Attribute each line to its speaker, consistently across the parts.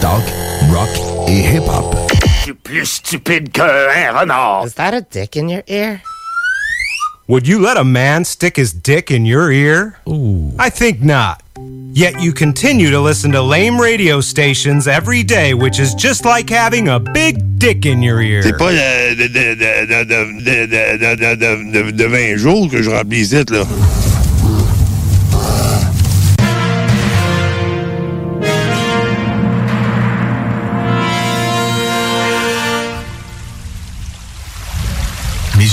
Speaker 1: Talk, rock et hip-hop.
Speaker 2: C'est plus stupide qu'un renard.
Speaker 3: Is that a dick in your ear?
Speaker 4: Would you let a man stick his dick in your ear? I think not. Yet you continue to listen to lame radio stations every day, which is just like having a big dick in your ear.
Speaker 1: C'est pas euh, de, de, de, de, de, de, de, de, de, de 20 jours que je remplis ici, là.
Speaker 5: Mais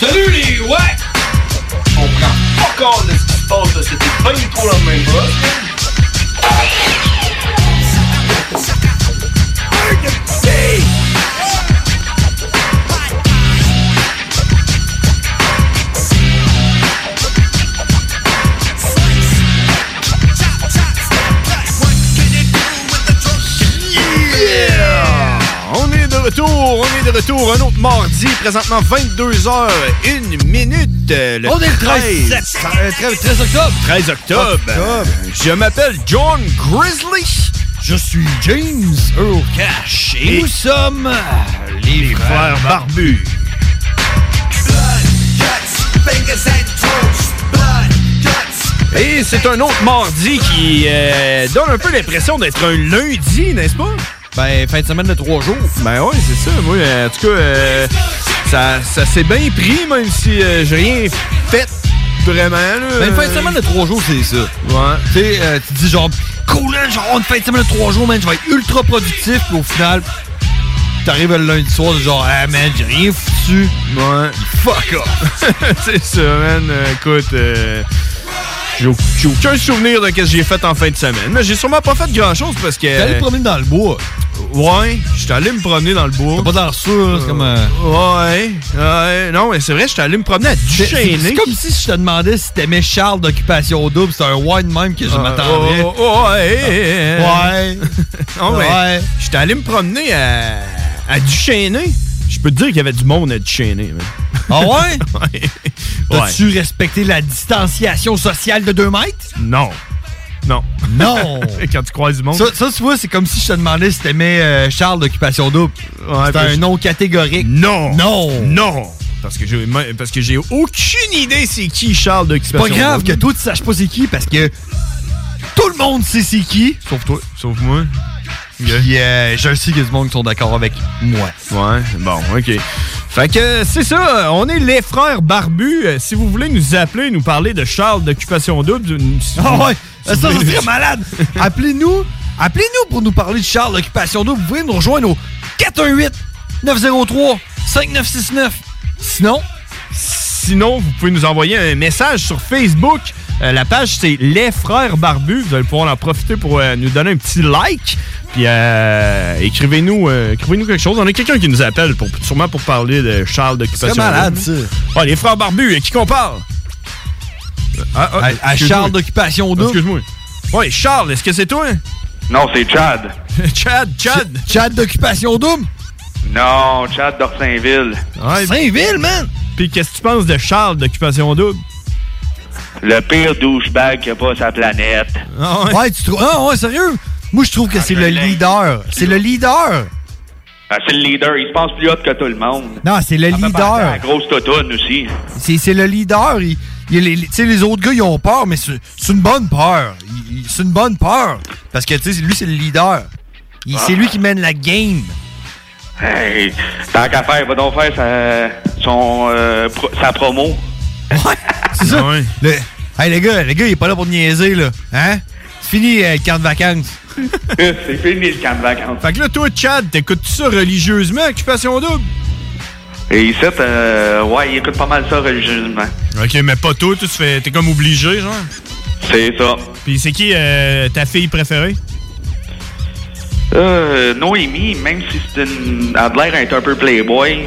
Speaker 6: Salut les ouais.
Speaker 7: On prend pas compte de ce qui se passe, là. C'était pas du tout la même chose.
Speaker 8: Yeah! On est de retour, on est de retour. Un autre mardi, présentement 22h, une minute. euh, le
Speaker 6: On est le 13
Speaker 8: 13 octobre. 13 octobre. Je m'appelle John Grizzly. Je suis James Earl Cash.
Speaker 6: Et nous
Speaker 8: sommes euh, les, frères, barbus. Et c'est un autre mardi qui euh, donne un peu l'impression d'être un lundi, n'est-ce pas? Ben, fin de semaine de trois jours. Ben oui, c'est ça. Moi, en tout cas, euh, ça, ça s'est bien pris, même si euh, j'ai rien fait vraiment. Là.
Speaker 9: Ben, une fin de semaine de trois jours, c'est ça. Ouais. Tu sais, euh, tu dis genre, cool, hein, genre, une fin de semaine de trois jours, man, je vais être ultra productif, puis au final, t'arrives le lundi soir, t'es genre, ah, man, j'ai rien foutu.
Speaker 8: Ouais. Fuck off! c'est ça, man. Euh, Écoute, euh, j'ai au- j'ai aucun souvenir de ce que j'ai fait en fin de semaine. Mais j'ai sûrement pas fait grand-chose parce que...
Speaker 9: T'es allé te promener dans le bois.
Speaker 8: Ouais, j'étais allé me promener dans le bois. T'as pas
Speaker 9: dans c'est comme, euh,
Speaker 8: Ouais, ouais. Non, mais c'est vrai, j'étais allé me promener à
Speaker 9: C'est- C'est
Speaker 8: Duchesne.
Speaker 9: c'est comme si je te demandais si t'aimais Charles d'Occupation Double, c'est un wine même que je m'attendais.
Speaker 8: oh, oh, oh, hey, hey, hey.
Speaker 9: Ouais.
Speaker 8: Non, mais
Speaker 9: Ouais.
Speaker 8: j'étais allé me promener à, à Duchesnay. Je peux te dire qu'il y avait du monde à Duchesnay. man.
Speaker 9: Ah ouais?
Speaker 8: ouais.
Speaker 9: T'as-tu respecté la distanciation sociale de 2 mètres?
Speaker 8: Non. Non.
Speaker 9: Non!
Speaker 8: Quand tu croises du monde.
Speaker 9: Ça, ça, tu vois, c'est comme si je te demandais si t'aimais euh, Charles d'Occupation Double. C'était
Speaker 8: puis
Speaker 9: un
Speaker 8: ben, je-
Speaker 9: nom catégorique.
Speaker 8: Non!
Speaker 9: Non!
Speaker 8: Non! Parce que j'ai parce que j'ai aucune idée c'est qui Charles
Speaker 9: C'est
Speaker 8: d'occupation.
Speaker 9: pas grave que
Speaker 8: Double.
Speaker 9: toi, tu saches pas c'est qui, parce que tout le monde sait c'est qui.
Speaker 8: Sauf toi, sauf moi.
Speaker 9: Puis, euh, je sais qu'il y a du monde qui sont d'accord avec moi.
Speaker 8: Ouais, bon, ok. Fait que euh, c'est ça, on est les frères barbus. Euh, Si vous voulez nous appeler, nous parler de Charles d'occupation double. nous- si
Speaker 9: Ah
Speaker 8: vous-
Speaker 9: ouais,
Speaker 8: si
Speaker 9: ça,
Speaker 8: vous
Speaker 9: ça
Speaker 8: voulez-
Speaker 9: serait malade. Appelez-nous, appelez-nous pour nous parler de Charles l'occupation double. Vous pouvez nous rejoindre au 418 903 5969. Sinon,
Speaker 8: Sinon, vous pouvez nous envoyer un message sur Facebook. Euh, la page, c'est Les Frères Barbus. Vous allez pouvoir en profiter pour euh, nous donner un petit like. Puis euh, écrivez-nous euh, écrivez-nous quelque chose. On a quelqu'un qui nous appelle, pour, sûrement pour parler de Charles d'Occupation.
Speaker 9: malade,
Speaker 8: Double. Ouais, les Frères Barbus, à qui qu'on parle? À- à Charles
Speaker 1: d'Occupation 2. Ah, Excuse-moi. Ouais, Charles, est-ce que c'est toi?
Speaker 10: Non, c'est Chad.
Speaker 1: Chad, Chad. Chad d'Occupation Double?
Speaker 10: Non, Chad d'Orsainville.
Speaker 1: Saint-Ville, man! Puis qu'est-ce que tu penses de Charles d'Occupation Double?
Speaker 10: Le pire douchebag qu'il n'y a pas sur la planète.
Speaker 8: ouais. tu trouves. Ah, ouais, sérieux? Moi, je trouve que c'est le leader. C'est le leader.
Speaker 10: Ah, c'est le leader, il se pense plus haut que tout le monde.
Speaker 8: Non, c'est le
Speaker 10: Ça fait penser à La
Speaker 8: leader.
Speaker 10: grosse totone aussi.
Speaker 8: C'est c'est le leader. Il, il y a les, tu sais, les autres gars, ils ont peur, mais c'est c'est une bonne peur. Il- il- C'est une bonne peur. Parce que, tu sais, lui, c'est le leader.
Speaker 10: Ah.
Speaker 8: Il- C'est lui qui mène la game.
Speaker 10: Hey, tant qu'à faire, va donc faire sa, son, euh, pro- sa promo.
Speaker 8: C'est
Speaker 1: Ah
Speaker 8: ça. Le, hey, les gars, les gars, il est pas là pour niaiser, là. Hein? C'est fini euh, le camp de vacances.
Speaker 10: c'est fini le camp de vacances.
Speaker 1: Fait que là, toi, Chad, t'écoutes ça religieusement, Occupation Double?
Speaker 10: Et ici, euh, ouais, il écoute pas mal ça religieusement.
Speaker 1: Ok, mais pas toi, toi, tu fais. T'es comme obligé, genre.
Speaker 10: C'est ça.
Speaker 1: Puis c'est qui euh, ta fille préférée?
Speaker 10: Euh, Noémie, même si c'est une. Elle a l'air d'être un peu playboy.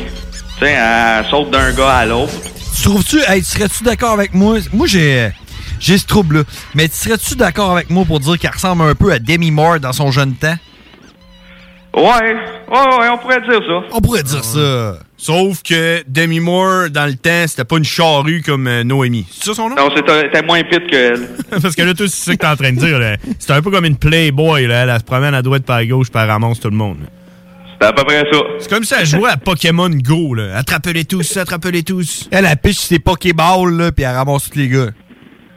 Speaker 10: Tu sais, elle saute d'un gars à l'autre.
Speaker 8: Tu trouves-tu, hey, tu serais-tu d'accord avec moi? Moi, j'ai, j'ai ce trouble-là. Mais tu serais-tu d'accord avec moi pour dire qu'elle ressemble un peu à Demi Moore dans son jeune temps?
Speaker 10: Ouais, ouais, ouais, on pourrait dire ça.
Speaker 8: On pourrait dire ça.
Speaker 1: Sauf que Demi Moore, dans le temps, c'était pas une charrue comme euh, Noémie. C'est ça son nom?
Speaker 10: Non, c'était c'était moins pire qu'elle.
Speaker 1: Parce que là, toi, c'est ça que t'es en train de dire. là. C'est un peu comme une Playboy. Là. Elle, elle se promène à droite, par gauche, par ramasse tout le monde.
Speaker 10: C'était à peu près ça.
Speaker 1: C'est comme ça, elle jouait à Pokémon Go. là. Attrapez-les tous, attrapez-les tous.
Speaker 8: Elle, elle piche ses Pokéballs, là, puis elle ramasse tous les gars.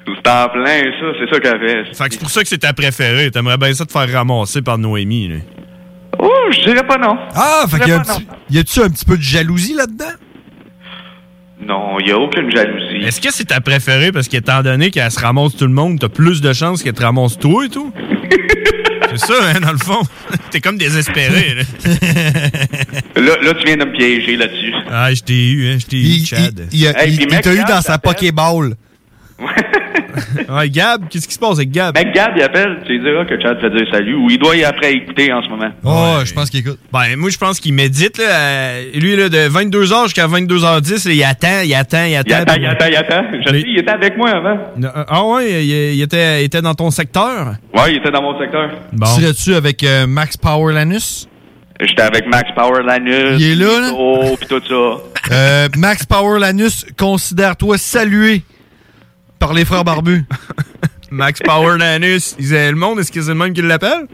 Speaker 10: C'était en plein, ça, c'est ça qu'elle fait.
Speaker 1: Fait que c'est pour ça que c'est ta préférée. T'aimerais bien ça te faire ramasser par Noémie. Là.
Speaker 10: Oh, je dirais pas non.
Speaker 8: Ah, fait
Speaker 10: Je
Speaker 8: qu'il y
Speaker 10: dirais
Speaker 8: a, un
Speaker 10: pas
Speaker 8: petit- y a-tu un petit peu de jalousie là-dedans?
Speaker 10: Non, il n'y a aucune jalousie.
Speaker 1: Est-ce que c'est ta préférée parce qu'étant donné qu'elle se ramasse tout le monde, t'as plus de chances qu'elle te ramasse toi et tout? c'est ça, hein, dans le fond. T'es comme désespéré. Là.
Speaker 10: Là, là, tu viens de me piéger là-dessus.
Speaker 1: Ah, je t'ai eu, hein, je t'ai eu, Chad.
Speaker 8: Il, a- il- il t'a eu dans sa Pokéball.
Speaker 1: Ouais, Gab, qu'est-ce qui se passe avec Gab?
Speaker 10: Mec, Gab, il appelle, tu lui diras que Chad fait dire salut, ou il doit y après écouter en ce moment.
Speaker 8: Oh, je pense qu'il écoute.
Speaker 1: Ben, moi, je pense qu'il médite. Là, Euh, lui, là, de 22h jusqu'à 22h10, là, il attend, il attend, il attend.
Speaker 10: Il attend,
Speaker 1: puis-
Speaker 10: il attend, il attend. Je
Speaker 1: Les-
Speaker 10: sais, il était avec moi avant.
Speaker 1: Non, euh, Ah ouais, il, il était, il était dans ton secteur?
Speaker 10: Ouais, il était dans mon secteur.
Speaker 8: Serais-tu avec euh, Max Powerlanus?
Speaker 10: J'étais avec Max Power, Lanus.
Speaker 8: Il est là, là?
Speaker 10: Oh, pis tout ça.
Speaker 8: Euh, Max Powerlanus, considère-toi salué par les frères barbus.
Speaker 1: Max Power Lanus, il disait, le monde, est-ce que c'est le même qui l'appelle?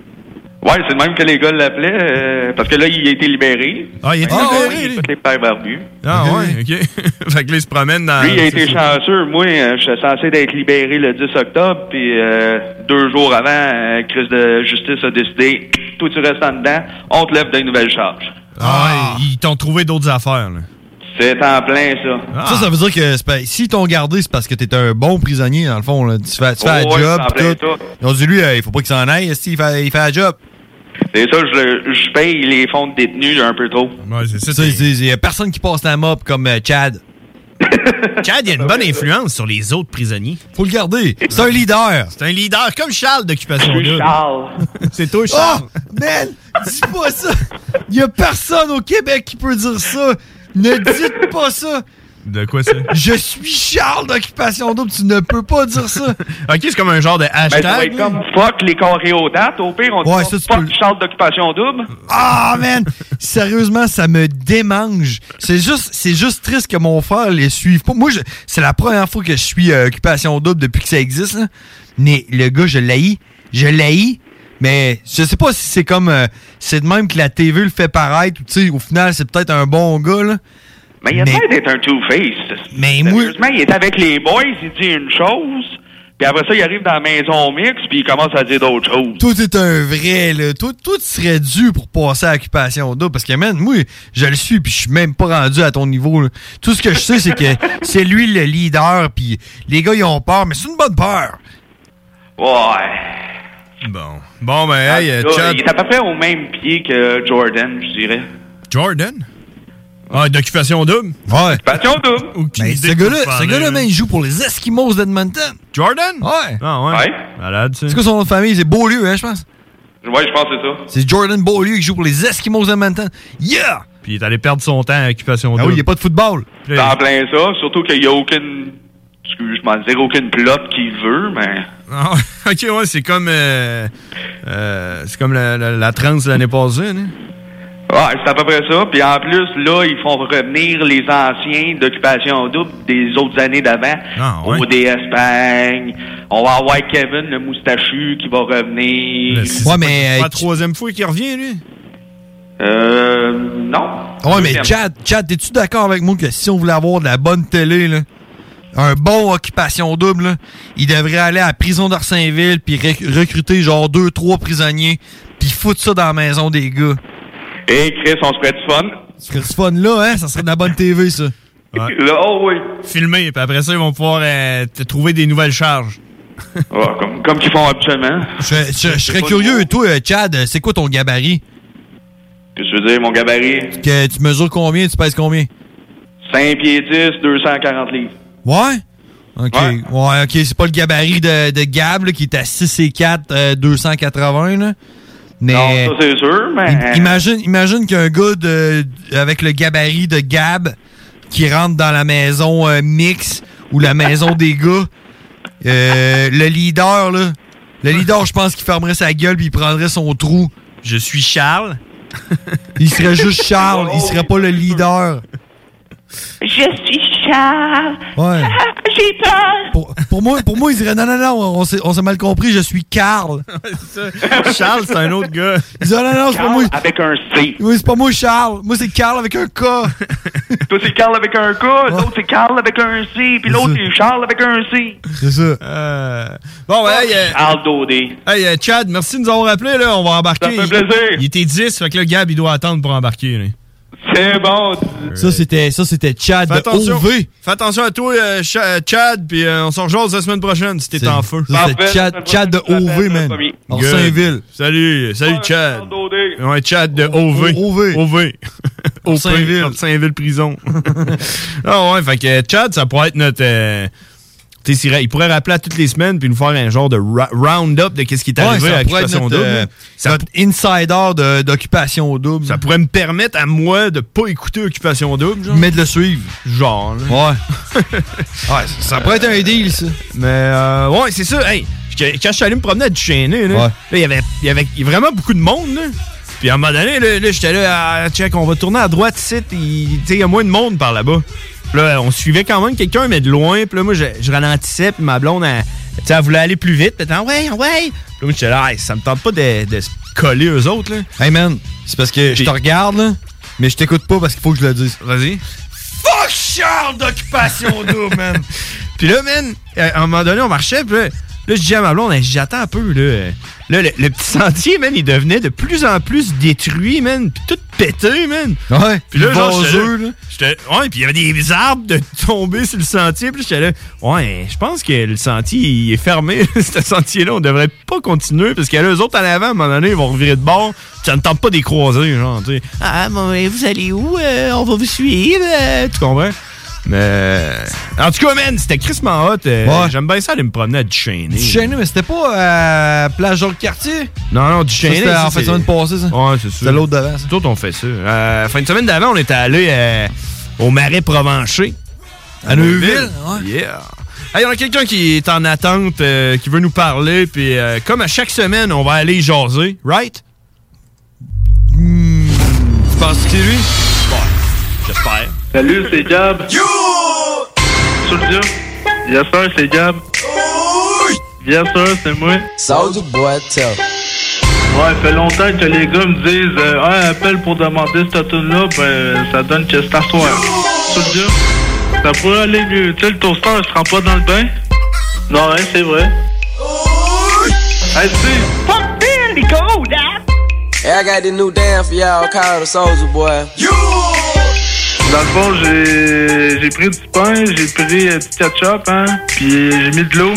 Speaker 10: Ouais, c'est le même que les gars l'appelaient, euh, parce que là, il a été libéré.
Speaker 1: Ah, il a été
Speaker 10: Fait que,
Speaker 1: libéré,
Speaker 10: ouais, il est tous les pères barbus.
Speaker 1: Ah ouais, ok. fait que là, il se promène dans.
Speaker 10: Lui, il a été chanceux. Moi, euh, je suis censé d'être libéré le 10 octobre, puis euh, deux jours avant, euh, Chris de Justice a décidé, toi, tu restes en dedans, on te lève d'une nouvelle charge.
Speaker 1: Ah, ouais, ils t'ont trouvé d'autres affaires, là.
Speaker 10: C'est en plein, ça.
Speaker 1: Ah.
Speaker 8: Ça, ça veut dire que c'est pas- s'ils t'ont gardé, c'est parce que t'es un bon prisonnier, dans le fond. là. Tu fais, tu fais
Speaker 10: Oh,
Speaker 8: la
Speaker 10: ouais,
Speaker 8: job.
Speaker 10: ça en
Speaker 8: pis
Speaker 10: plaît,
Speaker 8: tout. Ils ont dit, lui, euh, il faut pas qu'il s'en aille. esti, Il fait, il fait la job.
Speaker 10: C'est ça, je, le- je paye les fonds de détenus un peu trop.
Speaker 8: Ça, ils disent, Il y a personne qui passe la mop comme euh, Chad.
Speaker 1: Chad, il a une
Speaker 8: Ah ben,
Speaker 1: bonne influence sur les autres prisonniers.
Speaker 8: Faut le garder. C'est un leader.
Speaker 1: C'est un leader, comme Charles d'Occupation
Speaker 8: Je suis
Speaker 1: Double.
Speaker 10: Charles.
Speaker 1: c'est toi, Charles.
Speaker 8: Ah, Man, dis pas ça. Il y a personne au Québec qui peut dire ça. Ne dites pas ça.
Speaker 1: De quoi ça?
Speaker 8: Je suis Charles d'Occupation Double. Tu ne peux pas dire ça.
Speaker 1: ok, c'est comme un genre de
Speaker 10: Ben, ça va
Speaker 1: hashtag.
Speaker 10: être comme fuck les coréodates. Au pire, on dit
Speaker 8: Ouais,
Speaker 10: pas fuck Charles d'occupation double.
Speaker 8: Ah, man! Sérieusement, ça me démange. C'est juste, c'est juste triste que mon frère les suive pas. Moi, je- c'est la première fois que je suis euh, Occupation Double depuis que ça existe. là. Mais le gars, je l'haïs. Je l'haïs. Mais je sais pas si c'est comme... euh, c'est de même que la TV le fait paraître. Ou, tu sais, au final, c'est peut-être un bon gars, là.
Speaker 10: Mais il a l'air d'être un two-face. Mais Sérieusement, il est avec les boys, il dit une chose, puis après ça, il arrive dans la maison mixte, puis il commence à dire d'autres choses.
Speaker 8: Toi, t'es un vrai, là. Toi, toi, tu serais dû pour passer à l'occupation d'eau. Parce que, man, moi, je le suis, puis je suis même pas rendu à ton niveau, là. Tout ce que je sais, c'est que c'est lui le leader, puis les gars, ils ont peur, mais c'est une bonne peur.
Speaker 10: Ouais.
Speaker 1: Bon. Bon, ben, hey, euh,
Speaker 10: Là,
Speaker 1: Chad.
Speaker 10: Il est à peu près au même pied que Jordan, je dirais.
Speaker 1: Jordan? Ah, d'Occupation Double?
Speaker 8: Ouais.
Speaker 10: Occupation Double.
Speaker 8: Mais ce gars-là, ce gars-là, man, il joue pour les Eskimos d'Edmonton.
Speaker 1: Jordan?
Speaker 8: Ouais.
Speaker 1: Ah, ouais. Malade, ça.
Speaker 8: C'est quoi son nom de famille? C'est Beaulieu, hein, je pense.
Speaker 10: Ouais, je pense que c'est ça.
Speaker 8: C'est Jordan Beaulieu qui joue pour les Eskimos d'Edmonton. Yeah!
Speaker 1: Puis il est allé perdre son temps à Occupation
Speaker 8: Ah
Speaker 1: Double.
Speaker 8: oui, il n'y a pas de football.
Speaker 10: C'est en plein ça, surtout qu'il n'y a aucune Excuse, je m'en dirais aucune plotte qui veut, mais
Speaker 8: Ah, ok, ouais, c'est comme. euh, euh, c'est comme la, la, la transe de l'année passée, hein?
Speaker 10: Ouais, c'est à peu près ça. Puis en plus, là, ils font revenir les anciens d'occupation double des autres années d'avant.
Speaker 8: Ah, ouais.
Speaker 10: Au des Espagnes. On va avoir Kevin, le moustachu, qui va revenir.
Speaker 8: ouais, mais.
Speaker 11: euh,
Speaker 8: C'est pas la troisième fois qu'il revient, lui?
Speaker 10: Euh, non.
Speaker 11: Ah Ouais, mais Chad, Chad, es-tu d'accord avec moi que si on voulait avoir de la bonne télé, là, un bon occupation double, là, il devrait aller à la prison d'Arsainville puis rec- recruter genre deux, trois prisonniers puis foutre ça dans la maison des gars.
Speaker 10: Et Chris, on se fait du fun.
Speaker 11: Ce serait du fun là, hein? Ça serait de la bonne TV, ça.
Speaker 10: oh oui.
Speaker 8: Filmer, puis après ça, ils vont pouvoir euh, te trouver des nouvelles charges.
Speaker 10: Ouais, comme, comme qu'ils font habituellement.
Speaker 11: Je, je- je serais curieux, toi, euh, Chad, euh, c'est quoi ton gabarit?
Speaker 10: Qu'est-ce que je veux dire, mon gabarit?
Speaker 11: Que tu mesures combien? Tu pèses combien?
Speaker 10: 5 pieds 10, 240 livres.
Speaker 11: Ouais? OK. Ouais, OK. C'est pas le gabarit de, de Gab là, qui est à 6 et 4, euh, 280. Là. Mais
Speaker 10: Ça, c'est sûr, mais...
Speaker 11: I- imagine, imagine qu'un gars de, avec le gabarit de Gab qui rentre dans la maison euh, mix ou la maison des gars, euh, le leader, là, le leader, je pense qu'il fermerait sa gueule puis il prendrait son trou. Je suis Charles. Il serait juste Charles, il serait pas le leader.
Speaker 12: Je suis Charles.
Speaker 11: Ouais.
Speaker 12: J'ai peur.
Speaker 11: Pour, pour moi, pour moi, il dirait non, non, non, on s'est, on s'est mal compris, je suis Carl.
Speaker 8: Charles, c'est un autre gars.
Speaker 11: Il dit, ah, non, non, c'est pas moi.
Speaker 10: Avec un C.
Speaker 11: Oui, c'est pas moi, Charles. Moi, c'est Carl avec un K.
Speaker 10: Toi, c'est Carl avec un K, l'autre, c'est Carl avec un C, puis l'autre, c'est Charles avec un C.
Speaker 11: C'est ça.
Speaker 8: Bon, ouais, hey, euh,
Speaker 10: Charles Dodé.
Speaker 8: hey, euh, Chad, merci de nous avoir appelé, là. On va embarquer.
Speaker 10: Ça fait plaisir.
Speaker 8: Il, il était 10, fait que là, Gab, il doit attendre pour embarquer, là.
Speaker 10: C'est bon.
Speaker 11: Ça, c'était, ça, c'était Chad
Speaker 8: Fais
Speaker 11: de
Speaker 8: attention,
Speaker 11: OV.
Speaker 8: fais attention à toi, euh, Cha- euh, Chad, puis euh, on s'en rejoint la semaine prochaine si t'es
Speaker 11: C'est-
Speaker 8: en feu.
Speaker 11: ça, c'est Parfait, Chad- la semaine Chad de prochaine, OV, man. le premier. En
Speaker 8: Good.
Speaker 11: Saint-Ville.
Speaker 8: Salut, salut Chad. Ouais, Chad de OV.
Speaker 11: OV.
Speaker 8: OV.
Speaker 11: En Saint-Ville.
Speaker 8: Saint-Ville prison. ah ouais, fait que euh, Chad, ça pourrait être notre. euh, tu sais, s'il ra- il pourrait rappeler à toutes les semaines puis nous faire un genre de ra- round-up de qu'est-ce qui est arrivé
Speaker 11: Ouais, ça
Speaker 8: à
Speaker 11: pourrait être
Speaker 8: Occupation
Speaker 11: notre,
Speaker 8: Double.
Speaker 11: euh,
Speaker 8: ça
Speaker 11: notre insider de- d'Occupation Double. Ça
Speaker 8: pourrait me permettre à moi de pas écouter Occupation Double, genre.
Speaker 11: Mais de le suivre.
Speaker 8: Genre,
Speaker 11: Ouais. ouais, ça pourrait être un deal, ça.
Speaker 8: Mais, euh, ouais, c'est ça. Hey, je- quand je suis allé me promener à Duchesne, là, là, il y avait- il y avait vraiment beaucoup de monde, là. Puis à un moment donné, là, là, j'étais là, ah, check, on va tourner à droite ici, puis tu sais, il y a moins de monde par là-bas. Puis là, on suivait quand même quelqu'un, mais de loin. Puis là, moi, je, je ralentissais, puis ma blonde, elle, tu sais, elle voulait aller plus vite. Puis elle était, Ah ouais, ah ouais. Puis là, moi, j'étais là, Hey, ça me tente pas de, de se coller eux autres, là.
Speaker 11: Hey, man, c'est parce que je te regarde, là, mais je t'écoute pas parce qu'il faut que je le dise.
Speaker 8: Vas-y. Fuck Charles d'Occupation Double, man! Puis là, man, euh, à un moment donné, on marchait, puis là, là, je dis à ma blonde, Hey, j'attends un peu, là. Là, le, le petit sentier, man, il devenait de plus en plus détruit, man, puis tout pété, man.
Speaker 11: Ouais,
Speaker 8: puis là,
Speaker 11: puis
Speaker 8: genre, j'étais
Speaker 11: vaseux,
Speaker 8: là. j'étais- Ouais, puis il y avait des arbres de tomber sur le sentier, puis j'étais là, ouais, je pense que le sentier, il est fermé, ce sentier-là, on devrait pas continuer, parce que là, eux autres, à l'avant, à un moment donné, ils vont revirer de bord, ça ne tente pas de les croiser, genre, tu sais. Ah, mais vous allez où? Euh, on va vous suivre. euh, tu comprends? Mais. En tout cas, man, c'était crissement hot. euh,
Speaker 11: Ouais.
Speaker 8: J'aime bien ça aller me promener à Duchesne.
Speaker 11: Duchesne, mais c'était pas
Speaker 6: euh,
Speaker 11: à Plage de quartier?
Speaker 8: Non, non, Duchesne.
Speaker 11: Ça, c'était en fin de semaine passée, ça?
Speaker 8: Ouais, c'est sûr.
Speaker 11: C'était l'autre d'avant,
Speaker 8: Tout, on fait ça. Euh, fin de semaine d'avant, on était allé euh, au Marais Provencher.
Speaker 11: À Neuville,
Speaker 8: Yeah. Hey, on a quelqu'un qui est en attente, euh, qui veut nous parler, puis euh, comme à chaque semaine, on va aller jaser, right?
Speaker 11: Hmm.
Speaker 8: tu penses que c'est lui? J'espère.
Speaker 13: Salut, c'est Gab. Yo! Sur le job. Yes, sir, c'est Gab. Yes, sir, c'est moi. Sors du boîte, Ouais, fait longtemps que les gars me disent euh, Ah, appelle pour demander cette tune-là, ben ça donne que c'est à soir. Sur le job. Ça pourrait aller mieux. Tu sais, le toaster, il se rend pas dans le bain. Non, hein, c'est vrai. Hey, tu sais,
Speaker 12: Fuck Billy Gold, huh?
Speaker 6: Hey, I got this new dance for y'all called the Soldier Boy.
Speaker 13: Dans le fond, j'ai j'ai pris du pain, j'ai pris euh, du ketchup, hein, puis j'ai mis de l'eau.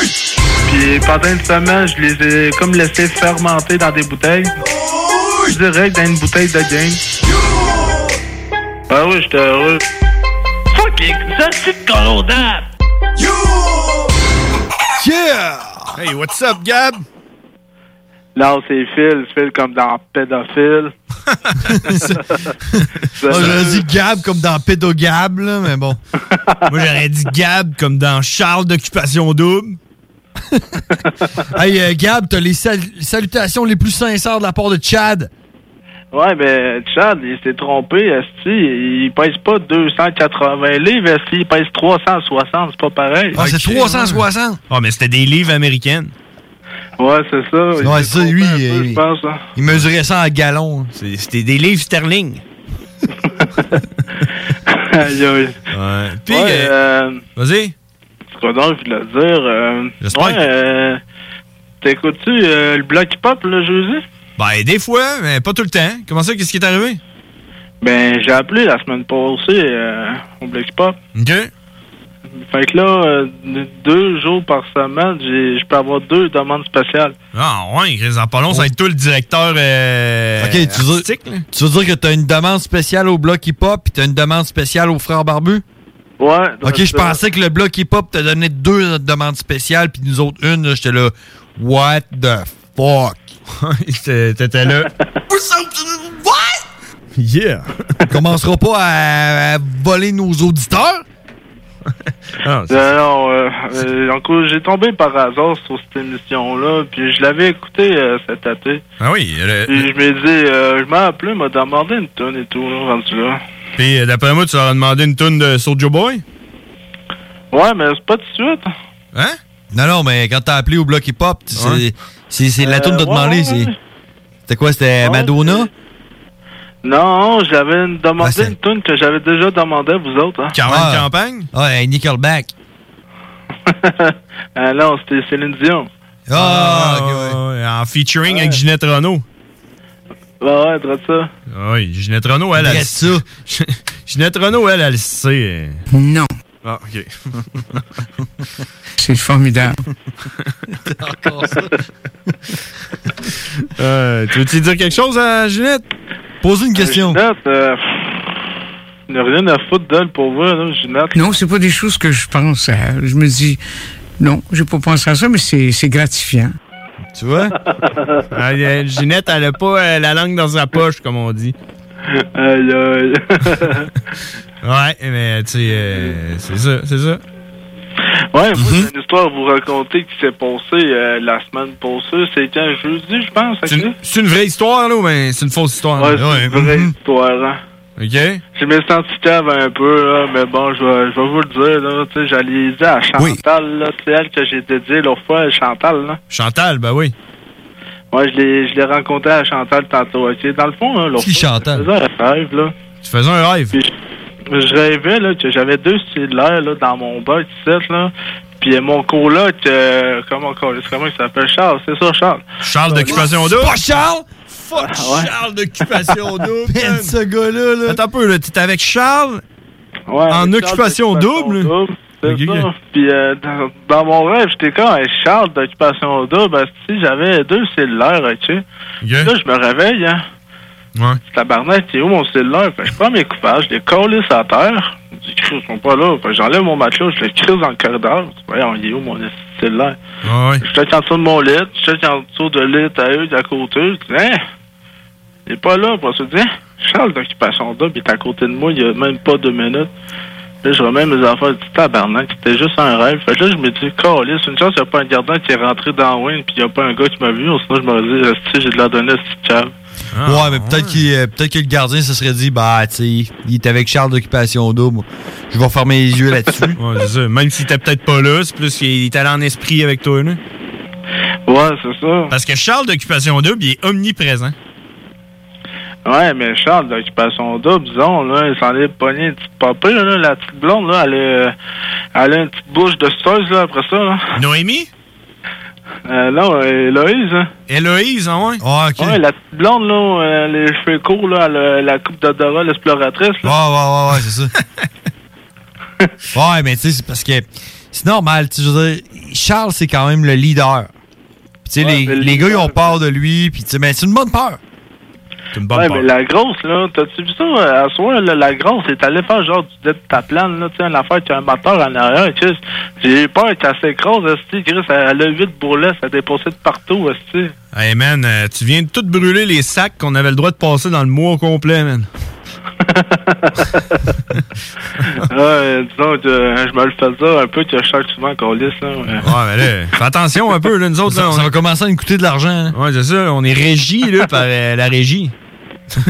Speaker 13: Puis pendant une semaine, je les ai comme laissés fermenter dans des bouteilles. Je dirais que dans une bouteille de game. Ah oui, j'étais heureux. Fucking, ça c'est colonel.
Speaker 8: Yeah! Hey, what's up, Gab?
Speaker 13: Là, c'est Phil, Phil comme dans pédophile.
Speaker 8: Ah, j'aurais dit Gab comme dans Pédogab, là, mais bon.
Speaker 14: Moi, j'aurais dit Gab comme dans Charles d'Occupation Double.
Speaker 8: hey, euh, Gab, t'as les sal- salutations les plus sincères de la part de Chad.
Speaker 13: Ouais, ben, Chad, il s'est trompé, Esti. Il pèse pas 280 livres, Esti. Il pèse 360, c'est pas pareil.
Speaker 8: Ah,
Speaker 14: Ok, ouais. Ah, mais c'était des livres américaines.
Speaker 13: Ouais, c'est ça.
Speaker 8: Ouais, ça, lui,
Speaker 13: Je
Speaker 8: il,
Speaker 13: pense, hein.
Speaker 8: il mesurait ça en gallon.
Speaker 14: hein. C'était des livres sterling.
Speaker 13: Aïe, aïe.
Speaker 14: Ouais. euh,
Speaker 13: Puis,
Speaker 14: Vas-y.
Speaker 13: C'est quoi donc, je voulais dire? euh, ouais, euh, t'écoutes-tu euh, le bloc hip-hop, le jeudi?
Speaker 14: Ben, des fois, mais pas tout le temps. Comment ça, qu'est-ce qui est arrivé?
Speaker 13: Ben, j'ai appelé la semaine passée euh, au bloc hip-hop.
Speaker 14: OK.
Speaker 13: Fait que là, euh, deux jours par semaine, j'ai- je peux avoir deux demandes spéciales.
Speaker 14: Ah, ouais, Chris, en pas long, ça va être toi le directeur. euh,
Speaker 8: Oh. Ok, tu veux, dire, tu veux dire que t'as une demande spéciale au bloc hip-hop puis t'as une demande spéciale aux frères barbus?
Speaker 13: Ouais.
Speaker 8: Ok, je pensais que le bloc hip-hop t'a donné deux demandes spéciales puis nous autres une, là, j'étais là, what the fuck?
Speaker 14: T'étais là.
Speaker 15: What?
Speaker 14: Yeah!
Speaker 8: On commencera pas à, à voler nos auditeurs?
Speaker 14: Ah,
Speaker 13: Euh, non, euh, euh, en coup, j'ai tombé par hasard sur cette émission-là, puis je l'avais écoutée euh, cet été.
Speaker 14: Ah oui, le-
Speaker 13: Puis je me dis, euh, je m'ai appelé, m'a demandé une tonne et tout, là, rendu là.
Speaker 14: Puis, euh, d'après moi, tu leur as demandé une toune de Soulja Boy?
Speaker 13: Ouais, mais c'est pas tout de suite.
Speaker 14: Hein?
Speaker 8: Non, non, mais quand t'as appelé au bloc hip-hop, tu- c'est
Speaker 13: Ouais.
Speaker 8: c'est- c'est la
Speaker 13: Euh,
Speaker 8: tourne de
Speaker 13: ouais,
Speaker 8: demander.
Speaker 13: ouais,
Speaker 8: c'est-
Speaker 13: ouais.
Speaker 8: C'était quoi? C'était Madonna?
Speaker 13: Non, j'avais une- demandé une tune que j'avais déjà demandé à vous autres. Hein.
Speaker 8: Ah. Ah, hey, Nickelback.
Speaker 13: Ah non, c'était Céline Dion.
Speaker 14: Ah, En featuring avec Ginette Renault.
Speaker 13: Ouais, ouais, drôle de ça.
Speaker 14: Oui, Ginette Renault, elle, elle.
Speaker 13: Drette ça.
Speaker 14: Ginette Renault, elle, elle le sait.
Speaker 11: Non.
Speaker 14: Ah, OK.
Speaker 11: C'est formidable.
Speaker 14: Euh, tu veux-tu dire quelque chose à Ginette? Pose une question.
Speaker 13: Ginette, euh, il n'y a rien à foutre d'elle pour vous, là, Ginette.
Speaker 11: Non, c'est pas des choses que je pense. à. Je me dis, non, j'ai pas pensé à ça, mais c'est c'est gratifiant.
Speaker 14: Tu vois? Ah, euh, Ginette, elle a pas euh, la langue dans sa poche, comme on dit.
Speaker 13: Aïe, aïe.
Speaker 14: Ouais, mais tu sais, euh, c'est ça, c'est ça.
Speaker 13: Ouais, moi, j'ai une histoire à vous raconter qui s'est passée euh, la semaine passée. C'était un jeudi, je pense.
Speaker 14: C'est une, c'est une vraie histoire, là, ou ben, c'est une fausse histoire? mm-hmm.
Speaker 13: Ouais, c'est une vraie histoire. hein.
Speaker 14: OK.
Speaker 13: Je me senti cave un peu, là, mais bon, je vais, je vais vous le dire. là, tu sais, J'allais dire à Chantal, là, c'est elle que j'ai dédié l'autre fois, Chantal. Là.
Speaker 14: Chantal, ben oui.
Speaker 13: Ouais, je l'ai je l'ai rencontré à Chantal tantôt. ok? Dans le fond, là, l'autre
Speaker 14: Qui
Speaker 13: fois,
Speaker 14: Chantal?
Speaker 13: je faisais un rêve, là.
Speaker 14: Tu faisais un rêve.
Speaker 13: Je rêvais là, que j'avais deux cellulaires là, dans mon bac, tu sais, là. Puis euh, mon coloc, euh, comment, comment il s'appelle? Charles, c'est ça, Charles?
Speaker 14: Charles d'Occupation
Speaker 13: d'eau.
Speaker 14: Double. Pas Charles!
Speaker 13: Fuck
Speaker 14: Charles d'Occupation Double.
Speaker 13: Man,
Speaker 14: ce gars-là, là. Attends un peu, là. T'es avec Charles en Occupation Double?
Speaker 13: C'est
Speaker 14: Ok,
Speaker 13: ça.
Speaker 14: ok.
Speaker 13: Puis euh, dans, dans mon rêve, j'étais quand même Charles d'occupation double, parce que si j'avais deux cellulaires, ok. Là, je me réveille, hein.
Speaker 14: Ouais.
Speaker 13: Tabarnak, c'est où mon cellulaire? Fait que je prends mes coupages, je les colle sur la terre. Je dis, Chris, ils sont pas là. Fait que j'enlève mon matelas, je le crise dans le corridor. Je dis, Voyons, il est où mon cellulaire?
Speaker 14: Ah ouais.
Speaker 13: Je check en dessous de mon lit, je check en dessous de lit à eux, d'à côté. Je dis, hein? Il est pas là. Puis je dis, Hein? Charles d'occupation double, il est à côté de moi, il y a même pas deux minutes. Là, je remets mes affaires du tabarnak, c'était juste un rêve. Fait que là, je me dis, calé, c'est une chance, il n'y a pas un gardien qui est rentré dans Wayne, puis il n'y a pas un gars qui m'a vu, sinon je me dis, si j'ai de la donnée, c'est cave.
Speaker 14: Ah,
Speaker 8: ouais, mais peut-être qu'il- euh, peut-être que le gardien se serait dit, bah, tu sais, il est avec Charles d'Occupation Double. Je vais fermer les yeux là-dessus.
Speaker 14: Ouais, c'est ça. Même s'il était peut-être pas là, c'est plus qu'il est allé en esprit avec toi, là.
Speaker 13: Ouais, c'est ça.
Speaker 14: Parce que Charles d'Occupation Double, il est omniprésent.
Speaker 13: Ouais, mais Charles, d'occupation double, disons, là, il s'en est pogné une petite papée, là, la petite blonde, là, elle, est, elle a une petite bouche de steuse, là, après ça, là.
Speaker 14: Noémie?
Speaker 13: Euh, non, Héloïse, hein.
Speaker 14: Héloïse, hein, ouais?
Speaker 8: Ah,
Speaker 14: ok.
Speaker 13: Ouais, la petite blonde, là, euh, les cheveux courts, là, elle a la coupe d'odorat, l'exploratrice, là.
Speaker 8: Ouais, ouais, ouais, c'est ça. ouais, mais tu sais, c'est parce que c'est normal. Tu sais, je veux dire, Charles, c'est quand même le leader. Puis, tu sais, les, les gars, ils ont peur de lui. Puis, tu sais, mais c'est une bonne peur. C'est une bonne
Speaker 13: ouais,
Speaker 8: part.
Speaker 13: mais la grosse, là, t'as-tu vu ça euh, à soir, là, la grosse est allée faire genre du dead taplane, là, tu sais, une affaire qui a un batteur en arrière, Chris. J'ai eu peur, elle était assez grosse, esti, Chris, elle a huit bourrelets, ça a dépassé de partout, esti.
Speaker 8: Hey man, euh, tu viens de tout brûler les sacs qu'on avait le droit de passer dans le mois au complet, man.
Speaker 13: ouais, disons que euh, je me le fais ça un peu que je chante souvent qu'on lisse, là. ouais.
Speaker 8: Ouais, mais là, fais attention un peu, là, nous autres.
Speaker 13: Ça-
Speaker 8: là,
Speaker 13: ça va
Speaker 8: commencer à nous coûter de l'argent. hein. Ouais, c'est ça, on est régi, là, par euh, la régie.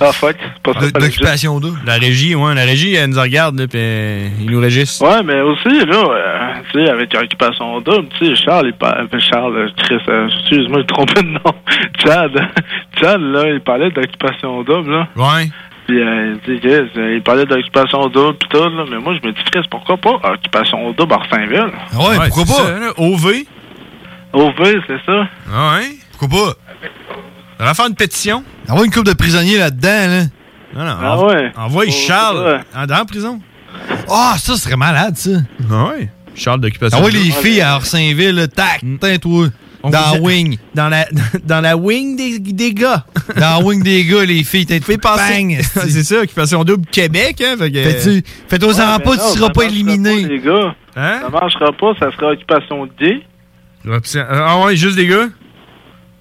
Speaker 13: Ah, fuck. Pas ça, fallait que je-
Speaker 8: d'eau. La régie, ouais, la régie, elle nous regarde, là, puis euh, ils nous régissent.
Speaker 13: Ouais, mais aussi, là, euh, tu sais, avec Occupation Double, tu sais, Charles, il par- euh, Charles, euh, Chris, euh, excuse-moi, je me trompais de nom. Chad, Chad, là, il parlait d'Occupation Double, là.
Speaker 8: Ouais.
Speaker 13: Puis, euh, il dit, Chris, euh, il parlait d'Occupation Double, pis tout, là. Mais moi, je me dis, Chris, pourquoi pas Occupation Double à Orsainville?
Speaker 8: Ah Ouais, pourquoi pas? OV.
Speaker 13: OV, c'est ça.
Speaker 8: Ah Ouais. Pourquoi pas? On va faire une pétition.
Speaker 16: Avoir une coupe de prisonniers là-dedans, là.
Speaker 8: Non, non.
Speaker 16: Ah
Speaker 8: env-
Speaker 16: ouais.
Speaker 8: Envoie
Speaker 16: Oh,
Speaker 8: Charles en, dans la prison. Ah
Speaker 16: Ah, ça serait malade, ça.
Speaker 8: Ouais. Charles d'occupation. Mm.
Speaker 16: Ah ouais, les filles à Orsainville, là, tac, tain, toi. Dans la wing.
Speaker 8: Dans la, dans la wing des, des gars.
Speaker 16: dans la wing des gars, les filles, t'es fait
Speaker 8: Bang! c'est ça, occupation double Québec, hein? Fait que...
Speaker 16: Fais-tu- fais-toi
Speaker 13: Ouais,
Speaker 16: en
Speaker 13: mais
Speaker 16: pas, tu
Speaker 13: non,
Speaker 16: seras
Speaker 13: ça
Speaker 16: pas
Speaker 13: marchera
Speaker 16: éliminé.
Speaker 13: pas, les gars.
Speaker 8: Hein?
Speaker 13: Ça marchera pas, ça sera Occupation D.
Speaker 8: Ah ouais, juste des gars?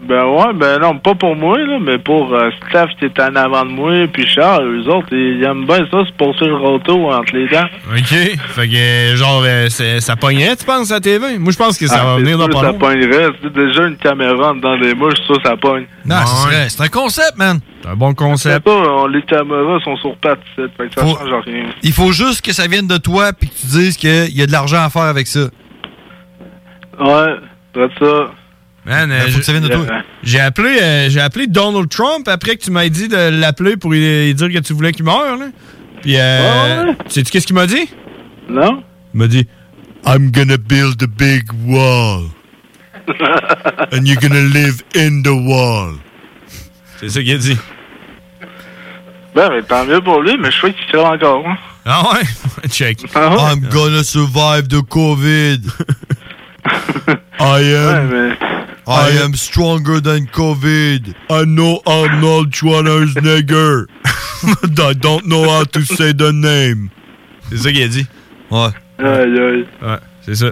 Speaker 13: Ben ouais, ben non, pas pour moi, là, mais pour euh, Steph qui est en avant de moi, puis Charles, eux autres, ils aiment bien ça, se passer le râteau entre les dents.
Speaker 8: OK. Fait que, genre, euh, c'est- ça pognerait, tu penses, à TV? Moi, je pense que ça
Speaker 13: Ah,
Speaker 8: va
Speaker 13: c'est
Speaker 8: venir dans
Speaker 13: sûr,
Speaker 8: pas
Speaker 13: Ça
Speaker 8: long.
Speaker 13: pognerait. C'est déjà une caméra dans les mouches, ça, ça pogne.
Speaker 16: Non, ce serait- c'est un concept, man.
Speaker 8: C'est un bon
Speaker 13: C'est pas, on- les caméras sont sur pattes, c'est- fait que ça
Speaker 16: Faut-
Speaker 13: change rien.
Speaker 16: Il faut juste que ça vienne de toi puis que tu dises qu'il y a de l'argent à faire avec ça.
Speaker 13: Ouais, c'est ça.
Speaker 8: Man, euh,
Speaker 16: Ben, faut que ça vienne de toi.
Speaker 8: j'ai- J'ai appelé, euh, j'ai appelé Donald Trump après que tu m'as dit de l'appeler pour lui lui dire que tu voulais qu'il meure, là. Puis, euh, sais-tu qu'est-ce qu'il m'a dit?
Speaker 13: Ah Non?
Speaker 8: Il m'a dit, I'm gonna build a big wall.
Speaker 1: And you're gonna live in the wall.
Speaker 8: C'est ça qu'il a dit.
Speaker 13: Ben, mais tant mieux pour lui, mais je sais qu'il tire encore. hein.
Speaker 8: Ah ouais? Check.
Speaker 16: I'm gonna survive the COVID.
Speaker 1: I am.
Speaker 16: I am stronger than COVID.
Speaker 1: I know Arnold Schwarzenegger. But I don't know how to say the name.
Speaker 8: C'est ça qu'il a dit.
Speaker 16: Ouais.
Speaker 13: Aïe, aïe.
Speaker 8: Ouais, c'est ça.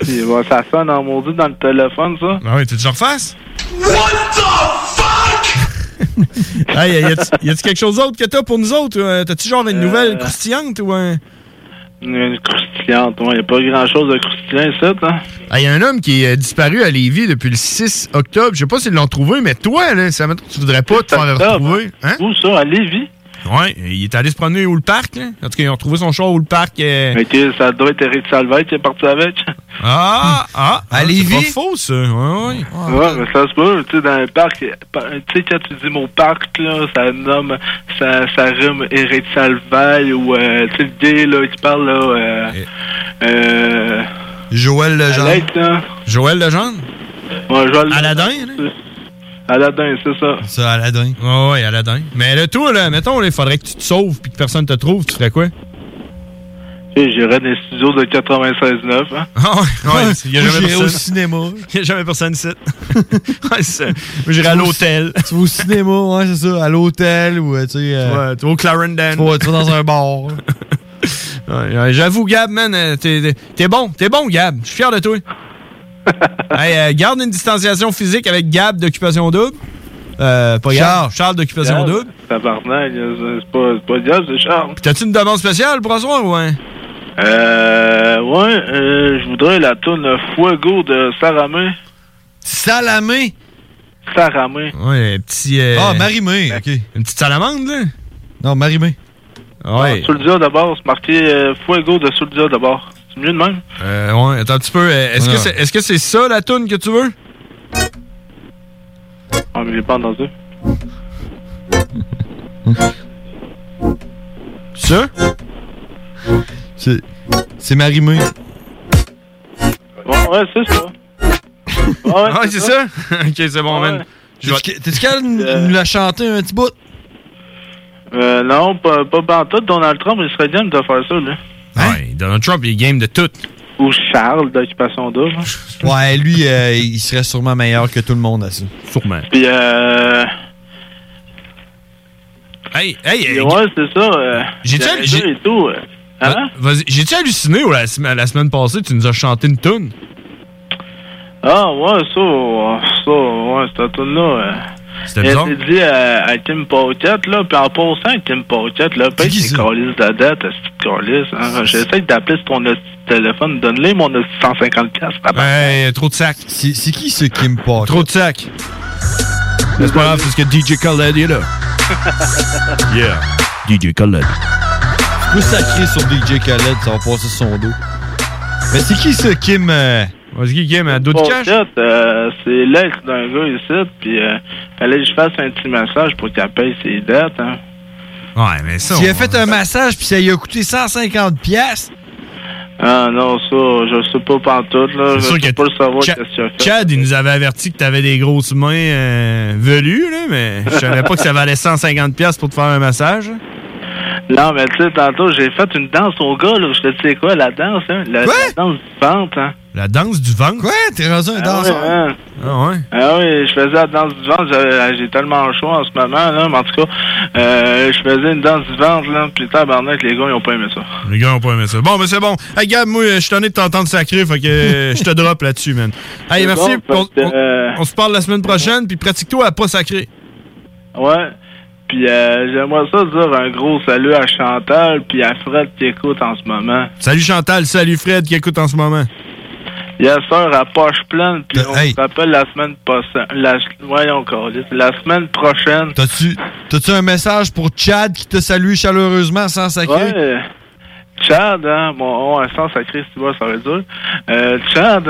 Speaker 13: Puis, ouais, ça sonne en maudit dans le téléphone, ça.
Speaker 8: Ah ouais, tu te refasse? Hey, y a-tu- y a-tu quelque chose d'autre que t'as pour nous autres? euh, T'as-tu genre une nouvelle croustillante ou un.
Speaker 13: Une, une croustillante, ouais. Y a pas grand-chose de croustillant ici, hein.
Speaker 8: Ah,
Speaker 11: Il y a un homme qui
Speaker 8: euh,
Speaker 11: est disparu à Lévis depuis le 6 octobre. Je sais pas s'ils l'ont trouvé, mais toi, là, ça, tu voudrais pas te faire le retrouver. Hein?
Speaker 13: Où ça, à Lévis?
Speaker 8: Ouais, euh, il est allé se promener au le parc, là. En tout cas, ils ont retrouvé son char au le parc. euh,
Speaker 13: Mais que ça doit être Eric Salvay qui est parti avec.
Speaker 8: Ah, ah, ah, c'est
Speaker 13: Lévis?
Speaker 8: pas faux, ça. Ouais, ouais.
Speaker 13: Ouais, mais ça se peut, tu sais, dans le parc, tu sais, quand tu dis mon parc, là, ça nomme, ça, ça rime Eric Salvaille ou, euh, tu sais, le D, là, qui parle, là, euh, euh,
Speaker 16: Joël Lejeune.
Speaker 13: Alex, là.
Speaker 8: Joël Lejeune?
Speaker 13: Ouais, Joël.
Speaker 8: Aladdin,
Speaker 13: là? Aladdin, c'est ça.
Speaker 16: C'est Aladdin.
Speaker 8: Ouais, ouais, Aladdin. Mais là, toi, là, mettons, il faudrait que tu te sauves puis que personne te trouve. Tu ferais quoi?
Speaker 13: Tu sais, J'irais dans les studios de 96.9, hein.
Speaker 8: Ah ouais, ouais, il y a
Speaker 13: Moi,
Speaker 8: jamais
Speaker 13: j'irais
Speaker 8: personne.
Speaker 13: au
Speaker 16: cinéma.
Speaker 8: Il y a jamais personne ici. ouais, c'est ça. Moi, J'irai à l'hôtel.
Speaker 16: Tu vas au cinéma, ouais, c'est ça. À l'hôtel ou, euh, tu sais. euh,
Speaker 8: Ouais, tu vas au Clarendon.
Speaker 16: tu vas- tu vas dans un bar.
Speaker 8: Ouais, ouais, J'avoue, Gab, man, euh, t'es t'es bon, t'es bon, Gab. Je suis fier de toi. hey, euh, garde une distanciation physique avec Gab d'occupation double. Euh, pas Gab,
Speaker 13: Charles.
Speaker 8: Charles d'occupation
Speaker 13: Gab,
Speaker 8: double.
Speaker 13: Tabarnak, là, c'est pas, c'est pas Diable, c'est Charles.
Speaker 8: Puis t'as-tu une demande spéciale pour un soir ou hein?
Speaker 13: Euh, ouais, euh, je voudrais la tourne Fuego de Saramé.
Speaker 16: Salamé?
Speaker 13: Saramé.
Speaker 8: Ouais, un petit. euh,
Speaker 16: Ah, Marimé, ok.
Speaker 8: Une petite salamande, là?
Speaker 16: Non, Marimé.
Speaker 8: Ouais.
Speaker 13: Soldier Ah, d'abord, c'est marqué euh, Fuego de Soldier d'abord. C'est mieux de même.
Speaker 8: Euh, ouais, attends un petit peu. euh, Est-ce
Speaker 13: Ouais.
Speaker 8: que c'est est-ce que c'est ça la toune que tu veux?
Speaker 13: Ah, mais j'ai pas entendu.
Speaker 8: Ça?
Speaker 16: C'est. C'est Marimé.
Speaker 13: Bon, ouais, c'est ça. Ah, Ouais, Ah,
Speaker 8: Ah, c'est ça? ok, c'est bon, man. Je vais-
Speaker 16: T'es-tu capable de nous la chanter un petit bout?
Speaker 13: Euh, non, pas, pas Bantot, Donald Trump, il serait game de faire ça, là.
Speaker 11: Hein?
Speaker 8: Ouais, Donald Trump, il est game de tout.
Speaker 13: Ou Charles d'Occupation Double. hein.
Speaker 11: Ouais, lui, euh, il serait sûrement meilleur que tout le monde à ça.
Speaker 6: Sûrement.
Speaker 13: Puis, euh.
Speaker 6: Hey, hey,
Speaker 13: Ouais, c'est ça. euh,
Speaker 8: J'ai-tu
Speaker 13: j'avais
Speaker 8: un- j'ai-
Speaker 13: ça et tout. euh. Hein?
Speaker 8: Vas-y, j'ai-tu halluciné ou la, sem- la semaine passée, tu nous as chanté une toune?
Speaker 13: Ah, ouais, ça, ouais, ça, ouais, cette tune là
Speaker 8: C'était
Speaker 13: bizarre.
Speaker 8: bizarre.
Speaker 13: Elle dit euh, à, à Tim Pocket, là, puis en passant à Tim Pocket, là, paye tes calices de dette, à cette calice. Hein. J'essaie d'appeler sur ton hostie de téléphone, donne-les mon hostie de 150 piastres, papa.
Speaker 8: Hey, euh, trop de sacs.
Speaker 11: C'est qui ce Kim Pocket?
Speaker 8: Trop de sacs. Mais c'est pas grave, c'est ce que DJ Khaled est là.
Speaker 6: Yeah. DJ Khaled.
Speaker 11: Plus sacré sur DJ Khaled, ça va passer sur son dos. Mais c'est qui ce Kim? euh,
Speaker 8: C'est qui Kim? Un dos
Speaker 11: de cash?
Speaker 13: Pocket, euh, c'est l'ex d'un gars ici, puis euh, fallait que je fasse un petit massage pour qu'elle paye ses dettes, hein.
Speaker 8: Ouais, mais ça.
Speaker 11: S'il a fait un massage puis ça lui a coûté 150 pièces.
Speaker 13: Ah non, ça, je sais pas pantoute, là.
Speaker 8: C'est
Speaker 13: Je
Speaker 8: sûr que
Speaker 13: sais pas le savoir
Speaker 8: Cha-
Speaker 13: qu'est-ce qu'il a fait.
Speaker 8: Chad, il nous avait averti que t'avais des grosses mains euh, velues, là, mais je savais pas que ça valait 150$ piastres pour te faire un massage.
Speaker 13: Non, mais tu sais, tantôt, j'ai fait une danse au gars, là. Je te dis, c'est quoi, la danse, hein? La, la danse du ventre, hein?
Speaker 8: La danse du ventre?
Speaker 11: Quoi? T'es rendu un
Speaker 13: danseur? Ah ouais,
Speaker 8: Ah ouais?
Speaker 13: Ah oui, je faisais la danse du ventre. j'avais- ah, J'ai tellement chaud en ce moment, là. Mais en tout cas, euh, je faisais une danse du ventre, là. Puis tabarnak, les gars, ils ont pas aimé ça.
Speaker 8: Les gars ont pas aimé ça. Bon, mais c'est bon. Hey, Gab, moi, je suis tanné de t'entendre sacré, fait que euh, je te drop là-dessus, man. Hey,
Speaker 13: C'est
Speaker 8: merci.
Speaker 13: bon,
Speaker 8: on,
Speaker 13: parce que, euh,
Speaker 8: on- on se parle la semaine prochaine, puis pratique-toi à pas sacrer.
Speaker 13: Ouais. Puis euh, j'aimerais ça dire un gros salut à Chantal puis à Fred qui écoute en ce moment.
Speaker 8: Salut Chantal, salut Fred qui écoute en ce moment.
Speaker 13: Yes, sir, à poche pleine, puis on se rappelle la semaine prochaine. La... Voyons, câlisse, La semaine prochaine.
Speaker 11: T'as-tu t'as-tu un message pour Chad qui te salue chaleureusement sans sacrer?
Speaker 13: Ouais. Chad, hein, bon, on a un sens sacré, si tu vois, ça va être dur. Euh, Chad,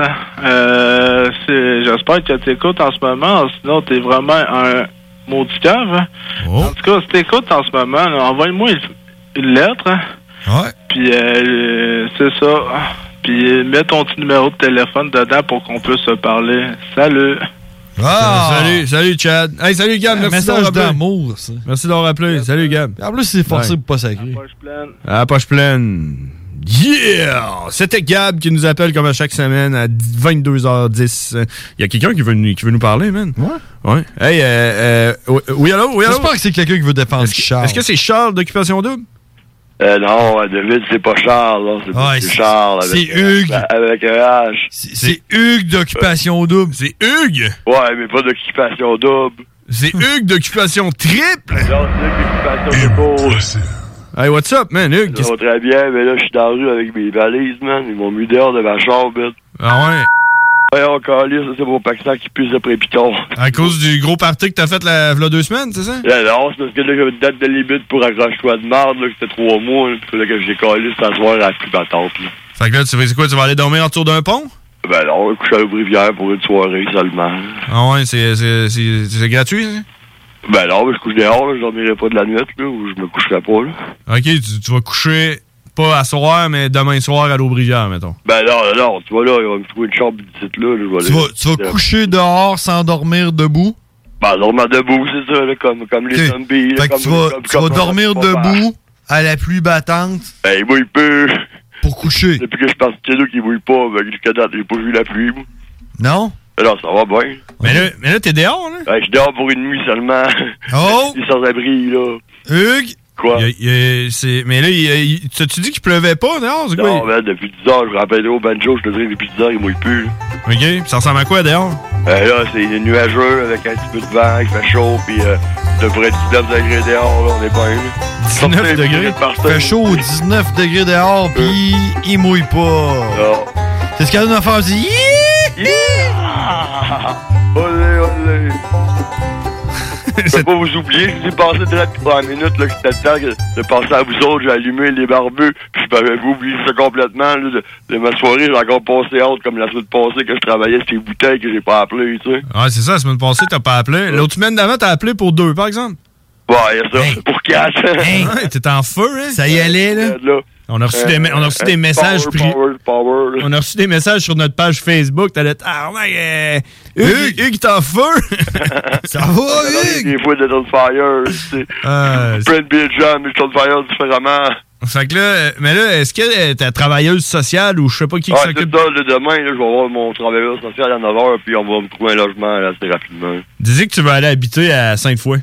Speaker 13: euh, c'est- j'espère que tu écoutes en ce moment, sinon t'es vraiment un maudit cave. hein. En tout cas, si t'écoutes en ce moment, là, envoie-moi une, une lettre, hein,
Speaker 11: Ouais.
Speaker 13: puis euh, euh, c'est ça. Puis euh, mets ton petit numéro de téléphone dedans pour qu'on puisse se parler. Salut!
Speaker 11: Ah!
Speaker 8: Salut, salut Chad. Hey, salut Gab,
Speaker 11: Un
Speaker 8: merci
Speaker 11: message
Speaker 8: d'avoir appelé.
Speaker 11: d'amour, ça.
Speaker 8: Merci d'avoir appelé. Salut Gab.
Speaker 11: En plus, c'est forcé
Speaker 8: Ouais.
Speaker 11: pour pas sacrer.
Speaker 8: À la poche pleine. Yeah! C'était Gab qui nous appelle comme à chaque semaine à 22h10. Il y a quelqu'un qui veut, nous- qui veut nous parler, man. Ouais? Ouais. Hey, euh, euh, oui, allô? Oui, allô?
Speaker 11: J'espère que c'est quelqu'un qui veut défendre Charles.
Speaker 8: Est-ce que c'est Charles d'Occupation Double?
Speaker 1: Euh, non, euh, David, c'est pas Charles, là. C'est
Speaker 11: Ouais,
Speaker 1: c'est
Speaker 11: c'est-
Speaker 1: Charles.
Speaker 11: c'est
Speaker 1: avec, euh,
Speaker 11: Hugues.
Speaker 1: Avec un H.
Speaker 11: C'est Hugues d'Occupation Double.
Speaker 8: C'est Hugues?
Speaker 1: Ouais, mais pas d'occupation double.
Speaker 8: C'est Hugues d'Occupation Triple?
Speaker 1: Non, c'est d'occupation double.
Speaker 8: Hey, what's up, man, Hugues?
Speaker 1: Ça va très bien, mais là, je suis dans la rue avec mes valises, man. Ils m'ont mis dehors de ma chambre,
Speaker 8: Ah ouais?
Speaker 1: Ouais, encore là, ça, c'est mon paxan qui pisse après Python.
Speaker 11: Mm.
Speaker 8: À cause du gros party que t'as fait la, v'là deux semaines, c'est ça?
Speaker 1: Là, non, c'est parce que là, j'avais une date de limite pour accroche-toi de marde, là, que c'était trois mois, là, puis là, que j'ai calé ce soir à la plus battante, là.
Speaker 8: Fait que là, tu fais c'est quoi? Tu vas aller dormir autour d'un pont?
Speaker 1: Ben non, couché à l'Aubrivière pour une soirée seulement.
Speaker 8: Ah ouais, c'est- c'est c'est- c'est gratuit, ça?
Speaker 1: Ben non, mais je couche dehors, là, je dormirai pas de la nuit, là, ou je me coucherai pas, là.
Speaker 8: Ok, tu, tu vas coucher pas à soir, mais demain soir à l'Aubrivière, mettons.
Speaker 1: Ben non, non, non, tu vois là, il va me trouver une chambre petite là, là, je vais
Speaker 11: Tu vas, tu vas coucher dehors sans dormir debout.
Speaker 1: Ben dormir debout, c'est ça, là, comme, comme les zombies. là,
Speaker 11: Fait que
Speaker 1: comme-
Speaker 11: tu vas,
Speaker 1: comme-
Speaker 11: tu
Speaker 1: comme-
Speaker 11: vas dormir
Speaker 1: comme- comme-
Speaker 11: debout à la pluie battante.
Speaker 1: Ben il mouille peu.
Speaker 11: Pour coucher.
Speaker 1: Depuis que je suis parti de chez nous, qu'il mouille pas, ben jusqu'à date, j'ai pas vu la pluie, moi.
Speaker 11: Non?
Speaker 1: Alors, ça va bien.
Speaker 8: Mais là, mais là t'es dehors, là?
Speaker 1: Ben, je dors pour une nuit seulement.
Speaker 11: Oh!
Speaker 1: Je suis sans abri, là.
Speaker 11: Hugues?
Speaker 1: Quoi?
Speaker 8: Il y a- il y a- c'est- mais là, il- il- t'as-tu dit qu'il pleuvait pas dehors? C'est quoi?
Speaker 1: Non, ben, depuis 10 heures, je rappelle au banjo, je te dirais depuis 10 heures, il mouille plus.
Speaker 8: Ok, puis ça ressemble à quoi dehors?
Speaker 1: Ben là, c'est nuageux, avec un petit peu de vent, il fait chaud, puis euh, de près de 19 degrés dehors, là, on est pas un.
Speaker 11: 19 degrés. Fait chaud, 19 degrés dehors, pis il mouille pas. C'est ce qu'elle a faire, dit.
Speaker 1: Olé, olé. Oh, Je peux pas vous oublier, je vous ai passé 30 minutes là, que c'était le temps que de passer à vous autres, j'ai allumé les barbus, puis je m'avais oublié ça complètement. Là, de, de ma soirée, j'ai encore passé haute comme la semaine passée que je travaillais sur les bouteilles que j'ai pas appelé, tu sais.
Speaker 8: Ah, c'est ça, la semaine passée, t'as pas appelé. L'autre semaine d'avant, t'as appelé pour deux, par exemple.
Speaker 1: Ouais, ça, pour quatre.
Speaker 8: Ouais, t'es en feu, hein?
Speaker 11: Ça y allait, là.
Speaker 8: On a reçu des, me- on a reçu des messages
Speaker 1: Euh, power, power,
Speaker 8: pri-
Speaker 1: power.
Speaker 8: On a reçu des messages sur notre page Facebook. T'as le Ah, ouais, euh, Hugues, Hugues, t'es en feu! ça va, Hugues?
Speaker 1: Des fois, d'être on fire, tu sais.
Speaker 8: Euh,
Speaker 1: Brent Bill John, mais je suis on fire différemment.
Speaker 8: Fait que là, euh, mais là, est-ce que euh, ta travailleuse sociale ou je sais pas qui
Speaker 1: Ah,
Speaker 8: qui
Speaker 1: c'est
Speaker 8: s'occupe.
Speaker 1: ça, le demain, là, je vais voir mon travailleur social à 9h, puis on va me trouver un logement là, assez rapidement.
Speaker 8: Disais que tu veux aller habiter à Sainte-Foy.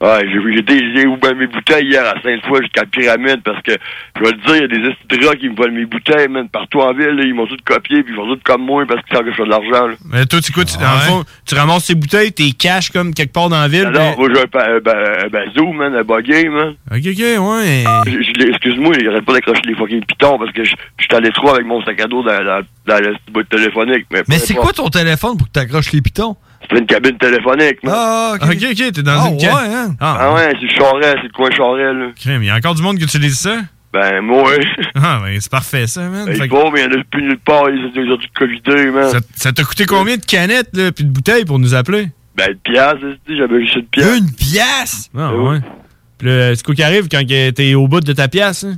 Speaker 1: Ouais, j'ai j'étais- j'ai ouvert mes bouteilles hier à Sainte-Foy jusqu'à Pyramide parce que, je vais le dire, il y a des estidras qui me volent mes bouteilles, man, partout en ville, là, ils m'ont tout copié, puis ils font tout comme moi parce qu'ils savent que je fais de l'argent, là.
Speaker 8: Mais toi, tu, quoi, tu, dans le fond, tu ramasses tes bouteilles, tes caches comme quelque part dans la ville. ben-
Speaker 1: Alors, moi, j'ai un pa- euh, ben, un ba- un bazou, man, un buggy, man.
Speaker 8: mais- Ok, ok, ouais.
Speaker 1: Je- je l'ai- Excuse-moi, j'arrête pas d'accrocher les fucking pitons parce que je je suis allé trop avec mon sac à dos dans, dans, dans le petit bout de téléphonique. Mais,
Speaker 6: Mais
Speaker 1: peu
Speaker 6: c'est quoi
Speaker 1: importe.
Speaker 6: ton téléphone pour que t'accroches les pitons?
Speaker 1: C'est une cabine téléphonique, man.
Speaker 6: Ah, ok.
Speaker 8: Ok, ok, t'es dans
Speaker 6: Ah,
Speaker 8: une
Speaker 6: ouais,
Speaker 8: cache.
Speaker 6: hein?
Speaker 8: Ah,
Speaker 1: Ah ouais, c'est le charret, c'est le coin charret, là.
Speaker 8: crème. Il y a encore du monde qui utilise ça?
Speaker 1: Ben, moi,
Speaker 8: Ah, ben, c'est parfait, ça, man.
Speaker 1: ben,
Speaker 8: Fait
Speaker 1: il
Speaker 8: que-
Speaker 1: faut, mais il y en a plus nulle part, ils ont ils ont tout covidé, man.
Speaker 8: Ça- ça t'a coûté combien de canettes, là, puis de bouteilles pour nous appeler?
Speaker 1: Ben, une pièce, c'est- j'avais juste une pièce.
Speaker 6: Une pièce?
Speaker 8: Ah, ouais. Puis là, c'est quoi qui arrive quand que t'es au bout de ta pièce, hein?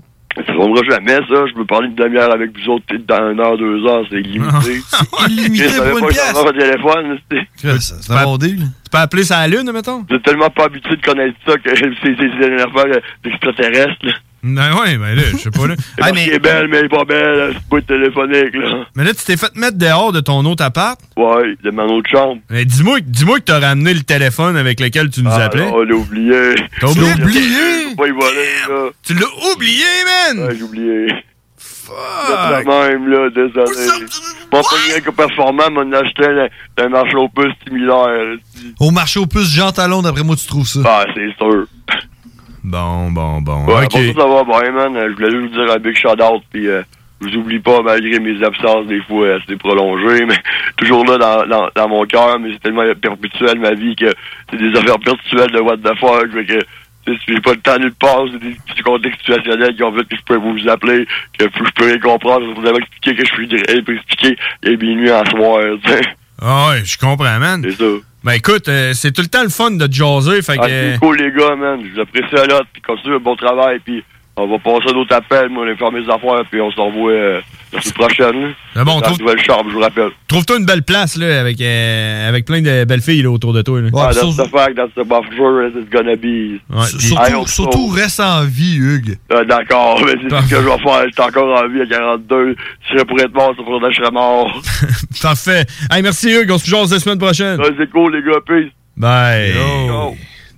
Speaker 1: Ça tombera jamais, ça. Je peux parler une demi-heure avec vous autres, peut-être dans une heure, deux heures, c'est illimité. c'est
Speaker 6: illimité
Speaker 1: savais
Speaker 6: pour une
Speaker 1: pas que j'avais
Speaker 6: pièce.
Speaker 1: un téléphone, c'était.
Speaker 6: C'est un bon deal.
Speaker 8: Tu peux appeler ça à la lune, mettons?
Speaker 1: J'ai tellement pas habitué de connaître ça que c'est c'est- c'est une affaire euh, d'extraterrestre, là.
Speaker 6: Ah,
Speaker 8: Ben ouais, ben là, je sais pas là.
Speaker 1: C'est parce qu'elle est belle, mais elle est pas belle, hein, c'est pas une téléphonique, là.
Speaker 8: Mais là, tu t'es fait mettre dehors de ton autre appart.
Speaker 1: Ouais, de ma autre chambre.
Speaker 8: Mais dis-moi dis-moi que t'as ramené le téléphone avec lequel tu nous
Speaker 1: Ah,
Speaker 8: appelais.
Speaker 1: non, on l'a oublié.
Speaker 8: T'as oublié?
Speaker 1: Je peux pas y voler, là.
Speaker 8: Tu l'as oublié, man!
Speaker 1: Ouais, j'ai oublié. Fuck! Le même, là, désolé. Mon premier coperformant m'en achetait un, un marché au puce similaire.
Speaker 6: Au marché aux puces Jean Talon, d'après moi, tu trouves ça?
Speaker 1: Ah, c'est sûr.
Speaker 8: Bon, bon, bon. hein?
Speaker 1: Ouais,
Speaker 8: ok.
Speaker 1: pour tout savoir, ben, man, euh, je voulais juste vous dire un big shout-out, puis euh, je vous oublie pas, malgré mes absences, des fois, euh, c'est prolongé, mais toujours là dans, dans, dans mon cœur, mais c'est tellement perpétuel, ma vie, que c'est des affaires perpétuelles de what the fuck, fait que, tu sais, si j'ai pas le temps nulle part, c'est des petits contextes situationnels qui ont fait que je peux vous appeler, que je peux rien comprendre, vous avez expliqué que je suis direct, puis expliquer, il est minuit en soir, tu sais.
Speaker 8: Ah ouais, je comprends, man.
Speaker 1: C'est ça.
Speaker 8: Ben écoute, euh, c'est tout le temps le fun de te jaser, fait que. euh,
Speaker 1: Ah, c'est cool, les gars, man. Je vous apprécie à l'autre. Puis comme ça, bon travail. Puis on va passer à d'autres appels. Moi, on va faire mes affaires. Puis on se revoit euh, la semaine prochaine. là.
Speaker 8: Ah bon, on
Speaker 1: Dans
Speaker 8: trouve-
Speaker 1: la nouvelle chambre, je vous rappelle.
Speaker 8: Trouve-toi une belle place, là, avec, euh, avec plein de belles filles là, autour de toi. Là.
Speaker 1: ah, that's the fact, that's the buffer, it's gonna be.
Speaker 8: Ouais,
Speaker 1: Puis-
Speaker 8: puis-
Speaker 1: I
Speaker 6: Surtout,
Speaker 1: hope so.
Speaker 6: surtout reste en vie, Hugues.
Speaker 1: Ah, D'accord, mais c'est ce que je vais faire. J'étais encore en vie à 42. Si je pourrais être mort, c'est pour je serais mort.
Speaker 8: Parfait. Hey, merci, Hugues. On se jase la semaine prochaine.
Speaker 1: Ah, c'est cool, les gars. Peace.
Speaker 8: Bye.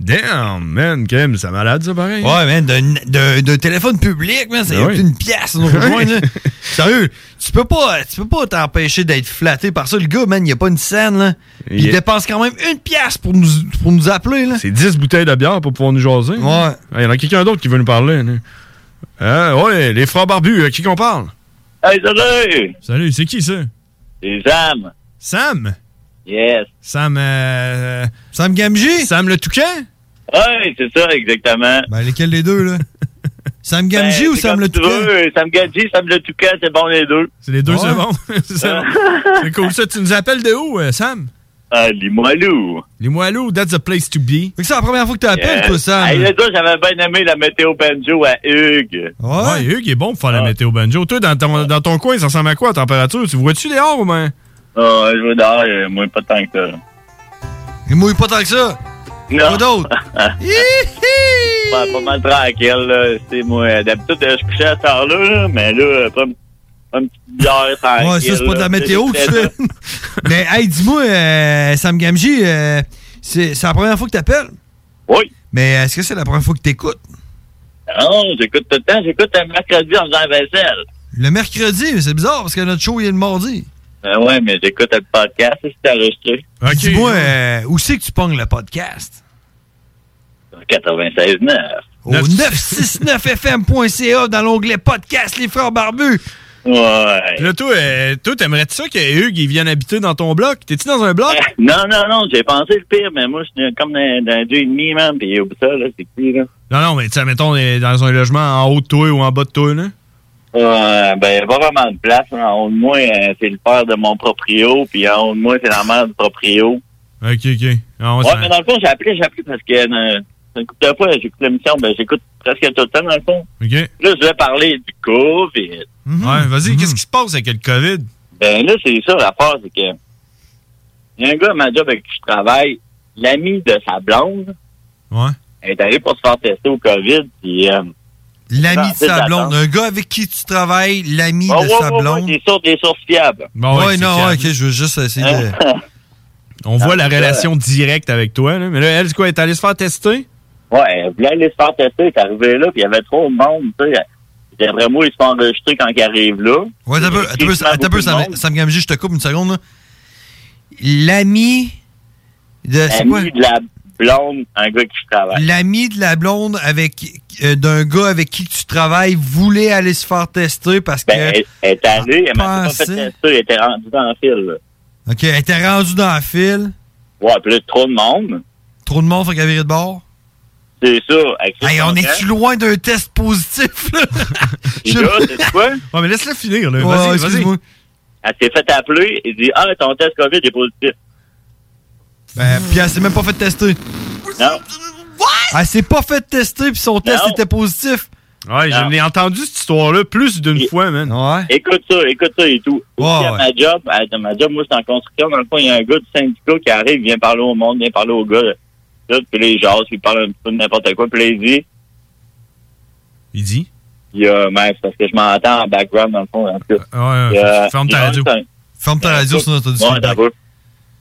Speaker 8: Damn, man, Kim, c'est malade, ça, pareil. hein?
Speaker 6: Ouais, man, d'un- d'un d'un téléphone public, man, c'est
Speaker 8: Ben oui.
Speaker 6: une pièce, nous rejoindre, là. Sérieux, tu peux pas tu peux pas t'empêcher d'être flatté par ça. Le gars, man, il a pas une scène, là. Il
Speaker 8: Yeah.
Speaker 6: dépense quand même une pièce pour nous, pour nous appeler, là.
Speaker 8: C'est 10 bouteilles de bière pour pouvoir nous jaser. Ouais. Il y en a quelqu'un d'autre qui veut nous parler. là. Ah, ouais, les frères barbus, à qui qu'on parle?
Speaker 14: Hey, salut!
Speaker 8: Salut, c'est qui ça?
Speaker 14: C'est Sam.
Speaker 8: Sam?
Speaker 14: Yes.
Speaker 8: Sam. euh, Sam Gamji? Sam le Toucan?
Speaker 14: Ouais, c'est ça, exactement. Ben,
Speaker 6: Ben, lesquels des deux, là? Sam Gamji ou Sam Le Toucan?
Speaker 14: Sam Gadji, Sam Le Toucan, c'est bon les deux.
Speaker 8: C'est les deux,
Speaker 14: Ouais.
Speaker 8: c'est bon. c'est bon. C'est cool ça. Tu nous appelles de où, euh, Sam?
Speaker 14: Ah, Limoilou.
Speaker 8: Limoilou, that's the place to be.
Speaker 6: C'est la première fois que tu
Speaker 14: Yes. Hey, le gars, j'avais bien aimé la météo banjo à Hugues.
Speaker 6: Ouais.
Speaker 8: Hugues est bon pour faire
Speaker 14: Ah.
Speaker 8: la météo banjo. Toi, dans ton, dans ton coin, ça ressemble à quoi la température? Tu vois-tu dehors ou bien?
Speaker 14: Ah, je veux dehors, euh, moi, pas tant que ça.
Speaker 6: Il mouille pas tant que ça.
Speaker 14: Non.
Speaker 6: Pas d'autre.
Speaker 14: Pas, pas mal tranquille, là. C'est moi. D'habitude, euh, je couchais à cette heure-là, là, mais là, euh, pas un petit bière tranquille.
Speaker 6: Ouais, ça, c'est pas de
Speaker 14: là.
Speaker 6: la météo que tu
Speaker 14: J'étais
Speaker 6: fais. Mais, hey, dis-moi, euh, Sam Gamji, euh, c'est c'est la première fois que t'appelles?
Speaker 14: Oui.
Speaker 6: Mais est-ce que c'est la première fois que t'écoutes?
Speaker 14: Non, j'écoute tout le temps. J'écoute un mercredi en faisant la vaisselle.
Speaker 6: Le mercredi, mais c'est bizarre parce que notre show, il est le mardi.
Speaker 14: Ben ouais, mais j'écoute le podcast, ça, c'est enregistré.
Speaker 6: Dis-moi, euh, où c'est que tu pognes le podcast?
Speaker 14: 96 9.
Speaker 6: Au 969fm.ca dans l'onglet podcast, les frères barbus.
Speaker 14: Ouais.
Speaker 8: Puis là, toi, euh, toi, t'aimerais-tu ça que Hugues il vienne habiter dans ton bloc? T'es-tu dans un bloc?
Speaker 14: Non, non, non, j'ai pensé le pire, mais moi, je suis comme dans, dans deux et demi, man, pis au bout de ça, là, c'est qui, là?
Speaker 8: Non, non, mais tu sais, mettons, euh, dans un logement en haut de toi ou en bas de toi, là.
Speaker 14: Ouais, ben, y a pas vraiment de place, hein. En haut de moi, euh, c'est le père de mon proprio, puis en haut de moi, c'est la mère du proprio.
Speaker 8: Ok, ok. Ah, on
Speaker 14: ouais,
Speaker 8: s'en-
Speaker 14: mais dans le fond, j'ai appelé, j'ai appelé parce que, euh, une couple de fois, j'écoute l'émission, ben, j'écoute presque tout le temps, dans le fond.
Speaker 8: Ok.
Speaker 14: Là, je voulais parler du COVID.
Speaker 8: Ouais, vas-y, qu'est-ce qui se passe avec le COVID?
Speaker 14: Ben là, c'est ça l'affaire, c'est que il y a un gars à ma job avec qui je travaille, l'ami de sa blonde
Speaker 8: Ouais.
Speaker 14: elle est allée pour se faire tester au COVID, puis euh,
Speaker 8: L'ami de
Speaker 14: c'est
Speaker 8: sa
Speaker 14: d'attente.
Speaker 8: blonde. Un gars avec qui tu travailles, l'ami
Speaker 14: Ah, ouais,
Speaker 8: de sa
Speaker 14: ouais, ouais,
Speaker 8: blonde.
Speaker 14: des, sources, des sources fiables.
Speaker 8: ouais, non, ouais, ok, je veux juste essayer de.
Speaker 6: On voit la
Speaker 14: Ah,
Speaker 6: relation directe avec toi. là. Mais là, elle, c'est quoi? Elle est allée se faire tester?
Speaker 14: Ouais, elle voulait aller se faire tester, elle est arrivée là, puis il y avait trop de monde, tu sais. D'après moi, ils se font enregistrer quand ils arrivent là.
Speaker 8: Ouais, t'as peu, t'as peu,
Speaker 14: Effectivement,
Speaker 8: t'as peu,
Speaker 14: beaucoup de
Speaker 8: Sam,
Speaker 14: monde.
Speaker 8: Sam Gamgee, je te coupe une seconde. là. L'ami de. C'est quoi?
Speaker 14: Ami de la blonde, un gars qui travaille.
Speaker 8: L'ami de la blonde avec euh, d'un gars avec qui tu travailles voulait aller se faire tester parce que.
Speaker 14: Ben, elle, elle est allée, elle m'a pas fait
Speaker 8: pensée.
Speaker 14: tester, elle était rendue dans le fil, là.
Speaker 8: OK, elle était rendue dans le fil.
Speaker 14: Ouais, puis là, trop de monde.
Speaker 8: Trop de monde, faut qu'elle virait de bord.
Speaker 14: C'est ça. avec ça,
Speaker 8: Hey, on
Speaker 14: comprends?
Speaker 8: est-tu loin d'un test positif, là?
Speaker 14: Puis là, c'est quoi?
Speaker 6: Ouais, mais laisse-le finir, là.
Speaker 8: Ouais,
Speaker 6: Vas-y, vas-y.
Speaker 8: excuse-moi.
Speaker 14: Elle s'est fait appeler et dit Ah, ton test COVID est positif.
Speaker 8: Ben, puis elle s'est même pas fait tester.
Speaker 14: Non.
Speaker 8: Elle s'est pas fait tester, puis son test était positif.
Speaker 6: Ouais,
Speaker 8: Non.
Speaker 6: j'en ai entendu cette histoire-là plus d'une fois, man.
Speaker 8: Ouais.
Speaker 14: Écoute ça, écoute ça et tout.
Speaker 6: Ouais,
Speaker 14: Aussi, à
Speaker 6: ouais.
Speaker 14: ma job, à, dans ma job, moi, c'est en construction. Dans le fond, il y a un gars du syndicat qui arrive, il vient parler au monde, il vient parler au gars. Là, puis là, il jase, puis il parle un petit peu de n'importe quoi, puis là, il dit.
Speaker 6: Il dit?
Speaker 14: Il y a, mais c'est parce que je m'entends en background, dans le fond. En tout cas.
Speaker 6: Ah, Ouais,
Speaker 14: Il y a-
Speaker 6: ferme ta
Speaker 14: il y a
Speaker 6: radio.
Speaker 14: un-
Speaker 8: Ferme ta
Speaker 6: radio, sinon
Speaker 8: t'as
Speaker 14: du Ouais, feedback. d'accord.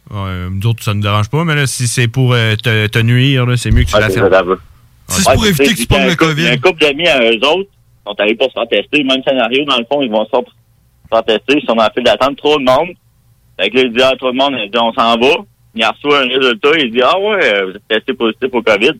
Speaker 6: Ouais, nous autres, ça ne dérange pas, mais là, si c'est pour euh, te, te nuire, là, c'est mieux que tu la
Speaker 14: c'est
Speaker 6: fermes.
Speaker 14: ça, d'accord.
Speaker 6: Si
Speaker 14: Ouais, puis sais, il y a un couple- il y a Un couple d'amis à eux autres sont allés pour se faire tester. Même scénario, dans le fond, ils vont se faire- se faire tester. Ils sont en file d'attente. Trop de monde. Fait que là, il dit à tout le monde, il dit, on s'en va. Il reçoit un résultat. Il dit, ah ouais, euh, vous êtes testé positif au COVID.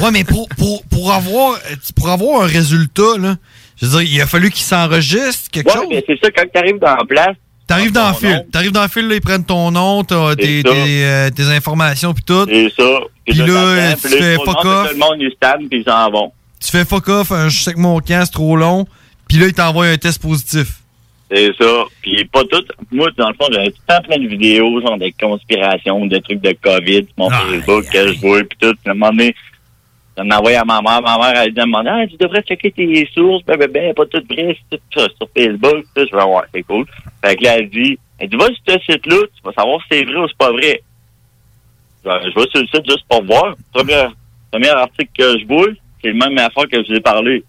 Speaker 8: Ouais, mais pour, pour, pour, avoir, euh, pour avoir un résultat, là, je veux dire, il a fallu qu'il s'enregistre, quelque chose.
Speaker 14: Mais c'est ça, quand t'arrives dans la place,
Speaker 8: T'arrives dans le fil. T'arrives dans le fil, là, ils prennent ton nom, t'as tes,
Speaker 14: ça.
Speaker 8: tes, euh, tes informations, puis tout.
Speaker 14: c'est ça.
Speaker 8: Puis là, euh,
Speaker 14: t'attends,
Speaker 8: tu
Speaker 14: puis là,
Speaker 8: fais
Speaker 14: tout le
Speaker 8: fuck
Speaker 14: monde,
Speaker 8: off.
Speaker 14: Tout le monde, ils se tannent, puis ils s'en vont.
Speaker 8: Tu fais fuck off, hein, je sais que mon camp, c'est trop long. Puis là, ils t'envoient un test positif.
Speaker 14: C'est ça. Puis pas tout. Moi, dans le fond, j'avais tout le temps plein de vidéos, genre des conspirations, des trucs de COVID, sur mon Facebook, que je vois, puis tout. Puis à un moment donné, j'en ai envoyé à ma mère. Ma mère, elle dit à un moment donné, ah, tu devrais checker tes sources, ben, ben, ben, pas tout vrai, c'est tout ça sur Facebook. Puis là, je vais voir, c'est cool. Fait que là, elle dit, elle dit, va sur ce site-là, tu vas savoir si c'est vrai ou c'est pas vrai. Je vais- je vais sur le site juste pour voir. Premier, premier article que je vois, c'est le même affaire que je vous ai parlé.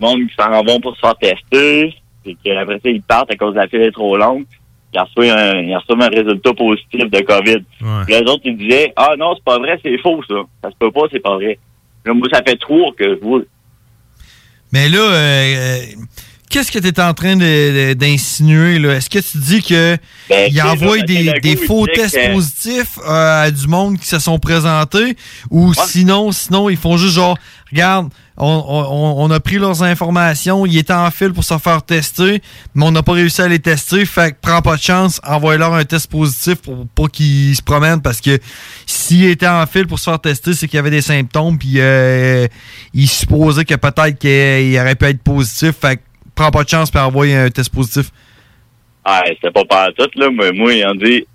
Speaker 14: Le monde qui s'en vont pour se faire tester, puis qu'après ça, ils partent à cause de la file est trop longue. Ils reçoivent un, ils reçoivent un résultat positif de COVID. Puis les autres, ils disaient, ah non, c'est pas vrai, c'est faux, ça. Ça se peut pas, c'est pas vrai. Là, moi, ça fait trois que je vois.
Speaker 8: Mais là, euh, euh, qu'est-ce que t'es en train de- de- d'insinuer, là? Est-ce que tu dis que
Speaker 14: Ben,
Speaker 8: ils
Speaker 14: c'est
Speaker 8: envoient
Speaker 14: ça,
Speaker 8: des,
Speaker 14: Mathieu
Speaker 8: des
Speaker 14: Legault, il
Speaker 8: faux
Speaker 14: disait
Speaker 8: tests
Speaker 14: que-
Speaker 8: positifs euh, à du monde qui se sont présentés? Ou sinon, sinon, ils font juste genre, regarde, on, on- on- on a pris leurs informations, ils étaient en file pour se faire tester, mais on n'a pas réussi à les tester, fait que prends pas de chance, envoie-leur un test positif pour pas qu'ils se promènent, parce que s'ils étaient en file pour se faire tester, c'est qu'il y avait des symptômes, puis euh, ils supposaient que peut-être qu'il aurait pu être positif, fait que prends pas de chance, puis envoie un test positif.
Speaker 14: Ah, c'était pas par tout, là, mais moi, ils ont dit,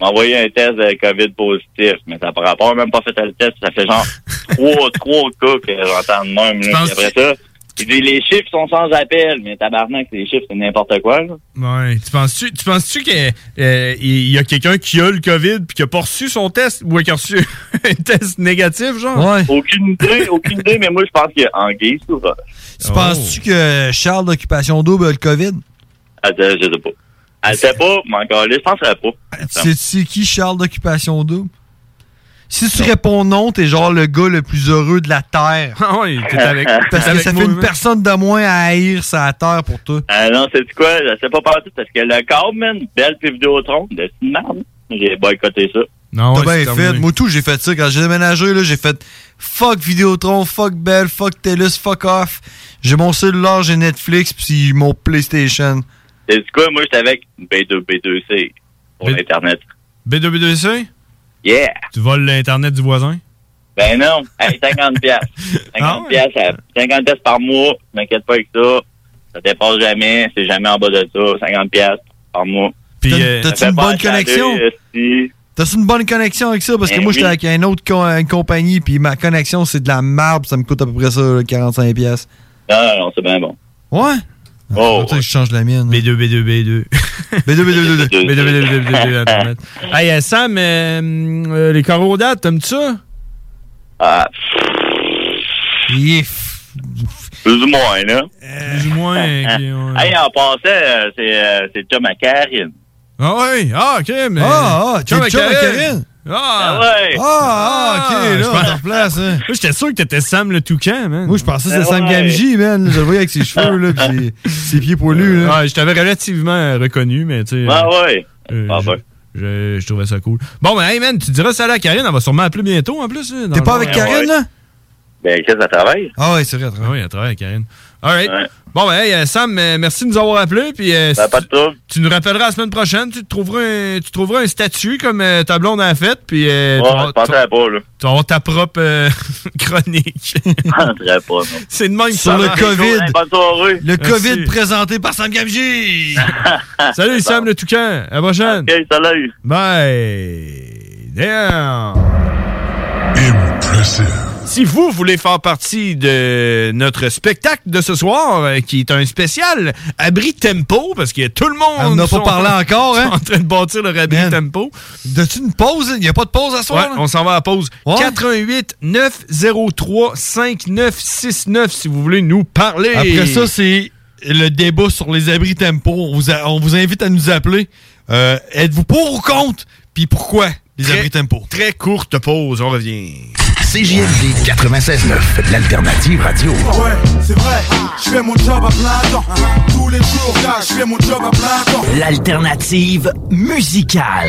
Speaker 14: m'envoyer un test de COVID positif. Mais ça par rapport, même pas fait le test, ça fait genre trois, trois cas que j'entends de même, là. Puis après ça, ils disent, les chiffres sont sans appel. Mais tabarnak, les chiffres, c'est n'importe quoi, là.
Speaker 6: Ouais. Tu penses-tu, tu penses-tu qu'il y a quelqu'un qui a le COVID puis qui a pas reçu son test ou qui a reçu un test négatif, genre?
Speaker 14: Aucune idée, aucune idée, mais moi, je pense qu'en guise, ou pas.
Speaker 8: Tu penses-tu que Charles d'Occupation Double a le COVID? Oh.
Speaker 14: Attends, je sais pas. Elle sait pas, mais encore là, je penserais pas.
Speaker 8: C'est c'est qui Charles d'Occupation Double? Si tu réponds non, t'es genre le gars le plus heureux de la Terre.
Speaker 6: Ah oui, t'es avec- t'es
Speaker 8: Parce que
Speaker 6: avec
Speaker 8: ça
Speaker 6: moi, hein.
Speaker 8: fait une
Speaker 6: oui.
Speaker 8: personne de moins à haïr sa Terre pour toi.
Speaker 14: Ah non, c'est quoi? Je sais pas partout parce que le corps, man, belle puis Vidéotron, de cette merde. J'ai boycotté ça.
Speaker 6: Non,
Speaker 8: T'as bien fait. Moi, tout, j'ai fait ça. Quand j'ai déménagé, là, j'ai fait fuck Vidéotron, fuck Bell, fuck TELUS, fuck off. J'ai mon cellulaire, j'ai Netflix, puis mon PlayStation.
Speaker 14: C'est quoi? Moi, j'étais avec B2, B2C pour l'Internet.
Speaker 6: B2B2C?
Speaker 14: Yeah!
Speaker 6: Tu voles l'Internet du voisin?
Speaker 14: Ben non! Hey, 50 piastres.
Speaker 8: Ah
Speaker 14: 50 piastres, à- 50 piastres par mois. M'inquiète pas avec ça. Ça dépasse jamais. C'est jamais en bas de ça. 50 piastres par mois.
Speaker 6: Puis,
Speaker 8: t'as-tu une bonne connexion?
Speaker 14: euh,
Speaker 8: T'as-tu une bonne connexion avec ça? Parce que
Speaker 14: Ben
Speaker 8: moi, j'étais
Speaker 14: oui.
Speaker 8: avec une autre co- une compagnie, puis ma connexion, c'est de la marbre, ça me coûte à peu près ça, là, 45$. piastres.
Speaker 14: Non, non, c'est bien bon.
Speaker 8: Ouais?
Speaker 14: Oh!
Speaker 8: Je change la mienne.
Speaker 6: B2, B2, B2.
Speaker 8: B2, B2,
Speaker 6: B2, B2, B2, B2, Internet. Hey, euh, Sam, euh, hum, euh, les coraux dates, t'aimes-tu ça?
Speaker 14: Ah.
Speaker 8: Yif. Euh,
Speaker 14: Plus ou moins, là. Euh,
Speaker 8: Plus ou moins. ok, ouais.
Speaker 14: Hey, en passant, euh, c'est euh, c'est Tom à Karine.
Speaker 8: Ah oui, ah ok, mais...
Speaker 17: Ah, ah,
Speaker 8: Chum
Speaker 17: t'es
Speaker 8: à
Speaker 17: chum à
Speaker 8: Karine.
Speaker 17: Karine?
Speaker 8: Ah,
Speaker 14: ouais.
Speaker 17: Ah, ah, ok, là, on est en place, hein.
Speaker 8: Moi, j'étais sûr que t'étais Sam le Toucan, man.
Speaker 17: Moi, je pensais que c'était Sam Gamji, man. Je le voyais avec ses cheveux, là, pis ses- ses pieds poilus, là.
Speaker 8: Ouais, je t'avais relativement euh, reconnu, mais tu sais.
Speaker 17: Ah
Speaker 8: euh,
Speaker 14: ouais.
Speaker 8: euh, je- Je, je trouvais ça cool. Bon, mais hey man, tu diras ça à la Karine, elle va sûrement appeler bientôt en plus. hein,
Speaker 17: T'es pas avec Karine, là?
Speaker 14: Ben, qu'est-ce que ça travaille?
Speaker 17: Ah ouais, c'est vrai,
Speaker 8: Ah oui, elle travaille avec Karine. Alright. Bon, ben, hey, euh, Sam, euh, merci de nous avoir appelés. Puis, euh,
Speaker 14: Ben,
Speaker 8: si tu, tu nous rappelleras la semaine prochaine. Tu te trouveras un, tu trouveras un statut comme euh, ta blonde a fait. Puis, euh,
Speaker 14: Ouais,
Speaker 8: tu vas-
Speaker 14: je pensais
Speaker 8: tu-
Speaker 14: à pas, là.
Speaker 8: tu vas avoir ta propre euh, chronique.
Speaker 14: Très pas, non.
Speaker 8: C'est de même que
Speaker 17: Sur
Speaker 8: ça
Speaker 17: le
Speaker 8: marche.
Speaker 17: COVID.
Speaker 14: Bonne soirée.
Speaker 17: Le
Speaker 8: Merci.
Speaker 17: COVID présenté par Sam Gamji.
Speaker 8: Salut, Sam le Toucan. À la prochaine.
Speaker 14: Ok, salut.
Speaker 8: Bye. Damn. Si vous voulez faire partie de notre spectacle de ce soir, euh, qui est un spécial abri tempo, parce que tout le monde
Speaker 17: On n'a pas
Speaker 8: sont-
Speaker 17: parlé encore, hein?
Speaker 8: sont en train de bâtir leur abri tempo.
Speaker 17: As-tu une pause? Il n'y a pas de pause à soir?
Speaker 8: Ouais, on s'en va à la pause. 88 903 5969 si vous voulez nous parler.
Speaker 17: Après ça, c'est le débat sur les abris tempo. On vous, a- on vous invite à nous appeler. Euh, Êtes-vous pour ou contre? Puis pourquoi les abris tempo?
Speaker 8: Très courte pause, on revient.
Speaker 16: CJMD 96.9, l'alternative radio.
Speaker 18: Ouais, c'est vrai, je fais mon job à plein temps. Tous les jours, gars, je fais mon job à plein temps.
Speaker 19: L'alternative musicale.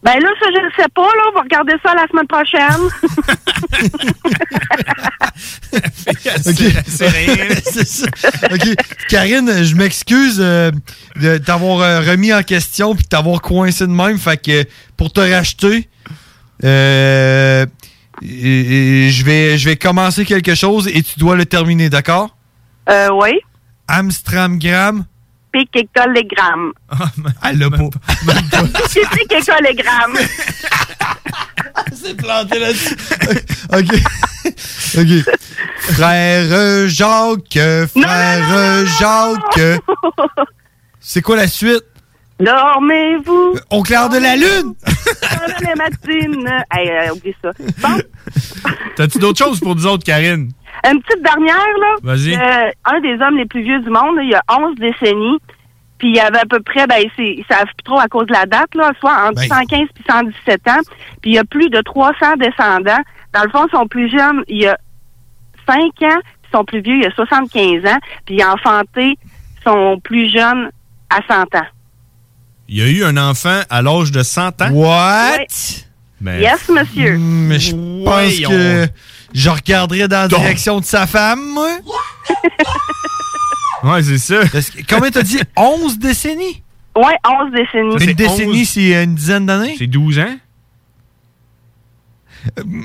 Speaker 12: Ben là, ça, je ne sais pas, là. On va regarder ça la semaine prochaine.
Speaker 8: Ok. C'est ça. Ok. Karine, je m'excuse euh, de t'avoir euh, remis en question puis de t'avoir coincé de même. Fait que euh, pour te racheter, euh, et- et je vais, je vais commencer quelque chose et tu dois le terminer, d'accord?
Speaker 12: Euh, oui.
Speaker 8: Amstramgram.
Speaker 12: Puis les grammes.
Speaker 8: Ah, Elle l'a pas.
Speaker 12: C'est qui qu'écolégramme?
Speaker 8: C'est planté là-dessus. OK. OK. Frère Jacques, frère Jacques. C'est quoi la suite?
Speaker 12: Dormez-vous.
Speaker 8: Au clair de la lune.
Speaker 12: Dans la matine. Hey, euh, oublie ça. Bon,
Speaker 6: T'as-tu d'autres choses pour nous autres, Karine?
Speaker 12: une petite dernière, là.
Speaker 6: Vas-y.
Speaker 12: Euh, un des hommes les plus vieux du monde, là, il y a 11 décennies. Puis il y avait à peu près, ben, c'est- ils savent plus trop à cause de la date, là, soit entre
Speaker 20: Ben.
Speaker 12: 115 puis 117 ans. Puis il y a plus de 300 descendants. Dans le fond, ils sont plus jeunes, il y a 5 ans. Puis son plus vieux, il y a 75 ans. Puis il a enfanté son plus jeune à 100 ans.
Speaker 6: Il y a eu un enfant à l'âge de 100 ans.
Speaker 8: What?
Speaker 6: Mais
Speaker 12: Yes, monsieur.
Speaker 8: Ben, hmm, Mais je pense
Speaker 6: Voyons.
Speaker 8: que je regarderai dans la direction de sa femme, moi.
Speaker 6: Ouais, c'est ça.
Speaker 8: Combien t'as dit? 11 décennies?
Speaker 12: Ouais, 11 décennies.
Speaker 8: Une décennie, c'est euh, une dizaine d'années?
Speaker 6: C'est 12 ans?
Speaker 8: Euh,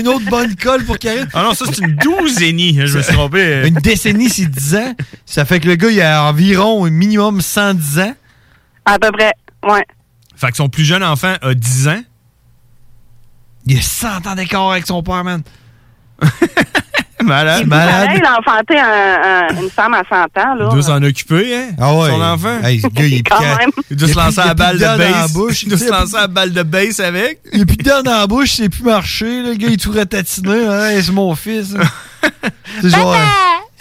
Speaker 8: Une autre bonne colle pour Karine.
Speaker 6: Ah non, ça, c'est une douzaine. Je me suis trompé.
Speaker 8: Une décennie, c'est 10 ans. Ça fait que le gars, il a environ un minimum 110 ans.
Speaker 12: À peu près, ouais.
Speaker 6: Fait que son plus jeune enfant a 10 ans.
Speaker 8: Il a 100 ans d'écart avec son père, man.
Speaker 6: Malade.
Speaker 12: Pareil, il a enfanté un- un- une femme à 100 ans, là.
Speaker 6: Il doit s'en occuper, hein?
Speaker 8: Ah ouais.
Speaker 6: Son enfant.
Speaker 8: Hey, ce gars, il est
Speaker 12: Quand
Speaker 8: piquant.
Speaker 12: même.
Speaker 6: Il doit
Speaker 8: Il
Speaker 6: se
Speaker 8: y a
Speaker 6: lancer
Speaker 8: plus-
Speaker 6: à
Speaker 8: il y a
Speaker 6: la balle
Speaker 8: plus
Speaker 6: de
Speaker 8: de dents dans la
Speaker 6: base.
Speaker 8: bouche.
Speaker 6: Il doit se lancer à la balle de base avec.
Speaker 8: Il a plus de dents dans la bouche, c'est plus marché. Le gars, il est tout ratatiné. Hein, c'est mon fils. C'est genre. euh,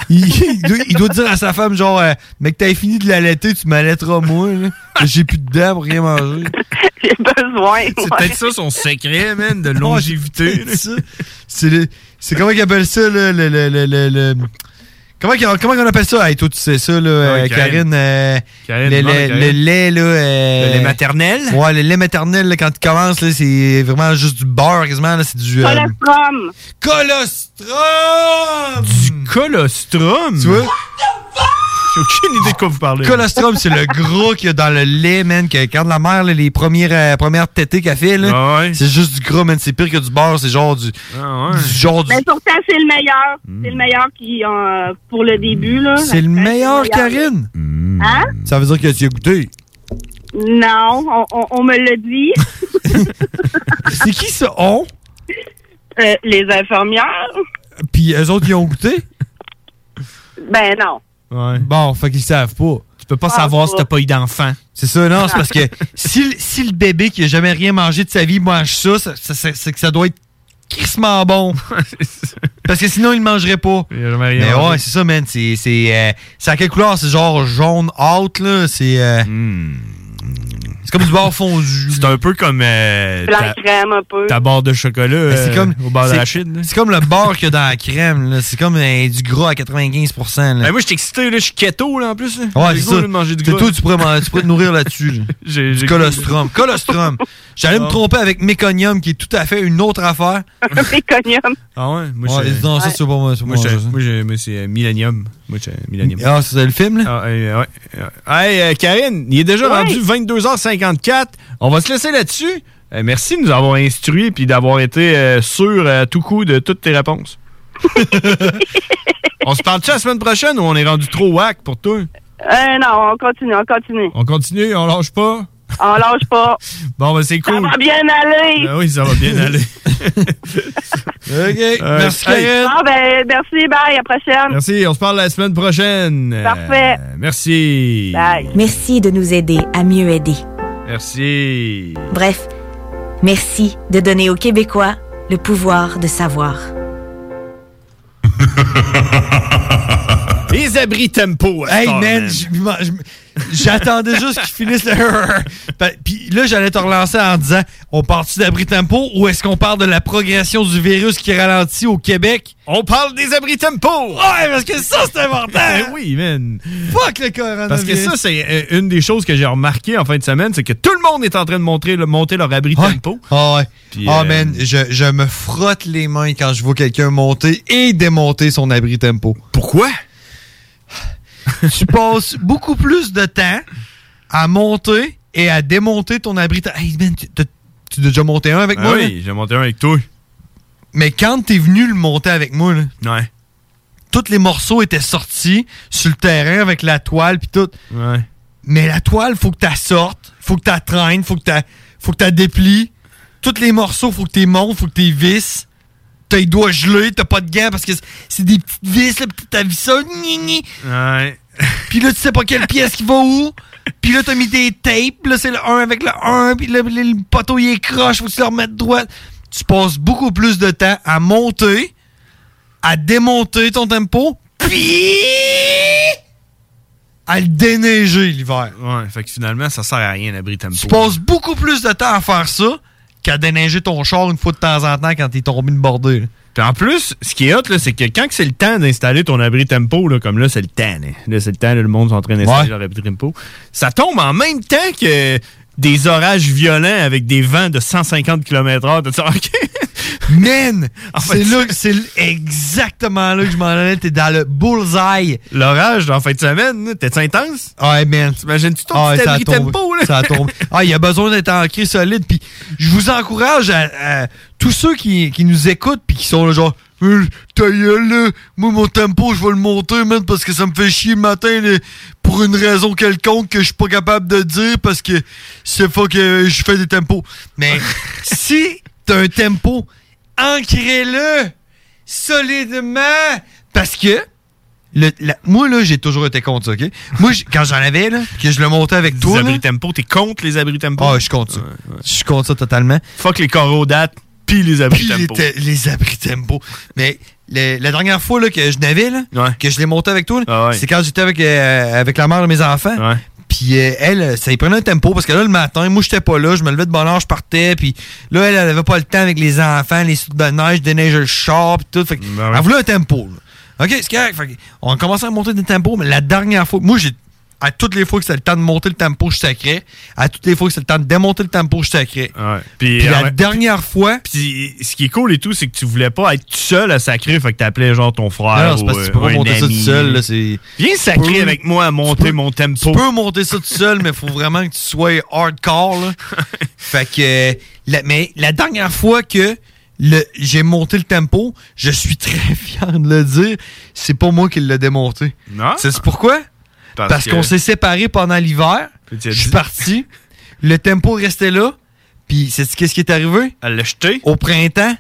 Speaker 8: il, il doit, il doit dire à sa femme, genre, euh, mec, t'as fini de l'allaiter, tu m'allaiteras moi. là. J'ai plus de dents pour rien manger.
Speaker 12: J'ai besoin.
Speaker 6: C'est peut-être ça son secret, man, de longévité. là.
Speaker 8: C'est le- c'est comment qu'ils appellent ça, là, le. le, le, le, le- Comment, qu'on- comment on appelle ça? Hey, toi, tu sais ça, là, euh, Karine.
Speaker 6: Karine.
Speaker 8: euh,
Speaker 6: Karine,
Speaker 8: le,
Speaker 6: demande à
Speaker 8: le-
Speaker 6: Karine.
Speaker 8: le lait, là. euh,
Speaker 6: Le lait maternel?
Speaker 8: Ouais, le lait maternel, là, quand tu commences, là, c'est vraiment juste du beurre, quasiment. là, C'est du. euh,
Speaker 12: Colostrum.
Speaker 8: Colostrum!
Speaker 6: Du colostrum?
Speaker 8: Tu vois?
Speaker 6: J'ai aucune idée de quoi vous parlez.
Speaker 8: colostrum, c'est le gras qu'il y a dans le lait, man. Que quand la mère, là, les premières, euh, premières tétées qu'elle fait, là,
Speaker 6: Ah
Speaker 8: c'est juste du gras, man. C'est pire que du beurre. C'est genre du. du genre du Hmm.
Speaker 12: Mais pourtant, c'est le meilleur. C'est le meilleur qui, euh, pour le début, là.
Speaker 8: C'est le meilleur, Karine.
Speaker 12: Hein?
Speaker 8: Ça veut dire que tu as goûté.
Speaker 12: Non, on, on- on me l'a dit.
Speaker 8: C'est qui ça, on?
Speaker 12: Euh, les infirmières,
Speaker 8: Puis eux autres, ils ont goûté?
Speaker 12: ben non.
Speaker 8: Bon, fait qu'ils savent pas. Tu peux
Speaker 12: pas Ah, savoir si pas. t'as pas
Speaker 8: eu d'enfant. C'est ça, non, c'est parce que si, le- si le bébé qui a jamais rien mangé de sa vie mange ça, ça- ça- ça- c'est que ça doit être crissement bon. parce que sinon, il ne mangerait pas. Mais
Speaker 6: mangé.
Speaker 8: ouais, c'est ça, man. C'est c'est, euh, c'est à quelle couleur? C'est genre jaune haute, là. C'est euh, c'est comme du beurre fondu. C'est un peu comme... euh,
Speaker 12: Blanc crème un peu.
Speaker 8: ta barre de chocolat
Speaker 6: euh, au beurre d'arachide,
Speaker 8: C'est comme le beurre qu'il y a dans la crème. là. C'est comme euh, du gras à 95 là.
Speaker 6: Ben, moi, je suis excité, là, je suis keto là, en plus. là.
Speaker 8: Ouais,
Speaker 6: J'ai
Speaker 8: c'est
Speaker 6: le goût,
Speaker 8: ça.
Speaker 6: là, de manger du
Speaker 8: C'est
Speaker 6: gras.
Speaker 8: tout, tu pourrais, man- tu pourrais te nourrir là-dessus. là.
Speaker 6: J'ai-
Speaker 8: Du
Speaker 6: j'ai-
Speaker 8: colostrum. Colostrum. J'allais me
Speaker 6: Ah.
Speaker 8: tromper avec méconium, qui est tout à fait une autre affaire.
Speaker 12: méconium.
Speaker 6: Ah ouais? Moi,
Speaker 8: Ouais,
Speaker 6: j'ai-
Speaker 8: non, ça, c'est pas moi, c'est
Speaker 6: Moi,
Speaker 8: pas moi,
Speaker 6: j'ai-
Speaker 8: ça.
Speaker 6: moi, j'ai- moi, c'est euh, Millennium. Moi, c'est Euh, Millennium.
Speaker 8: Ah, c'est le film, là?
Speaker 6: Ah, euh, ouais. Euh, Hey, euh, Karine, il est déjà
Speaker 8: Ouais.
Speaker 6: rendu 22h54. On va se laisser là-dessus. Euh, merci de nous avoir instruits puis d'avoir été euh, sûr à tout coup de toutes tes réponses. on se parle-tu la semaine prochaine ou on est rendu trop whack pour toi?
Speaker 12: Euh, non, on continue, on continue.
Speaker 6: On continue, on lâche pas?
Speaker 12: On lâche pas.
Speaker 6: Bon, ben c'est cool.
Speaker 12: Ça va bien aller.
Speaker 6: Ben oui, ça va bien aller. OK,
Speaker 12: Merci, Ah, ben, merci, bye, à la prochaine.
Speaker 6: Merci, on se parle la semaine prochaine. Euh,
Speaker 12: Parfait.
Speaker 6: merci.
Speaker 4: Merci de nous aider à mieux aider.
Speaker 6: Merci.
Speaker 4: Bref, merci de donner aux Québécois le pouvoir de savoir.
Speaker 6: Les abris tempo. euh,
Speaker 8: Hey,
Speaker 6: Star,
Speaker 8: man,
Speaker 6: man.
Speaker 8: je- je- je- j'attendais juste qu'ils finissent le... Ben, Puis là, j'allais te relancer en disant, on part-tu d'abri tempo ou est-ce qu'on parle de la progression du virus qui ralentit au Québec?
Speaker 6: On parle des abris tempo.
Speaker 8: Ouais, parce que ça, c'est important.
Speaker 6: Ben oui, man.
Speaker 8: Fuck le coronavirus.
Speaker 6: Parce que ça, c'est euh, une des choses que j'ai remarqué en fin de semaine, c'est que tout le monde est en train de monter, le- monter leur abri tempo.
Speaker 8: Ah ouais.
Speaker 6: Puis,
Speaker 8: Ah,
Speaker 6: euh,
Speaker 8: man, je, je me frotte les mains quand je vois quelqu'un monter et démonter son abri tempo.
Speaker 6: Pourquoi?
Speaker 8: tu passes beaucoup plus de temps à monter et à démonter ton abri tempo. Hey, man, tu t'as- tu as déjà monté un avec
Speaker 6: Ah
Speaker 8: moi? là?
Speaker 6: oui, j'ai monté un avec toi.
Speaker 8: Mais quand t'es venu le monter avec moi, là,
Speaker 6: ouais.
Speaker 8: tous les morceaux étaient sortis sur le terrain avec la toile puis tout.
Speaker 6: Ouais.
Speaker 8: Mais la toile, faut que t'as sortes, faut que t'as traînes, faut que t'as, faut que t'as déplies. Tous les morceaux, faut que t'es montes, faut que t'es vis. T'as les doigts gelés, t'as pas de gants parce que c'est- c'est des petites vis, là, pis t'as vu ça, gni, gni.
Speaker 6: Ouais.
Speaker 8: Puis là, tu sais pas quelle pièce qui va où. Puis là, t'as mis des tapes. Là, c'est le 1 avec le 1. Puis là, le, le poteau, il est croche. Faut que tu le remettes droit. Tu passes beaucoup plus de temps à monter, à démonter ton tempo, puis à le déneiger l'hiver.
Speaker 6: Ouais, fait que finalement, ça sert à rien, l'abri tempo.
Speaker 8: Tu passes beaucoup plus de temps à faire ça qu'à déneiger ton char une fois de temps en temps quand t'es tombé de bordée. là.
Speaker 6: Puis en plus, ce qui est hot, là, c'est que quand que c'est le temps d'installer ton abri tempo, là, comme là, c'est le temps. Là, Là, c'est le temps, là, le monde est en train d'installer leur abri tempo. Ça tombe en même temps que des orages violents avec des vents de 150 km/h. T'as dit, OK?
Speaker 8: Man! c'est là, que- c'est exactement là que je m'en allais. T'es dans le bullseye.
Speaker 6: L'orage en fin de semaine, t'es intense?
Speaker 8: Ouais, man.
Speaker 6: T'imagines-tu ton
Speaker 8: Ah,
Speaker 6: petit
Speaker 8: ça
Speaker 6: abri
Speaker 8: tombe.
Speaker 6: tempo? Là?
Speaker 8: Ça tombe. Ah, il y a besoin d'être ancré solide. Puis je vous encourage à, à tous ceux qui, qui nous écoutent puis qui sont là, genre, Euh, ta gueule, là. moi, mon tempo, je vais le monter, man, parce que ça me fait chier le matin, là, pour une raison quelconque que je suis pas capable de dire parce que c'est pas que je fais des tempos. Mais si t'as un tempo, ancrez-le solidement parce que le- la- moi, là, j'ai toujours été contre ça, OK? Moi, j- quand j'en avais, là, que je le montais avec
Speaker 6: Les
Speaker 8: toi, là,
Speaker 6: abris tempo, t'es contre les abris tempo?
Speaker 8: Ah, je compte ça. Je compte ça totalement.
Speaker 6: Fuck les corodates, puis les abris
Speaker 8: Puis les
Speaker 6: tempo.
Speaker 8: te- les abris tempo. Mais le- la dernière fois là, que je n'avais, là, que je l'ai monté avec toi, là,
Speaker 6: Ah
Speaker 8: c'est quand j'étais avec, euh, avec la mère de mes enfants. Puis euh, elle, euh, ça y prenait un tempo parce que là, le matin, moi, j'étais pas là, je me levais de bonne heure, je partais. Puis là, elle, elle avait pas le temps avec les enfants, les soutes de neige, déneige le char, puis tout. Fait que,
Speaker 6: Ben
Speaker 8: Elle voulait un tempo. là. OK, c'est correct. Fait que on commençait à monter des tempos, mais la dernière fois, moi, j'ai. À toutes les fois que c'est le temps de monter le tempo, je sacrais. À toutes les fois que c'est le temps de démonter le tempo, je sacrais.
Speaker 6: Puis,
Speaker 8: Puis
Speaker 6: ah
Speaker 8: la
Speaker 6: ouais.
Speaker 8: dernière fois.
Speaker 6: Puis ce qui est cool et tout, c'est que tu voulais pas être tout seul à sacrer, fait que t'appelais genre ton frère. euh,
Speaker 8: Non, c'est parce que tu peux pas monter ça tout seul, là, c'est-
Speaker 6: Viens sacrer
Speaker 8: peux-
Speaker 6: avec moi à monter mon tempo.
Speaker 8: Tu peux monter ça tout seul, mais faut vraiment que tu sois hardcore. là. fait que. euh, la- mais la dernière fois que le- j'ai monté le tempo, je suis très fier de le dire, c'est pas moi qui l'ai démonté.
Speaker 6: Non?
Speaker 8: C'est pourquoi? Parce,
Speaker 10: Parce que-
Speaker 8: qu'on s'est séparés pendant l'hiver.
Speaker 10: Puis tu as
Speaker 8: Je suis
Speaker 10: dit-
Speaker 8: parti. Le tempo restait là. Puis, c'est qu'est-ce qui est arrivé?
Speaker 10: Elle l'a jeté.
Speaker 8: Au printemps,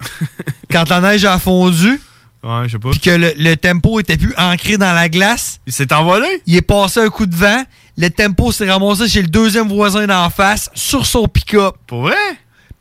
Speaker 8: quand la neige a fondu.
Speaker 10: Ouais, je sais pas.
Speaker 8: Puis que le, le tempo était plus ancré dans la glace.
Speaker 10: Il s'est envolé.
Speaker 8: Il est passé un coup de vent. Le tempo s'est ramassé chez le deuxième voisin d'en face sur son pick-up.
Speaker 10: Pour vrai?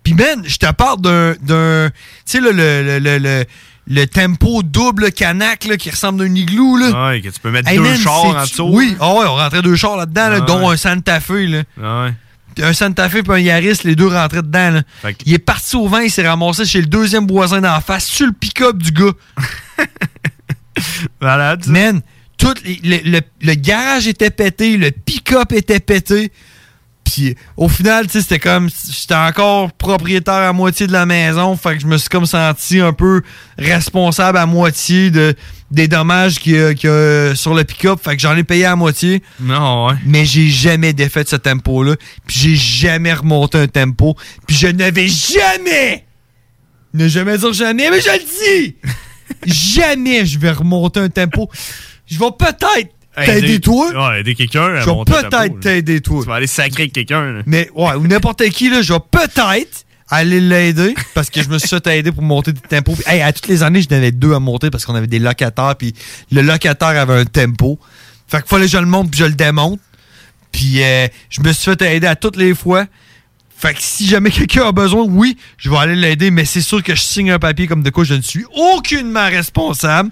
Speaker 8: Puis, man, je te parle d'un. d'un- Tu sais, là, le, le, le, le, le tempo double canac là, qui ressemble à un igloo. Là.
Speaker 10: Ouais, que tu peux mettre
Speaker 8: Hey,
Speaker 10: deux
Speaker 8: man,
Speaker 10: chars en
Speaker 8: c'est-tu-
Speaker 10: dessous. hein? Ah
Speaker 8: Oui, ah ouais, on rentrait deux chars là-dedans, là,
Speaker 10: Ouais. Ah
Speaker 8: dont un Santa Fe. Là.
Speaker 10: Ouais.
Speaker 8: Puis Un Santa Fe puis un Yaris, les deux rentraient dedans. là.
Speaker 10: Fait que-
Speaker 8: Il est parti au vent, il s'est ramassé chez le deuxième voisin d'en face, sur le pick-up du gars.
Speaker 10: Malade.
Speaker 8: Man, tout le, le- le- le garage était pété, le pick-up était pété. Puis au final, tu sais, c'était comme. J'étais encore propriétaire à moitié de la maison. Fait que je me suis comme senti un peu responsable à moitié de, des dommages qu'il y a- qu'il y a sur le pick-up. Fait que j'en ai payé à moitié.
Speaker 10: Non, ouais.
Speaker 8: Mais j'ai jamais défait ce tempo-là. Puis j'ai jamais remonté un tempo. Puis je ne vais jamais. Ne jamais dire jamais, mais je le dis! jamais je vais remonter un tempo. Je vais peut-être t'aider toi.
Speaker 10: Ouais, aider quelqu'un. à
Speaker 8: Je vais
Speaker 10: monter ta
Speaker 8: peut-être
Speaker 10: peau, là.
Speaker 8: t'aider, toi.
Speaker 10: Tu vas aller sacrer avec quelqu'un. là.
Speaker 8: Mais ouais, ou n'importe qui, là, je vais peut-être aller l'aider parce que je me suis fait aider pour monter des tempos. Puis, hey, à toutes les années, je avais deux à monter parce qu'on avait des locataires, puis le locataire avait un tempo. Fait qu'il fallait que je le monte puis je le démonte. Puis euh, je me suis fait aider à toutes les fois. Fait que si jamais quelqu'un a besoin, oui, je vais aller l'aider, mais c'est sûr que je signe un papier comme de quoi je ne suis aucunement responsable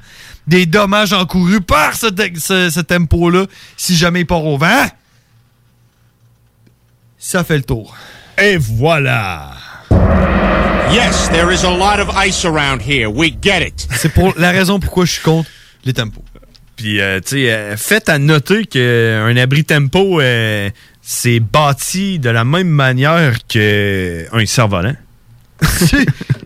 Speaker 8: des dommages encourus par ce, ce- ce tempo-là si jamais il part au vent. Ça fait le tour.
Speaker 10: Et voilà.
Speaker 21: Yes, there is a lot of ice around here. We get it.
Speaker 8: C'est pour la raison pourquoi je suis contre les tempos.
Speaker 10: Puis, euh, tu sais, euh, faites à noter qu'un abri tempo, euh, c'est bâti de la même manière qu'un cerf-volant.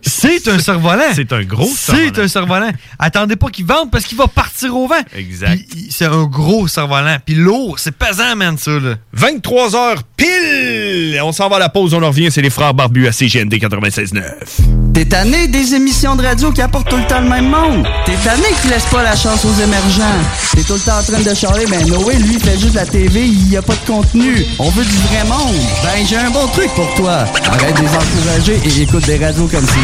Speaker 8: C'est un cerf-volant.
Speaker 10: C'est un gros
Speaker 8: C'est un cerf-volant. Attendez pas qu'il vente parce qu'il va partir au vent.
Speaker 10: Exact.
Speaker 8: Puis, il- C'est un gros cerf-volant. Puis lourd, c'est pesant, man, ça, là.
Speaker 10: 23 heures pile! On s'en va à la pause, on en revient, c'est les frères barbus à CGMD 96.9.
Speaker 17: T'es tanné des émissions de radio qui apportent tout le temps le même monde. T'es tanné que tu laisses pas la chance aux émergents. T'es tout le temps en train de charler, ben Noé, lui, fait juste la TV, il y a pas de contenu. On veut du vrai monde. Ben, j'ai un bon truc pour toi. Arrête de les encourager et écoute des radios comme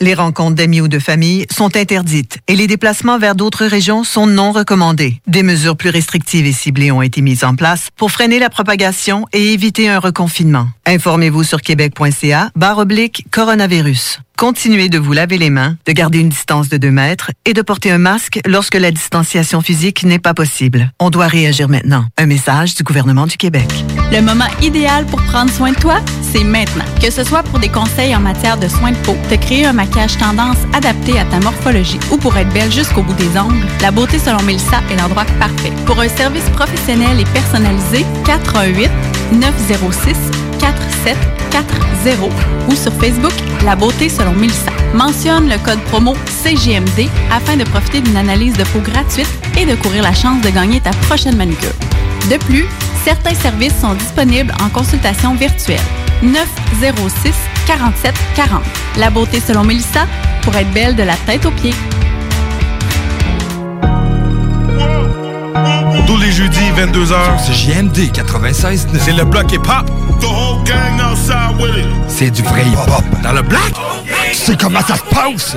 Speaker 22: Les rencontres d'amis ou de famille sont interdites et les déplacements vers d'autres régions sont non recommandés. Des mesures plus restrictives et ciblées ont été mises en place pour freiner la propagation et éviter un reconfinement. Informez-vous sur québec.ca barre oblique coronavirus. Continuez de vous laver les mains, de garder une distance de 2 mètres et de porter un masque lorsque la distanciation physique n'est pas possible. On doit réagir maintenant. Un message du gouvernement du Québec.
Speaker 23: Le moment idéal pour prendre soin de toi, c'est maintenant. Que ce soit pour des conseils en matière de soins de peau, te créer un maquillage tendance adapté à ta morphologie ou pour être belle jusqu'au bout des ongles, la beauté selon Mélissa est l'endroit parfait. Pour un service professionnel et personnalisé, 418 906 4740 ou sur Facebook La Beauté selon Mélissa. Mentionne le code promo CGMD afin de profiter d'une analyse de peau gratuite et de courir la chance de gagner ta prochaine manucure. De plus, certains services sont disponibles en consultation virtuelle. 906 47 40. La beauté selon Mélissa pour être belle de la tête aux pieds.
Speaker 16: Tous les jeudis, 22h. C'est JMD 96. C'est le bloc hip-hop. C'est du vrai hip-hop. Dans le bloc, tu sais comment ça se passe.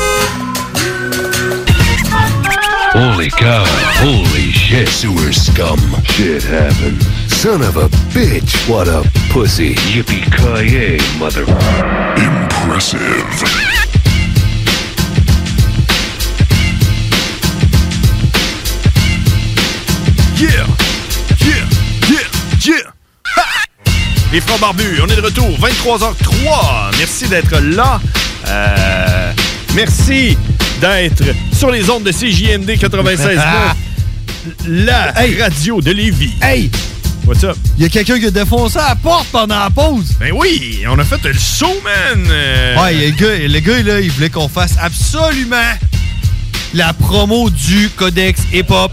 Speaker 9: Holy cow. Holy shit. Sewer scum. Shit happened. Son of a bitch. What a pussy. Yippee-ki-yay, mother... Impressive.
Speaker 6: Yeah! Yeah! Yeah! Yeah! Ha! Les Francs Barbus, on est de retour, 23h03. Merci d'être là. Euh, merci d'être sur les ondes de CJMD 96. La radio de Lévis.
Speaker 8: Hey!
Speaker 6: What's up?
Speaker 8: Il y a quelqu'un qui a défoncé la porte pendant la pause.
Speaker 6: Ben oui, on a fait le show, man. Euh,
Speaker 8: Ouais, le gars, le gars, là, il voulait qu'on fasse absolument la promo du codex hip-hop.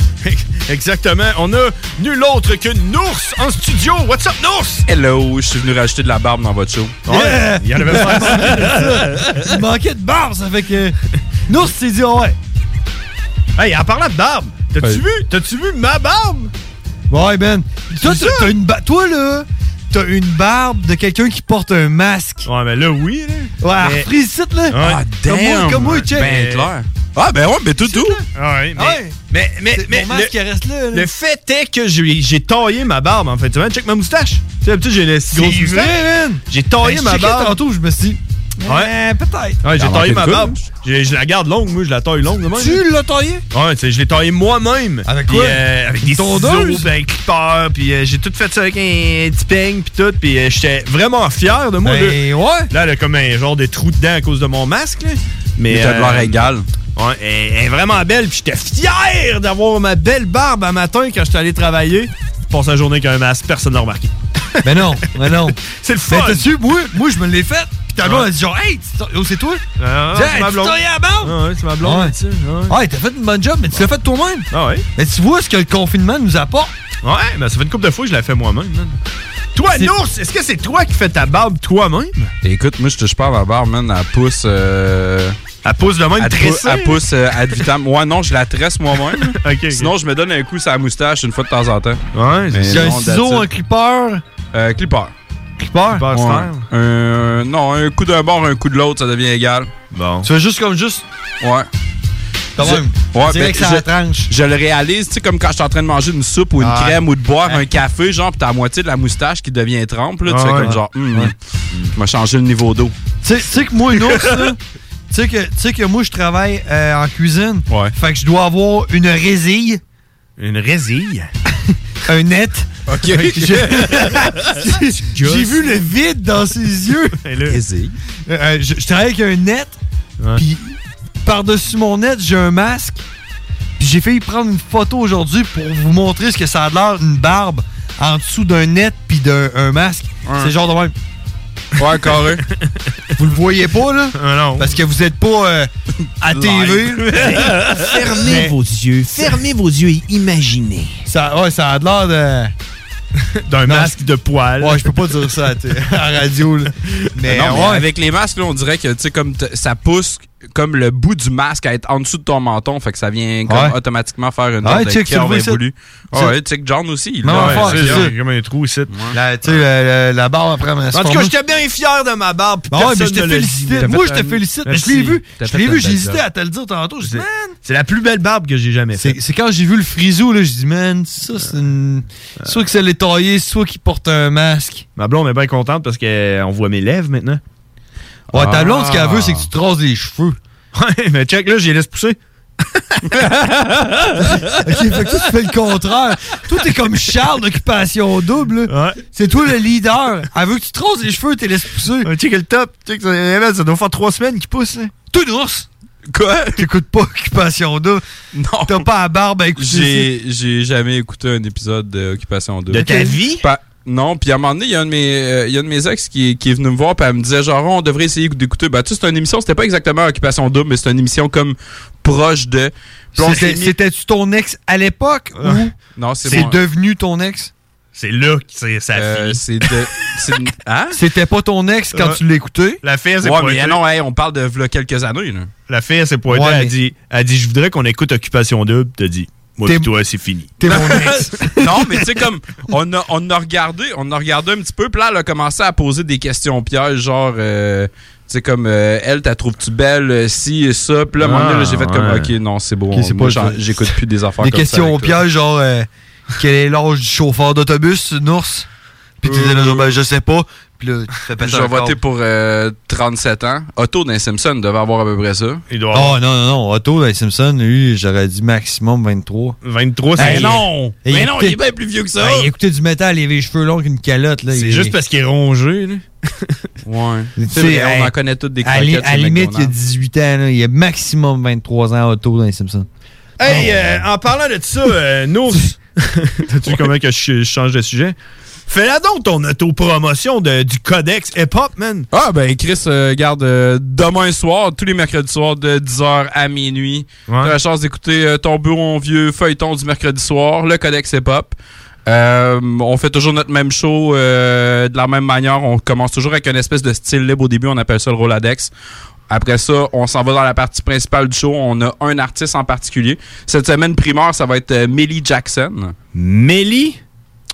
Speaker 6: Exactement. On a nul autre que Nours en studio. What's up, Nours?
Speaker 11: Hello, je suis venu rajouter de la barbe dans votre show.
Speaker 6: Ouais, il y en avait pas.
Speaker 8: Il manquait de barbe, ça fait que. Nous, c'est dit, ouais.
Speaker 6: Hey, en parlant de barbe, t'as-tu
Speaker 8: Ouais.
Speaker 6: vu? T'as-tu vu ma barbe?
Speaker 8: Ouais, Ben. Toi, t'as- t'as une ba- Toi, là, t'as une barbe de quelqu'un qui porte un masque.
Speaker 6: Ouais, mais là, oui,
Speaker 8: Ouais,
Speaker 11: Mais-
Speaker 8: refrisite, là.
Speaker 11: Ah, damn!
Speaker 8: Comme moi, comme moi, check. Ah,
Speaker 11: Ben clair. Ah, ben ouais, mais tout, tout.
Speaker 6: Ah Ouais, mais,
Speaker 11: Ouais.
Speaker 6: mais, mais,
Speaker 11: C'est
Speaker 6: mais
Speaker 11: mon masque
Speaker 6: le,
Speaker 11: qui reste là, là.
Speaker 6: le fait est que j'ai j'ai taillé ma barbe en fait. Tu vois, check ma moustache. Tu sais, d'habitude, j'ai la si grosse
Speaker 8: C'est
Speaker 6: moustache.
Speaker 8: vrai, man.
Speaker 6: J'ai taillé
Speaker 8: Ben, je
Speaker 6: ma
Speaker 8: checkais
Speaker 6: barbe.
Speaker 8: tantôt, je me suis dit.
Speaker 6: Ouais.
Speaker 8: Euh, peut-être.
Speaker 6: Ouais, j'ai
Speaker 11: T'as
Speaker 6: taillé
Speaker 11: manqué
Speaker 6: ma
Speaker 11: de
Speaker 6: barbe.
Speaker 11: couche.
Speaker 6: J'ai- Je la garde longue, moi, je la taille longue. de même, là.
Speaker 8: Tu l'as taillé?
Speaker 6: Ouais, tu sais, je l'ai taillé moi-même. Avec
Speaker 8: quoi?
Speaker 6: avec
Speaker 8: Une
Speaker 6: des
Speaker 8: tondeuse?
Speaker 6: ciseaux, ben, un clipper, puis euh, j'ai tout fait ça avec un petit peigne, puis tout, puis euh, j'étais vraiment fier de moi.
Speaker 8: Ben,
Speaker 6: là.
Speaker 8: ouais.
Speaker 6: Là, elle a comme un genre de trou dedans à cause de mon masque, là. Mais, euh,
Speaker 11: Mais t'as de l'air égal.
Speaker 6: Ouais, elle, elle est vraiment belle, puis j'étais fier d'avoir ma belle barbe à matin quand j'étais allé travailler. Je passe la journée avec un masque, personne n'a remarqué.
Speaker 8: Ben non, ben non.
Speaker 6: C'est le fun.
Speaker 8: Ben, t'as-tu, moi, moi, je me l'ai faite. Puis ta blonde, elle dit genre, hey, tu t'as- oh, c'est toi?
Speaker 6: Ah,
Speaker 8: Tiens,
Speaker 6: c'est ma
Speaker 8: tu
Speaker 6: blonde.
Speaker 8: t'as rien à
Speaker 6: Ah ouais, c'est ma blonde,
Speaker 8: Ouais. Ah,
Speaker 6: tu sais,
Speaker 8: Ouais, t'as fait une bonne job, mais tu l'as fait toi-même.
Speaker 6: Ah ouais?
Speaker 8: Mais tu vois ce que le confinement nous apporte?
Speaker 6: Ouais, mais ça fait une couple de fois que je l'ai fait moi-même. man. Toi, Nours, est-ce que c'est toi qui fais ta barbe toi-même?
Speaker 11: Écoute, moi, je touche pas à ma barbe, man. Elle pousse. Euh...
Speaker 6: Elle pousse de même
Speaker 11: Elle,
Speaker 6: tressée? hein?
Speaker 11: elle pousse euh, ad vitam. Ouais, non, je la tresse moi-même.
Speaker 6: Ok,
Speaker 11: Sinon, je me donne un coup sur la moustache une fois de temps en temps.
Speaker 6: Ouais,
Speaker 8: Il y a un ciseau, un clipper.
Speaker 11: Euh, clipper.
Speaker 8: Clipper?
Speaker 11: Ouais. Un- non, un coup d'un bord, un coup de l'autre, ça devient égal.
Speaker 6: Bon.
Speaker 11: Tu
Speaker 8: fais juste comme juste.
Speaker 11: Ouais.
Speaker 8: Quand
Speaker 11: Je-
Speaker 8: même.
Speaker 11: Ouais,
Speaker 8: Direct
Speaker 11: ben,
Speaker 8: sur la
Speaker 11: je- Je le réalise, tu sais, comme quand je suis en train de manger une soupe ou une
Speaker 8: Ah.
Speaker 11: crème ou de boire
Speaker 8: Ah.
Speaker 11: un café, genre, pis t'as la moitié de la moustache qui devient trempe, là. Tu
Speaker 8: Ah
Speaker 11: fais
Speaker 8: ouais.
Speaker 11: comme genre, hum,
Speaker 8: Ouais.
Speaker 11: hum, je vais changer le niveau d'eau.
Speaker 8: Tu sais- tu sais que moi, une ours, là, tu sais que, tu sais que moi, je travaille euh, en cuisine. Fait que je dois avoir une résille.
Speaker 6: Une résille?
Speaker 8: un net.
Speaker 11: OK.
Speaker 8: Fait que je- J'ai vu le vide dans ses yeux.
Speaker 6: Ben
Speaker 8: Euh,
Speaker 11: Résille.
Speaker 8: je, je travaille avec un net. Puis par-dessus mon net, j'ai un masque. Puis j'ai failli prendre une photo aujourd'hui pour vous montrer ce que ça a l'air une barbe en dessous d'un net puis d'un un masque. C'est genre de même.
Speaker 11: Ouais, carré.
Speaker 8: Vous le voyez pas, là?
Speaker 6: Euh, non.
Speaker 8: Parce que vous êtes pas euh, à TV. là.
Speaker 1: Fermez
Speaker 8: Mais-
Speaker 1: vos yeux. Fermez vos yeux et imaginez.
Speaker 8: Ça, ouais, ça a l'air de.
Speaker 6: D'un masque de poil.
Speaker 8: Ouais, je peux pas dire ça à, t- à la radio. là. Mais,
Speaker 11: non, mais
Speaker 8: ouais.
Speaker 11: avec les masques, là, on dirait que, tu sais, comme t- ça pousse comme le bout du masque à être en dessous de ton menton, fait que ça vient comme
Speaker 8: Ouais.
Speaker 11: automatiquement faire une
Speaker 8: Ouais,
Speaker 11: sorte de
Speaker 8: check,
Speaker 11: curve
Speaker 8: soulever ça.
Speaker 11: évolue.
Speaker 8: C'est-
Speaker 11: Ah ouais, check John aussi. Il
Speaker 8: Non,
Speaker 11: l'a.
Speaker 8: ouais,
Speaker 11: Ouais,
Speaker 8: c'est
Speaker 11: c'est
Speaker 8: ça.
Speaker 11: ça.
Speaker 6: Il y a comme un trou ici.
Speaker 8: La, tu sais, la, la- la barbe après me
Speaker 6: En tout cas, j'étais bien fier de ma barbe. puis
Speaker 8: Ah ouais, mais
Speaker 6: personne
Speaker 8: je
Speaker 6: ne
Speaker 8: te
Speaker 6: l'a
Speaker 8: félicite.
Speaker 6: dit. T'as
Speaker 8: Moi,
Speaker 6: fait
Speaker 8: je te
Speaker 6: un-
Speaker 8: félicite.
Speaker 6: Merci.
Speaker 8: Je l'ai vu.
Speaker 6: T'as
Speaker 8: Je
Speaker 6: fait
Speaker 8: l'ai
Speaker 6: un
Speaker 8: vu.
Speaker 6: bel
Speaker 8: J'ai hésité
Speaker 6: job.
Speaker 8: à te le dire tantôt. Je dis,
Speaker 6: C'est-
Speaker 8: man.
Speaker 6: C'est la plus belle barbe que j'ai jamais faite.
Speaker 8: C'est c'est quand j'ai vu le frisou, là, je dis, man, ça, c'est une. Soit que ça l'est taillé, soit qu'il porte un masque.
Speaker 6: Ma blonde est bien contente parce qu'on voit mes lèvres maintenant. Ah.
Speaker 8: Ouais, ta blonde, ce qu'elle veut, c'est que tu te rases les cheveux.
Speaker 6: Ouais, mais check, là, j'ai laisse pousser.
Speaker 8: ok, fait que toi, tu fais le contraire. Toi, t'es comme Charles d'Occupation Double. là. C'est toi le leader. Elle veut que tu te rases les cheveux, t'es laisse pousser.
Speaker 6: check le top. Check, ça, doit faire trois semaines qu'il pousse.
Speaker 8: Tout d'ours.
Speaker 11: Quoi?
Speaker 8: T'écoutes pas Occupation Double.
Speaker 11: Non.
Speaker 8: T'as pas la barbe à écouter. ça.
Speaker 11: J'ai j'ai jamais écouté un épisode d'Occupation 2.
Speaker 8: De ta vie?
Speaker 11: Pa- non, puis à un moment donné, il y a un de mes, euh, il y a un de mes ex qui, qui est venu me voir, puis elle me disait genre, on devrait essayer d'écouter. Bah, tu sais, c'est une émission, c'était pas exactement Occupation Double, mais c'est une émission comme proche de. Puis on
Speaker 8: C'était-
Speaker 11: s'est mis-
Speaker 8: C'était-tu ton ex à l'époque ou
Speaker 11: Non, c'est
Speaker 8: c'est
Speaker 11: moi. Euh,
Speaker 8: devenu ton ex?
Speaker 14: C'est là que c'est sa fille.
Speaker 11: C'est de. c'est une- Hein?
Speaker 8: C'était pas ton ex quand
Speaker 14: Ouais.
Speaker 8: tu l'écoutais?
Speaker 14: Euh, La fille, c'est
Speaker 11: Ouais,
Speaker 14: pas
Speaker 11: mais
Speaker 14: été-
Speaker 11: non, hey, on parle de v'là quelques années. Là.
Speaker 14: La fille, elle s'est pointée,
Speaker 11: Ouais,
Speaker 14: elle,
Speaker 11: mais-
Speaker 14: dit, elle dit Je voudrais qu'on écoute Occupation Double. T'as dit Moi,
Speaker 11: T'es-
Speaker 14: pis toi, c'est fini.
Speaker 11: non, mais tu sais, comme, on a, on a regardé, on a regardé un petit peu, puis là, elle a commencé à poser des questions pièges, genre, euh, tu sais, comme, euh, elle, t'as trouves-tu belle, euh, si, et ça, puis là, à un moment donné, là, j'ai fait comme,
Speaker 8: Ah, ouais.
Speaker 11: ok, non, c'est beau,
Speaker 8: Ok,
Speaker 11: on-
Speaker 8: c'est
Speaker 11: moi,
Speaker 8: pas-
Speaker 11: j'en- j'écoute plus des affaires
Speaker 8: Des
Speaker 11: comme ça
Speaker 8: questions
Speaker 11: avec
Speaker 8: au
Speaker 11: toi.
Speaker 8: piège, genre, euh, quel est l'âge du chauffeur d'autobus, Nours? Puis tu disais,
Speaker 14: Euh.
Speaker 8: là, genre, ben, je sais pas. Puis là, tu fais péter
Speaker 11: Je
Speaker 8: un
Speaker 11: vais voter
Speaker 8: câble.
Speaker 11: pour euh, 37 ans. Otto dans les Simpsons devait avoir à peu près ça.
Speaker 14: Il
Speaker 8: Oh non, non, non. Otto, dans Simpson, lui, j'aurais dit maximum Ben, 23.
Speaker 14: 23,
Speaker 11: c'est- Mais non! Mais non, il est bien plus vieux que ça!
Speaker 8: il écoutait ben, du métal, il avait les cheveux longs avec une calotte. là.
Speaker 14: C'est
Speaker 8: Il-
Speaker 14: juste parce qu'il est rongé. Là.
Speaker 11: ouais.
Speaker 8: Tu sais,
Speaker 11: on
Speaker 8: hey,
Speaker 11: en connaît toutes des
Speaker 8: À, li-
Speaker 11: croquettes.
Speaker 8: à
Speaker 11: chez
Speaker 8: limite, il y a
Speaker 11: McDonald's.
Speaker 8: 18 ans. là. Il y a maximum 23 ans Otto dans les Simpsons.
Speaker 14: Hey, euh, en parlant de ça, euh, Nours, t'as-tu vu comment que je, je change de sujet? Fais-la donc ton autopromotion de, euh, du Codex Hip Hop, man.
Speaker 11: Ah, ben, Chris, euh, garde euh, demain soir, tous les mercredis soirs, de 10h à minuit. T'as la chance d'écouter euh, ton bureau vieux feuilleton du mercredi soir, le Codex Hip Hop. Euh, on fait toujours notre même show euh, de la même manière. On commence toujours avec une espèce de style libre au début. On appelle ça le Roladex. Après ça, on s'en va dans la partie principale du show. On a un artiste en particulier. Cette semaine, primeur, ça va être euh, Millie Jackson.
Speaker 14: Millie?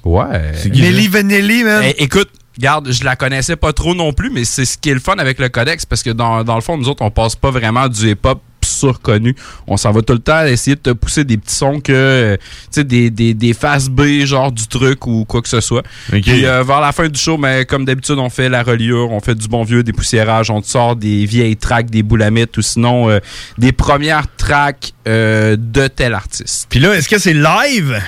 Speaker 11: Ouais.
Speaker 8: Nelly Vanelli, man.
Speaker 11: Eh, écoute, garde, je la connaissais pas trop non plus, mais c'est ce qui est le fun avec le codex, parce que dans, dans le fond, nous autres, on passe pas vraiment du hip-hop surconnu. On s'en va tout le temps essayer de te pousser des petits sons que, euh, tu sais, des, des, des faces B, genre du truc ou quoi que ce soit. Puis euh, vers la fin du show, mais comme d'habitude, on fait la reliure, on fait du bon vieux, des poussiérages, on te sort des vieilles tracks, des boulamites ou sinon euh, des premières tracks euh, de tel artiste.
Speaker 14: Puis là, est-ce que c'est live?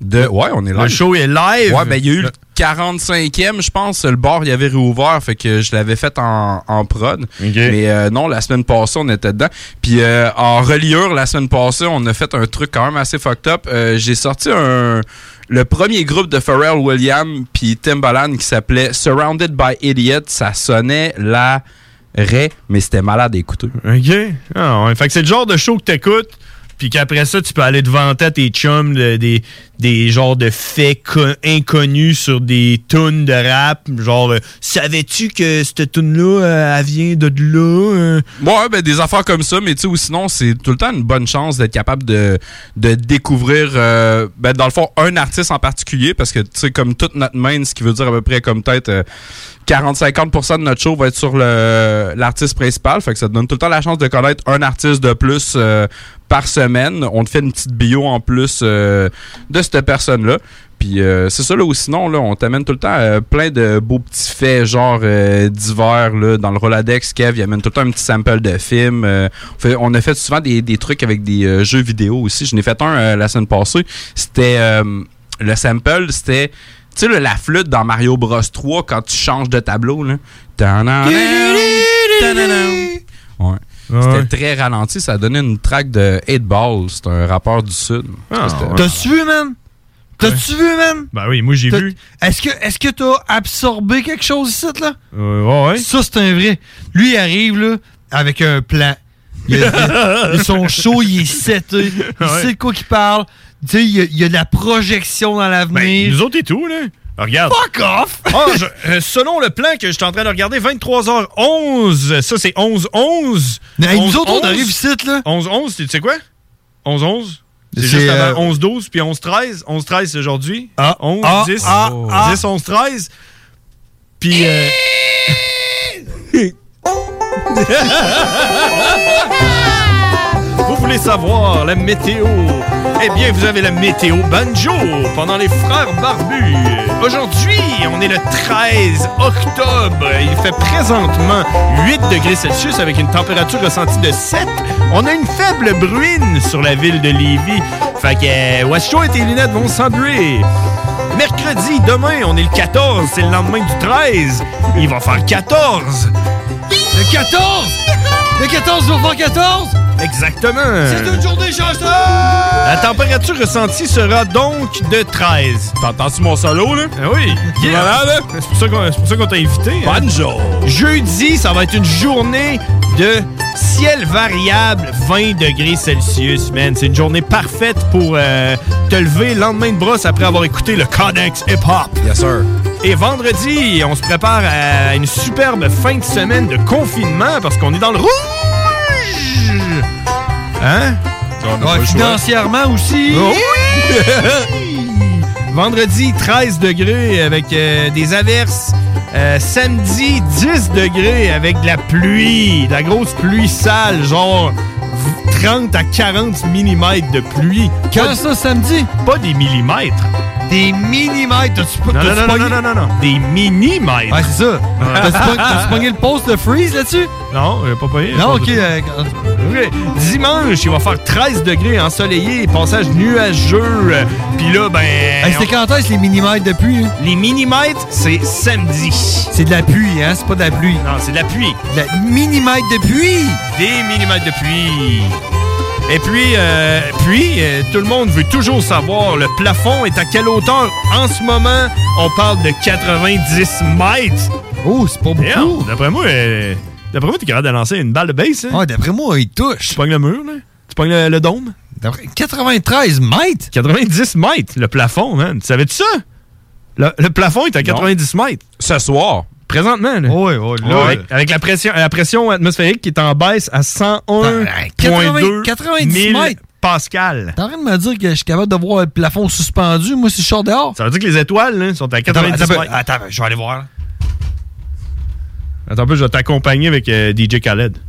Speaker 11: De, ouais, on est live.
Speaker 14: Le show est live.
Speaker 11: Ouais, ben il y a eu
Speaker 14: Le-
Speaker 11: le 45e, je pense. Le bar, il avait réouvert, fait que je l'avais fait en, en prod. Mais euh, non, la semaine passée, on était dedans. Puis euh, en reliure, la semaine passée, on a fait un truc quand même assez fucked up. Euh, J'ai sorti un, le premier groupe de Pharrell Williams puis Timbaland qui s'appelait Surrounded by Idiots. Ça sonnait la raie, mais c'était malade à écouter.
Speaker 14: OK. Ah, ouais. Fait que c'est le genre de show que t'écoutes, puis qu'après ça, tu peux aller devant toi tes chums de- des, des genres de faits co- inconnus sur des tunes de rap. Genre, euh, savais-tu que cette tune-là, euh, elle vient de de là? euh?
Speaker 11: Ouais, ben des affaires comme ça, mais tu sais, ou sinon, c'est tout le temps une bonne chance d'être capable de, de découvrir, euh, ben, dans le fond, un artiste en particulier, parce que, tu sais, comme toute notre main, ce qui veut dire à peu près comme peut-être euh, 40-50% de notre show va être sur le- l'artiste principal, fait que ça te donne tout le temps la chance de connaître un artiste de plus euh, par semaine. On te fait une petite bio en plus euh, de cette personne-là. Puis euh, c'est ça, là, ou sinon, là, on t'amène tout le temps euh, plein de beaux petits faits, genre euh, divers, là, dans le Roladex, Kev, il amène tout le temps un petit sample de film. euh, on, fait- on a fait souvent des, des trucs avec des euh, jeux vidéo aussi. Je n'ai fait un euh, la semaine passée. C'était, euh, le sample, c'était, tu sais, le- la flûte dans Mario Bros 3 quand tu changes de tableau, là. Ta-na-na, ta-na-na. Ouais. C'était très ralenti, ça donnait une track de 8 Balls, c'est un rappeur du Sud.
Speaker 8: Ah,
Speaker 11: Ça, c'était-
Speaker 8: T'as-tu vu, man? T'as-tu vu, man?
Speaker 14: Ben oui, moi j'ai
Speaker 8: T'as-
Speaker 14: vu.
Speaker 8: Est-ce que est-ce que t'as absorbé quelque chose ici, là?
Speaker 14: Euh, ouais, ouais.
Speaker 8: Ça, c'est un vrai. Lui, il arrive, là, avec un plan. Il a- il- son show, il est seté. Il
Speaker 14: Ouais.
Speaker 8: sait de quoi qu'il parle. Tu sais, il y a, il y a de la projection dans l'avenir.
Speaker 14: Ben, nous autres et tout, là. Regarde.
Speaker 8: Fuck off!
Speaker 14: Ah, je- euh, selon le plan que je suis en train de regarder, 23h11. Ça, c'est 11-11.
Speaker 8: Mais, hey, nous autres, on arrive ici, là.
Speaker 14: 11-11, tu sais quoi? 11-11? C'est
Speaker 8: C'est,
Speaker 14: juste
Speaker 8: euh,
Speaker 14: avant 11-12, puis 11-13. 11-13, c'est aujourd'hui.
Speaker 8: Ah,
Speaker 14: 11,
Speaker 8: ah,
Speaker 14: 10,
Speaker 8: ah, ah.
Speaker 14: 10, 11, 13. Puis... euh, Vous voulez savoir la météo? Eh bien, vous avez la météo banjo pendant les frères barbus. Aujourd'hui, on est le 13 octobre. Il fait présentement 8 degrés Celsius avec une température ressentie de 7. On a une faible bruine sur la ville de Lévis. Fait que Washo et tes lunettes vont s'embuer. Mercredi, demain, on est le 14. C'est le lendemain du 13. Il va faire 14. Le 14!
Speaker 8: Le 14 sur 14? Exactement.
Speaker 6: C'est une journée chanceuse!
Speaker 8: La température ressentie sera donc de 13. T'entends-tu mon solo, là? oui.
Speaker 6: Yeah.
Speaker 8: malade, hein? C'est pour ça qu'on- c'est pour ça qu'on t'a invité. hein?
Speaker 6: Banjo.
Speaker 8: Jeudi, ça va être une journée de ciel variable, 20 degrés Celsius, man. C'est une journée parfaite pour euh, te lever le lendemain de brosse après avoir écouté le Codex Hip Hop.
Speaker 11: Yes, sir.
Speaker 8: Et vendredi, on se prépare à une superbe fin de semaine de confinement parce qu'on est dans le rouge. Euh, Hein?
Speaker 1: Ouais, financièrement aussi.
Speaker 6: Oh.
Speaker 8: Oh Oui! Vendredi, 13 degrés avec euh, des averses. Euh, samedi, 10 degrés avec de la pluie, de la grosse pluie sale, genre 30 à 40 mm de pluie.
Speaker 1: Quand
Speaker 8: ça, samedi? Pas des millimètres. Des millimètres? Non, non, non, non, non, non, non. Des minimètres. Ouais, c'est ça.
Speaker 1: T'as-tu pog- t'as-tu pogné
Speaker 8: le post de Freeze là-dessus? Non, euh, pas pogné.
Speaker 1: Non,
Speaker 8: Le post
Speaker 1: ok,
Speaker 8: de-
Speaker 1: euh,
Speaker 8: Ok. Dimanche, il va faire 13 degrés ensoleillé, passage nuageux. euh, Puis là, ben.
Speaker 1: Hey, c'est quand est-ce les millimètres de pluie? hein?
Speaker 8: Les millimètres, c'est samedi.
Speaker 1: C'est de la pluie, hein? C'est pas de la pluie.
Speaker 8: Non, c'est de la pluie.
Speaker 1: De la millimètre de pluie!
Speaker 8: Des millimètres de pluie. Et puis, euh, puis euh, tout le monde veut toujours savoir le plafond est à quelle hauteur. En ce moment, on parle de 90 mètres.
Speaker 1: Oh, c'est pas
Speaker 8: beaucoup. D'après moi, euh, d'après moi, t'es capable de lancer une balle de base. Hein?
Speaker 1: Ah, d'après moi, il touche.
Speaker 8: Tu pognes le mur, là? Tu pognes le, le dôme?
Speaker 1: 93 mètres?
Speaker 8: 90 mètres, le plafond, man. Tu savais-tu ça? Le, le plafond est à 90 mètres.
Speaker 11: Ce soir.
Speaker 8: Présentement, là.
Speaker 1: Oui, oui,
Speaker 8: Là, avec, avec la pression, la pression atmosphérique qui est en baisse à
Speaker 1: Ben,
Speaker 8: 101,2
Speaker 1: 90
Speaker 8: 000
Speaker 1: mètres.
Speaker 8: Pascal.
Speaker 1: T'es en train de me dire que je suis capable de voir le plafond suspendu, moi, si je sors dehors?
Speaker 8: Ça veut dire que les étoiles là, sont à 90
Speaker 1: attends,
Speaker 8: mètres.
Speaker 1: attends, je vais aller voir.
Speaker 8: Attends un peu, je vais t'accompagner avec euh, DJ Khaled.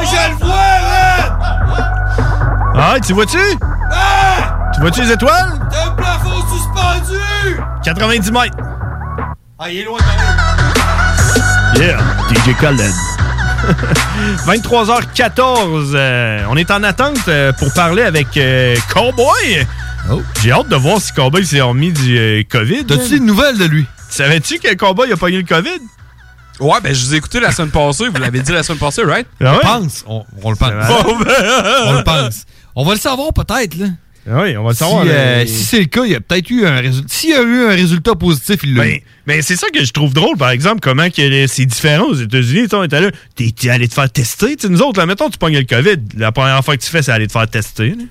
Speaker 6: Ah, je le vois, là!
Speaker 8: Ah, tu vois-tu? Tu vois-tu les étoiles?
Speaker 6: T'as un plafond suspendu!
Speaker 8: 90 mètres.
Speaker 6: Ah, il est loin quand même.
Speaker 8: Yeah, DJ Khaled. 23h14, euh, on est en attente euh, pour parler avec euh, Cowboy. J'ai hâte de voir si Cowboy s'est remis du euh, COVID.
Speaker 1: Oh. T'as-tu des nouvelles de lui?
Speaker 8: Savais-tu que Cowboy a pogné le COVID?
Speaker 11: Ouais, ben je vous ai écouté la semaine passée. Vous l'avez dit la semaine passée, right?
Speaker 8: Ah ouais?
Speaker 1: pense. On, on le pense.
Speaker 11: Bon, ben-
Speaker 1: on le pense. On va le savoir peut-être, là.
Speaker 8: Ah Oui, on va le
Speaker 1: Si,
Speaker 8: savoir, là.
Speaker 1: euh, si c'est le cas, il y a peut-être eu un résultat. S'il y a eu un résultat positif, il l'a eu.
Speaker 8: Mais, mais Ben, c'est ça que je trouve drôle, par exemple, comment que les- c'est différent aux États-Unis. Tu sais, On était là, t'es t'es allé te faire tester. Tu sais, nous autres, là, mettons, tu pognes le COVID. La première fois que tu fais, c'est aller te faire tester. là.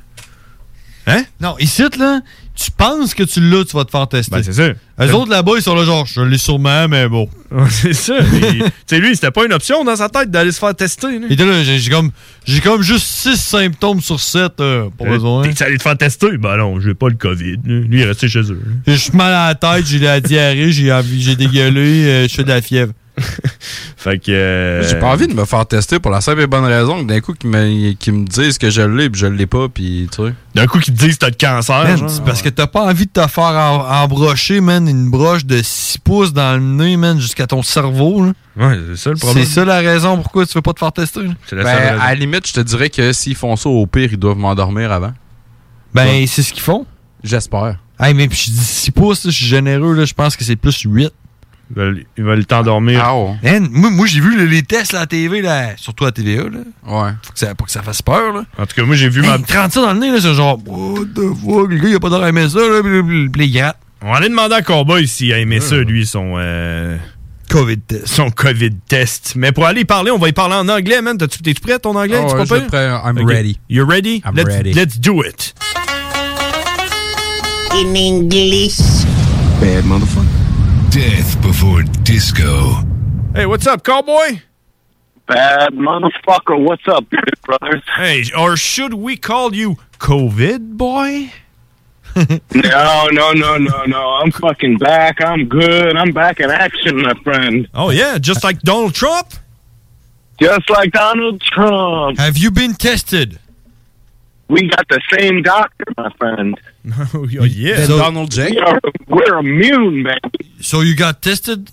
Speaker 8: Hein?
Speaker 1: Non, ici, là, tu penses que tu l'as, tu vas te faire tester.
Speaker 8: Ben, c'est sûr.
Speaker 1: Eux autres, là-bas, ils sont là, genre, je l'ai sûrement, mais bon.
Speaker 8: c'est ça. Tu sais, lui, c'était pas une option dans sa tête d'aller se faire tester. là.
Speaker 1: Et là, j'ai j'ai comme, j'ai comme juste 6 symptômes sur 7, pas
Speaker 8: Euh,
Speaker 1: besoin.
Speaker 8: T'es allé te faire tester? Ben non, j'ai pas le COVID. là. Lui, il est resté chez eux. là.
Speaker 1: Je suis mal à la tête, j'ai de la diarrhée, j'ai envie- j'ai dégueulé, euh, je fais de la fièvre.
Speaker 8: Fait que. euh,
Speaker 11: J'ai pas envie de me faire tester pour la simple et bonne raison que d'un coup, qu'ils me, qu'ils me disent que je l'ai puis je l'ai pas, puis tu sais.
Speaker 8: D'un coup, qu'ils te disent que t'as le cancer.
Speaker 1: Man, c'est parce que t'as pas envie de te faire en- embrocher, man, une broche de 6 pouces dans le nez, man, jusqu'à ton cerveau. là.
Speaker 8: Ouais, c'est ça le
Speaker 1: C'est
Speaker 11: problème.
Speaker 1: ça la raison pourquoi tu veux pas te faire tester. là.
Speaker 11: Ben, à la limite, je te dirais que s'ils font ça, au pire, ils doivent m'endormir avant.
Speaker 1: Ben, c'est ce qu'ils font.
Speaker 11: J'espère.
Speaker 1: Hey, mais puis je dis 6 pouces, là, je suis généreux, là, je pense que c'est plus 8.
Speaker 8: Ils veulent- Ils veulent t'endormir.
Speaker 11: Ah, oh.
Speaker 1: Man, moi, moi, j'ai vu là, les tests à la TV, là, surtout à TVA. Là.
Speaker 11: Ouais.
Speaker 1: Faut que ça, pour que ça fasse peur. Là.
Speaker 8: En tout cas, moi, j'ai vu
Speaker 1: Hey,
Speaker 8: ma.
Speaker 1: il te rentre ça dans le nez, là, c'est genre, what the fuck, le gars, il a pas d'air à aimer ça, là, pis les gratte.
Speaker 8: On allait demander à Cowboy s'il a aimé ça, lui, son. euh,
Speaker 1: COVID test.
Speaker 8: Son COVID test. Mais pour aller y parler, on va y parler en anglais, man. T'as-tu- T'es-tu prêt, ton anglais?
Speaker 11: Ah
Speaker 8: Tu
Speaker 11: ouais,
Speaker 8: pas
Speaker 11: je suis prêt. I'm
Speaker 8: Ok.
Speaker 11: ready.
Speaker 8: You're ready?
Speaker 11: I'm
Speaker 8: let's,
Speaker 11: ready.
Speaker 8: Let's do it.
Speaker 20: In English.
Speaker 24: Bad motherfucker. Death before disco.
Speaker 8: Hey, what's up, Cowboy?
Speaker 2: Bad motherfucker. What's up, big brothers?
Speaker 8: Hey, or should we call you COVID boy?
Speaker 2: no, no, no, no, no. I'm fucking back. I'm good. I'm back in action, my friend.
Speaker 8: Oh, yeah, just like Donald Trump?
Speaker 2: Just like Donald Trump.
Speaker 1: Have you been tested?
Speaker 2: We got the same doctor, my friend.
Speaker 8: oh, yeah.
Speaker 1: So-
Speaker 2: We are, we're immune, man.
Speaker 1: So you got tested?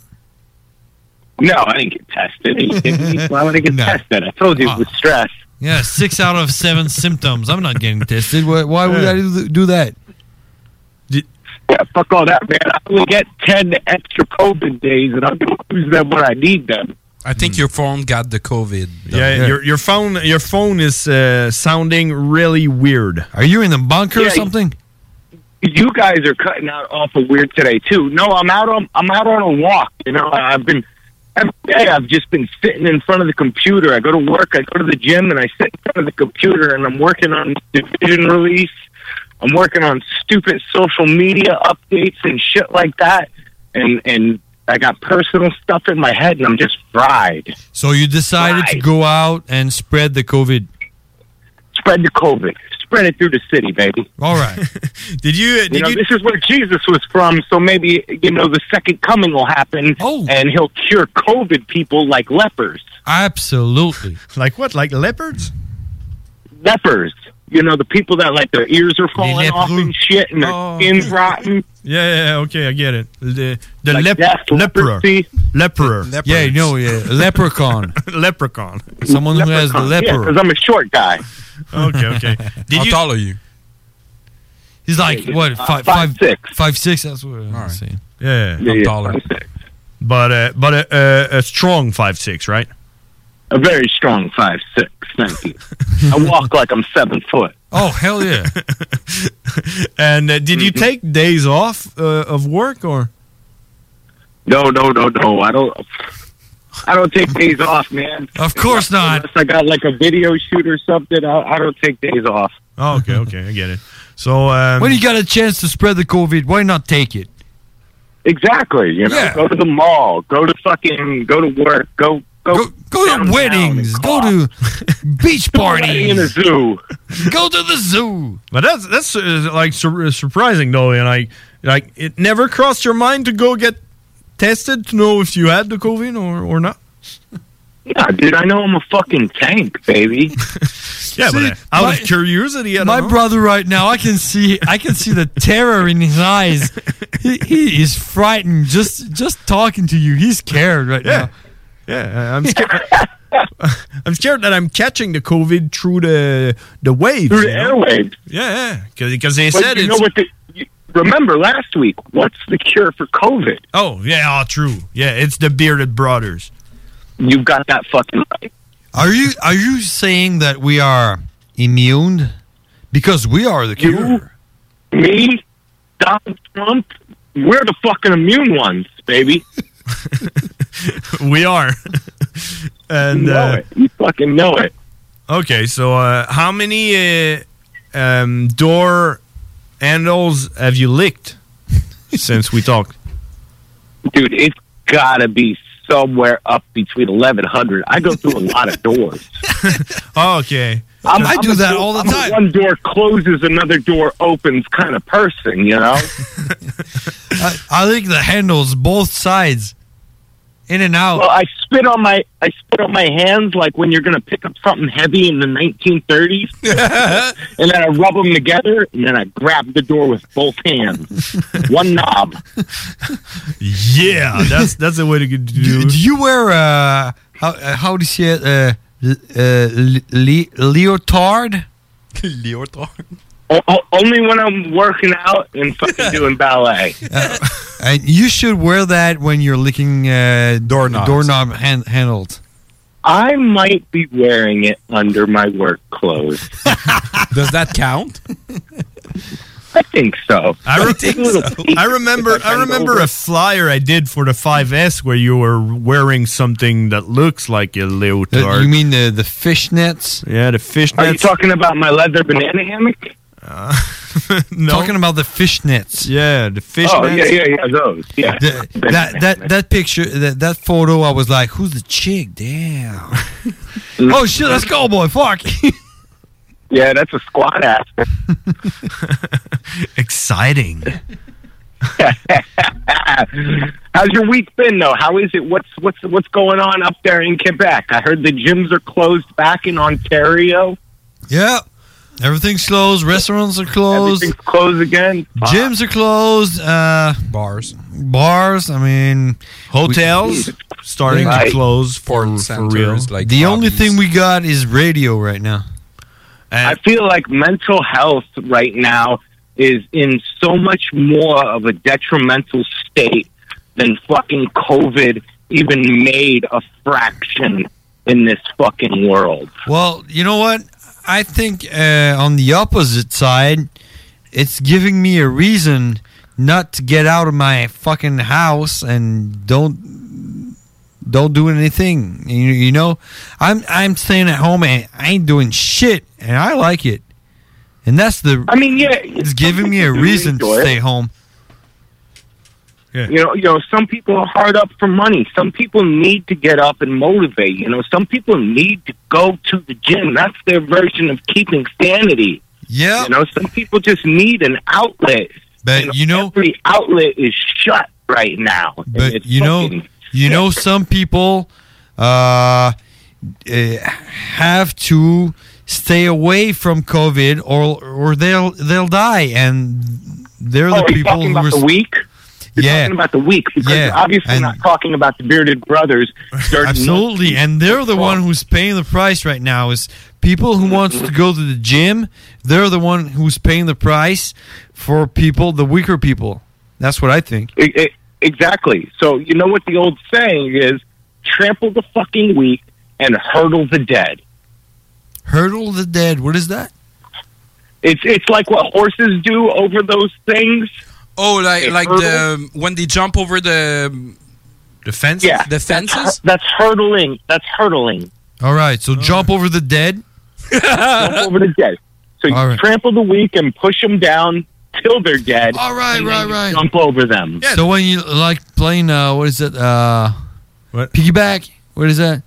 Speaker 2: No, I didn't get tested. Are you kidding me? Why would I get
Speaker 1: No.
Speaker 2: tested? I told you it
Speaker 1: Ah.
Speaker 2: was stress.
Speaker 1: Yeah, six out of seven symptoms. I'm not getting tested. Why, why would I do- do that?
Speaker 2: Yeah, fuck all that, man. I only get 10 extra COVID days, and I'm going to use them when I need them.
Speaker 11: I think your phone got the COVID.
Speaker 14: Yeah, Your, your phone your phone is uh, sounding really weird. Are you in a bunker
Speaker 2: Yeah, You guys are cutting out awful weird today too. No, I'm out on I'm out on a walk. You know, I- I've been every day. I've just been sitting in front of the computer. I go to work. I go to the gym, and I sit in front of the computer, and I'm working on division release. I'm working on stupid social media updates and shit like that. And and I got personal stuff in my head, and I'm just fried.
Speaker 8: So you decided to go out and spread the COVID.
Speaker 2: Spread the COVID. Spread it through the city, baby.
Speaker 8: All right.
Speaker 2: Did you?
Speaker 14: did
Speaker 2: know,
Speaker 14: you-
Speaker 2: this is where Jesus was from, so maybe you know the second coming will happen,
Speaker 14: Oh.
Speaker 2: and he'll cure COVID people like lepers.
Speaker 8: Absolutely.
Speaker 14: like what? Like leopards?
Speaker 2: Lepers. You know the people that like their ears are falling off and shit, and their
Speaker 14: Oh.
Speaker 2: skin's rotten.
Speaker 14: Yeah, yeah, yeah, okay, I get it. The, the
Speaker 2: Like
Speaker 14: lep-
Speaker 2: that's
Speaker 14: leper.
Speaker 2: leprosy.
Speaker 14: Leper.
Speaker 8: Yeah, no, yeah. Leprechaun.
Speaker 14: Leprechaun.
Speaker 8: Someone who has the leper.
Speaker 2: because I'm a short guy.
Speaker 14: Okay, okay. Did
Speaker 11: How
Speaker 14: you-
Speaker 11: tall are you?
Speaker 8: He's like, what,
Speaker 14: Uh, five,
Speaker 8: five, five, five, six? That's what I'm saying.
Speaker 14: Yeah,
Speaker 8: Yeah, yeah,
Speaker 14: But uh, but uh, uh, a strong five six, right?
Speaker 2: A very strong five six. Thank you. I walk like I'm seven foot.
Speaker 8: Oh hell yeah!
Speaker 14: and uh, did you
Speaker 2: Mm-hmm.
Speaker 14: take days off uh, of work or?
Speaker 2: No, no, no, no. I don't. I don't take days off, man.
Speaker 8: Of course not.
Speaker 2: Unless I got like a video shoot or something, I, I don't take days off.
Speaker 14: Oh, okay, okay, I get it. So um,
Speaker 8: when you got a chance to spread the COVID, why not take it?
Speaker 2: Exactly. You know, go to the mall, go to fucking, go to work, go go go,
Speaker 8: to weddings, go to beach parties,
Speaker 2: in a zoo,
Speaker 8: go to the zoo.
Speaker 14: But that's that's uh, like sur- surprising though, and like like it never crossed your mind to go get tested to know if you had the COVID or or not.
Speaker 2: Yeah, dude, I know I'm a fucking tank, baby.
Speaker 14: yeah,
Speaker 8: See,
Speaker 14: but I, out
Speaker 8: my-
Speaker 14: of curiosity, I
Speaker 8: My
Speaker 14: don't know.
Speaker 8: brother right now, I can see, I can see the terror in his eyes. He, he is frightened just just talking to you. He's scared right now.
Speaker 14: Yeah, I- I'm scared. I'm scared that I'm catching the COVID through the the waves,
Speaker 2: Through the
Speaker 14: you know?
Speaker 2: airwaves.
Speaker 14: Yeah, yeah, because they
Speaker 2: But
Speaker 14: said
Speaker 2: you
Speaker 14: it's.
Speaker 2: know what? The, you- remember last week? What's the cure for COVID?
Speaker 14: oh yeah, oh, true. Yeah, it's the bearded brothers.
Speaker 2: You got that fucking right.
Speaker 8: Are you are you saying that we are immune because we are the cure?
Speaker 2: Me, Donald Trump, we're the fucking immune ones, baby.
Speaker 14: we are. and
Speaker 2: You know
Speaker 14: uh,
Speaker 2: it. You fucking know it.
Speaker 14: Okay, so uh, how many uh, um, door handles have you licked since we talked?
Speaker 2: Dude, it's gotta be somewhere up between 1100. I go through a lot of doors.
Speaker 14: Oh, okay.
Speaker 2: I'm, I do that all the time. One door closes, another door opens kind of person, you know?
Speaker 8: I, I think the handles both sides, in and out.
Speaker 2: Well, I spit on my I spit on my hands like when you're gonna pick up something heavy in the 1930s, and then I rub them together, and then I grab the door with both hands, one knob.
Speaker 14: Yeah, that's that's the way to do.
Speaker 8: Do, do you wear uh, how uh, how do you say it? Uh, l- uh, le- le- leotard?
Speaker 11: leotard.
Speaker 2: O- o- only when I'm working out and fucking doing ballet.
Speaker 8: And you should wear that when you're licking uh, doorknob doorknob hand, handles.
Speaker 2: I might be wearing it under my work clothes.
Speaker 11: Does that count?
Speaker 2: I think so.
Speaker 14: I, re- I remember I remember a flyer I did for the 5S where you were wearing something that looks like a leotard.
Speaker 8: Uh, you mean the, the fishnets?
Speaker 14: Yeah, the fishnets.
Speaker 2: Are you talking about my leather banana hammock?
Speaker 8: Talking about the fishnets.
Speaker 14: Yeah, the
Speaker 2: oh yeah, yeah, yeah, those. Yeah,
Speaker 8: That that that picture that that photo I was like, who's the chick? Damn. oh shit, let's go, boy. Fuck.
Speaker 2: yeah, that's a squat ass.
Speaker 8: Exciting.
Speaker 2: How's your week been though? How is it? What's what's what's going on up there in Quebec? I heard the gyms are closed back in Ontario.
Speaker 8: Yeah. Everything's closed. Restaurants are closed.
Speaker 2: Everything's closed again.
Speaker 8: Gyms are closed. Uh, bars. Bars. I mean,
Speaker 14: Hotels starting to Right. close for- Sport for centers, real. like
Speaker 8: the only thing we got is radio right now.
Speaker 2: I feel like mental health right now is in so much more of a detrimental state than fucking COVID even made a fraction in this fucking world.
Speaker 8: Well, you know what? I think uh, on the opposite side, it's giving me a reason not to get out of my fucking house and don't don't do anything. You, you know, I'm I'm staying at home and I ain't doing shit, and I like it. And that's the.
Speaker 2: I mean, yeah,
Speaker 8: it's giving me a
Speaker 2: something to
Speaker 8: reason to
Speaker 2: enjoy.
Speaker 8: stay home.
Speaker 2: You know, you know, some people are hard up for money. Some people need to get up and motivate. You know, some people need to go to the gym. That's their version of keeping sanity.
Speaker 8: Yeah.
Speaker 2: You know, some people just need an outlet.
Speaker 8: But you know,
Speaker 2: every outlet is shut right now. And
Speaker 8: but
Speaker 2: it's
Speaker 8: you know,
Speaker 2: fucking-
Speaker 8: you know, some people uh, eh, have to stay away from COVID, or or they'll they'll die, and they're
Speaker 2: Oh,
Speaker 8: the
Speaker 2: are you
Speaker 8: people
Speaker 2: talking
Speaker 8: who
Speaker 2: about
Speaker 8: are
Speaker 2: the weak. You're
Speaker 8: Yeah.
Speaker 2: talking about the weak because
Speaker 8: Yeah,
Speaker 2: you're obviously
Speaker 8: and-
Speaker 2: not talking about the bearded brothers. dirty
Speaker 8: Absolutely,
Speaker 2: nuts.
Speaker 8: and they're the one who's paying the price right now. Is people who wants to go to the gym, they're the one who's paying the price for people, the weaker people. That's what I think.
Speaker 2: E- e- exactly. So you know what the old saying is: trample the fucking weak and hurdle the dead.
Speaker 8: Hurdle the dead. What is that?
Speaker 2: It's it's like what horses do over those things.
Speaker 11: Oh, like
Speaker 2: It
Speaker 11: like the um, when they jump over the
Speaker 8: the fence.
Speaker 11: Yeah, the
Speaker 2: That's hu-
Speaker 11: fences.
Speaker 2: That's hurdling. That's hurdling.
Speaker 8: All right, so jump over the dead.
Speaker 2: Jump over the dead. So you trample the weak and push them down till they're dead.
Speaker 8: All right,
Speaker 2: and
Speaker 8: right,
Speaker 2: then you
Speaker 8: right.
Speaker 2: Jump over them.
Speaker 8: So when you like playing, uh, what is it? Uh, what piggyback? What is that?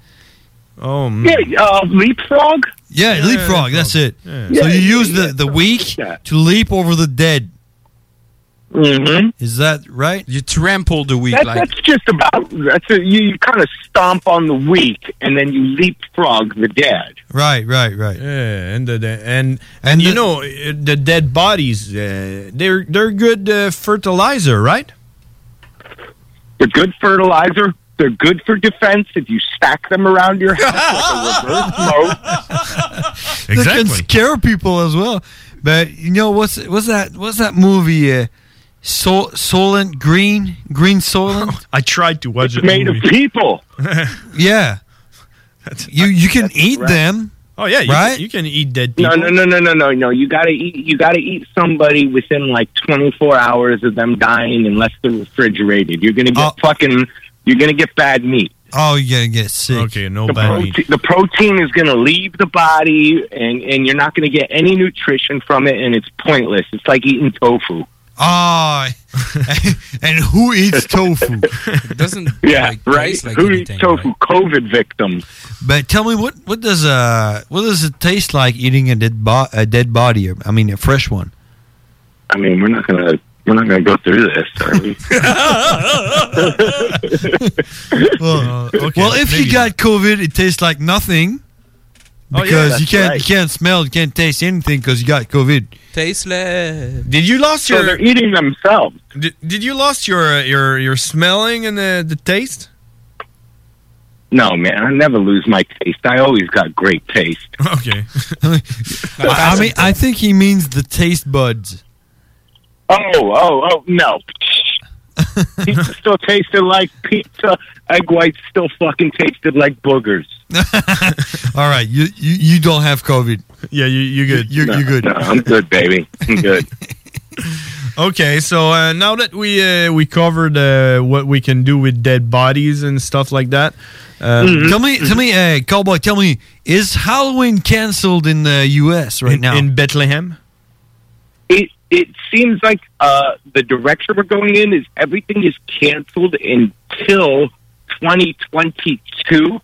Speaker 8: Oh,
Speaker 2: yeah, uh, leapfrog.
Speaker 8: Yeah,
Speaker 2: Yeah,
Speaker 8: leapfrog. That's it.
Speaker 2: Yeah.
Speaker 8: So you
Speaker 2: Yeah,
Speaker 8: use the the weak to leap over the dead.
Speaker 2: Mm-hmm.
Speaker 8: Is that right?
Speaker 11: You trample the weak.
Speaker 2: That, that's just about. That's a, you, you kind of stomp on the weak and then you leapfrog the dead.
Speaker 8: Right, right, right.
Speaker 14: Yeah, and the, the- and and you know uh, the dead bodies, uh, they're they're good uh, fertilizer, right?
Speaker 2: They're good fertilizer. They're good for defense if you stack them around your house like a reverse moat.
Speaker 8: That can scare people as well. But you know what's what's that what's that movie? Uh, Sol- Solent Green Green Solent.
Speaker 14: I tried to watch
Speaker 8: it.
Speaker 2: made of people.
Speaker 8: yeah, you you can eat
Speaker 2: right.
Speaker 8: them.
Speaker 14: Oh yeah, you,
Speaker 8: right.
Speaker 14: you can eat dead
Speaker 2: No,
Speaker 14: people.
Speaker 2: no, no, no, no, no, no. You gotta eat. You gotta eat somebody within like 24 hours of them dying, unless they're refrigerated. You're gonna get fucking. You're gonna get bad meat.
Speaker 8: Oh, you're gonna get sick. Okay, no
Speaker 2: The, prote- the protein is going to leave the body, and, and you're not going to get any nutrition from it, and it's pointless. It's like eating tofu.
Speaker 8: Ah, and who eats tofu?
Speaker 11: Doesn't
Speaker 2: Yeah, right. Who eats tofu? COVID victims.
Speaker 8: But tell me what what does uh what does it taste like eating a dead bo- a dead body? I mean, a fresh one.
Speaker 2: I mean, we're not gonna we're not gonna go through this. Are we?
Speaker 8: Well, well, if uh, you got COVID, it tastes like nothing
Speaker 11: Oh, yeah,
Speaker 8: because you
Speaker 11: that's
Speaker 8: can't
Speaker 11: right.
Speaker 8: you can't smell, you can't taste anything because you got COVID.
Speaker 11: Tasteless.
Speaker 14: Did you lost your?
Speaker 2: eating themselves.
Speaker 14: Did, did you lost your uh, your your smelling and the the taste?
Speaker 2: no, man, I never lose my taste. I always got great taste.
Speaker 14: Okay.
Speaker 8: I I mean, I think he means the taste buds.
Speaker 2: Oh, oh, oh, no. pizza still tasted like pizza. Egg whites still fucking tasted like boogers.
Speaker 8: All right, you you, you don't have COVID.
Speaker 14: Yeah, you you good.
Speaker 8: You
Speaker 2: No,
Speaker 8: you good.
Speaker 2: no, I'm good, baby. I'm good.
Speaker 14: Okay, so uh, now that we uh, we covered uh, what we can do with dead bodies and stuff like that, um,
Speaker 8: Tell me, tell me, uh, cowboy, tell me, is Halloween canceled in the U.S. right now?
Speaker 14: in Bethlehem?
Speaker 2: it it seems like uh, the direction we're going in is everything is canceled until 2022.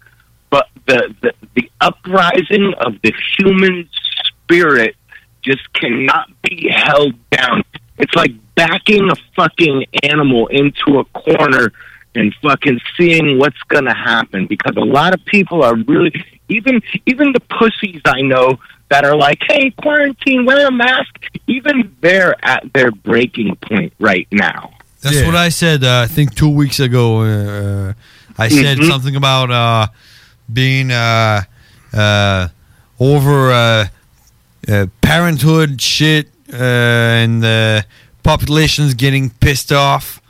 Speaker 2: But the, the the uprising of the human spirit just cannot be held down. It's like backing a fucking animal into a corner and fucking seeing what's gonna happen because a lot of people are really even even the pussies I know that are like, Hey, quarantine, wear a mask even they're at their breaking point right now.
Speaker 8: That's what I said. Uh, I think two weeks ago, uh, I said
Speaker 25: Mm-hmm.
Speaker 2: Mhm.
Speaker 8: something about uh, being uh, uh, over uh, uh, parenthood shit uh, and the population's getting pissed off.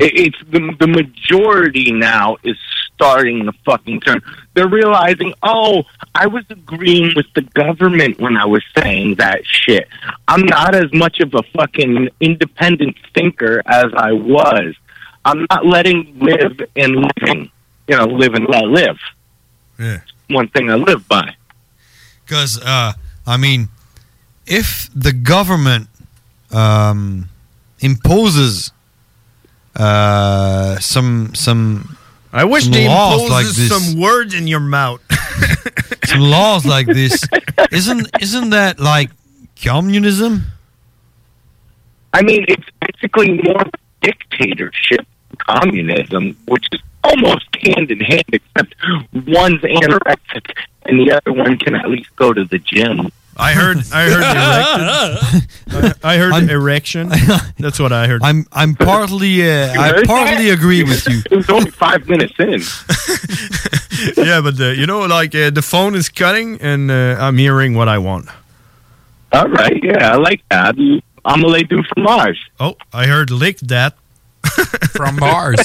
Speaker 2: It, it's the, the majority now is starting the fucking turn. They're realizing, oh, I was agreeing with the government when I was saying that shit. I'm not as much of a fucking independent thinker as I was. I'm not letting live and living, you know, live and let live.
Speaker 8: Yeah.
Speaker 2: One thing I live by.
Speaker 8: Because, uh, I mean, if the government um, imposes uh, some some,
Speaker 25: I wish
Speaker 8: some
Speaker 25: they
Speaker 8: laws
Speaker 25: imposes
Speaker 8: like this,
Speaker 25: some words in your mouth.
Speaker 8: some laws like this, isn't isn't that like communism?
Speaker 2: I mean, it's basically more dictatorship, communism, which is almost hand in hand, except one's anorexic and the other one can at least go to the gym.
Speaker 14: I heard. I heard. erected. I, I heard erection. That's what I heard.
Speaker 8: I'm I'm partly uh, I partly agree with you.
Speaker 2: It was only five minutes in.
Speaker 14: yeah, but uh, you know, like uh, the phone is cutting, and uh, I'm hearing what I want.
Speaker 2: All right, yeah, I like that. I'm a lady from Mars.
Speaker 14: Oh, I heard lick that.
Speaker 8: From Mars.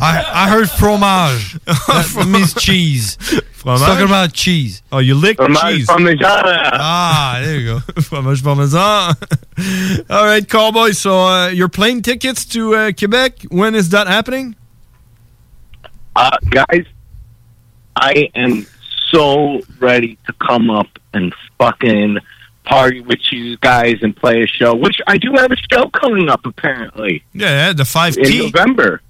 Speaker 8: I, I heard fromage. That means cheese. It's talking about cheese.
Speaker 14: Oh, you licked
Speaker 8: Fromage
Speaker 14: cheese.
Speaker 8: parmesan. Ah, there you go.
Speaker 14: fromage parmesan. All right, cowboy. So uh, your plane tickets to uh, Quebec. When is that happening?
Speaker 2: Uh, guys, I am so ready to come up and fucking party with you guys and play a show, which I do have a show coming up apparently
Speaker 14: Yeah, the five
Speaker 2: in
Speaker 14: T.
Speaker 2: November.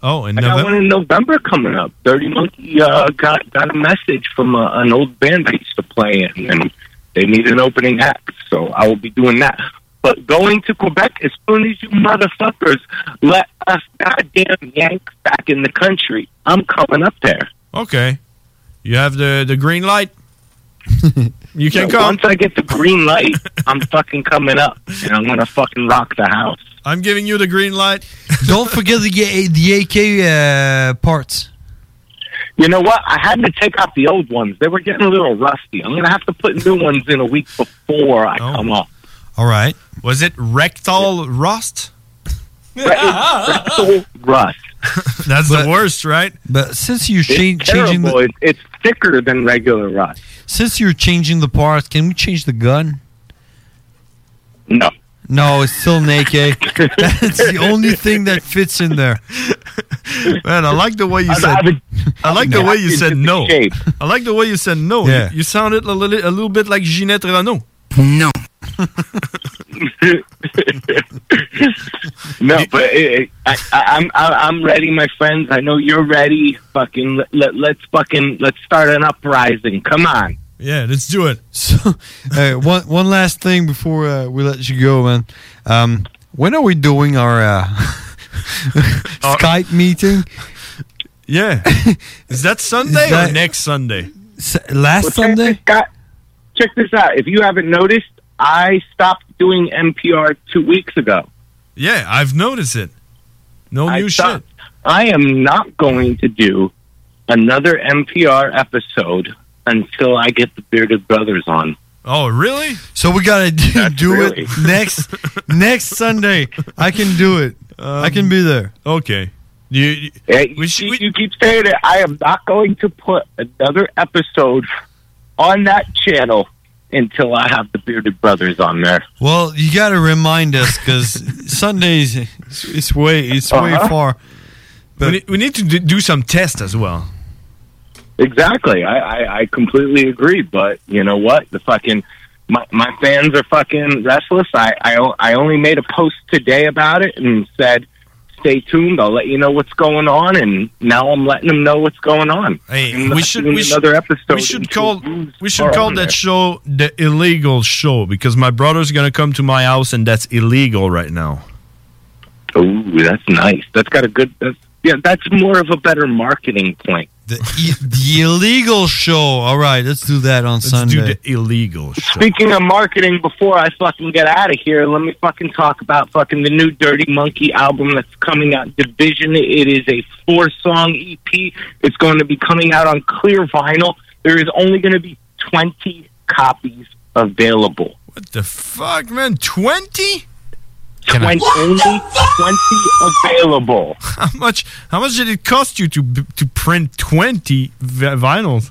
Speaker 14: Oh, in
Speaker 2: I got
Speaker 14: November.
Speaker 2: one in November coming up. Dirty Monkey uh, got got a message from a, an old band I used to play in, and they need an opening act, so I will be doing that. But going to Quebec as soon as you motherfuckers let us goddamn Yanks back in the country, I'm coming up there.
Speaker 14: Okay. You have the the green light. you can
Speaker 2: So
Speaker 14: come.
Speaker 2: Once I get the green light, I'm fucking coming up, and I'm gonna fucking rock the house.
Speaker 14: I'm giving you the green light.
Speaker 8: Don't forget the the AK uh, parts.
Speaker 2: You know what? I had to take out the old ones. They were getting a little rusty. I'm gonna have to put new ones in a week before I
Speaker 14: Oh,
Speaker 2: come up.
Speaker 8: All right.
Speaker 14: Was it rectal rust?
Speaker 2: rectal rust.
Speaker 14: That's the worst, right?
Speaker 8: But since you're
Speaker 2: It's
Speaker 8: cha- changing
Speaker 2: terrible.
Speaker 8: the
Speaker 2: It's, it's thicker than regular rust.
Speaker 8: since you're changing the parts, can we change the gun?
Speaker 2: No.
Speaker 8: No, it's still an AK. That's the only thing that fits in there.
Speaker 14: Man, I like the way you
Speaker 8: I-
Speaker 14: said.
Speaker 8: I would-
Speaker 14: I like the
Speaker 8: No.
Speaker 14: way you said no.
Speaker 8: Shape.
Speaker 14: I like the way you said no. You-
Speaker 8: Yeah.
Speaker 14: You, sounded a little, a little bit like Ginette Renault.
Speaker 8: No.
Speaker 2: No, but it, it, I, I, I'm I, I'm ready, my friends. I know you're ready. Fucking let, let, let's fucking let's start an uprising. Come on.
Speaker 14: Yeah, let's do it.
Speaker 8: So, uh, one one last thing before uh, we let you go, man. Um, when are we doing our uh, Skype meeting?
Speaker 14: Uh, Yeah, is that Sunday
Speaker 8: that-
Speaker 14: or next Sunday?
Speaker 8: last
Speaker 2: Well, check
Speaker 8: Sunday.
Speaker 2: this guy- check this out. If you haven't noticed, I stopped doing NPR two weeks ago.
Speaker 14: Yeah, I've noticed it. No
Speaker 2: I
Speaker 14: new
Speaker 2: stopped. I am not going to do another NPR episode until I get the Bearded Brothers on.
Speaker 14: Oh, really?
Speaker 8: So we gotta do, do
Speaker 2: really.
Speaker 8: it next next Sunday. I can do it. I can be there.
Speaker 14: Okay. You, you-
Speaker 2: Eh, You, you keep saying it. I am not going to put another episode on that channel until I have the Bearded Brothers on there.
Speaker 8: Well, you gotta remind us because Sundays it's, it's way it's
Speaker 2: Uh-huh.
Speaker 8: way far.
Speaker 14: we, need, we need to do- do some tests as well.
Speaker 2: Exactly. I, I, I completely agree. But you know what? The fucking my, my fans are fucking restless. I, I o- I only made a post today about it and said, "Stay tuned. I'll let you know what's going on." And now I'm letting them know what's going on.
Speaker 14: Hey,
Speaker 2: And
Speaker 14: we should
Speaker 2: doing
Speaker 14: we should,
Speaker 2: another episode.
Speaker 14: We should
Speaker 2: until
Speaker 14: call we should
Speaker 2: are
Speaker 14: call
Speaker 2: on
Speaker 14: that
Speaker 2: there.
Speaker 14: show the illegal show because my brother's gonna come to my house and that's illegal right now.
Speaker 2: Ooh, that's nice. That's got a good. That's, yeah, that's more of a better marketing point.
Speaker 8: The illegal show. All right, let's do that on Sunday.
Speaker 14: do the illegal show.
Speaker 2: Speaking of marketing, before I fucking get out of here, let me fucking talk about fucking the new Dirty Monkey album that's coming out, Division. It is a four song EP. It's going to be coming out on clear vinyl. There is only going to be 20 copies available.
Speaker 14: What the fuck, man? Twenty?
Speaker 26: Can I-
Speaker 2: When only 20 available.
Speaker 8: How much? How much did it cost you to b- to print twenty vi- vinyls?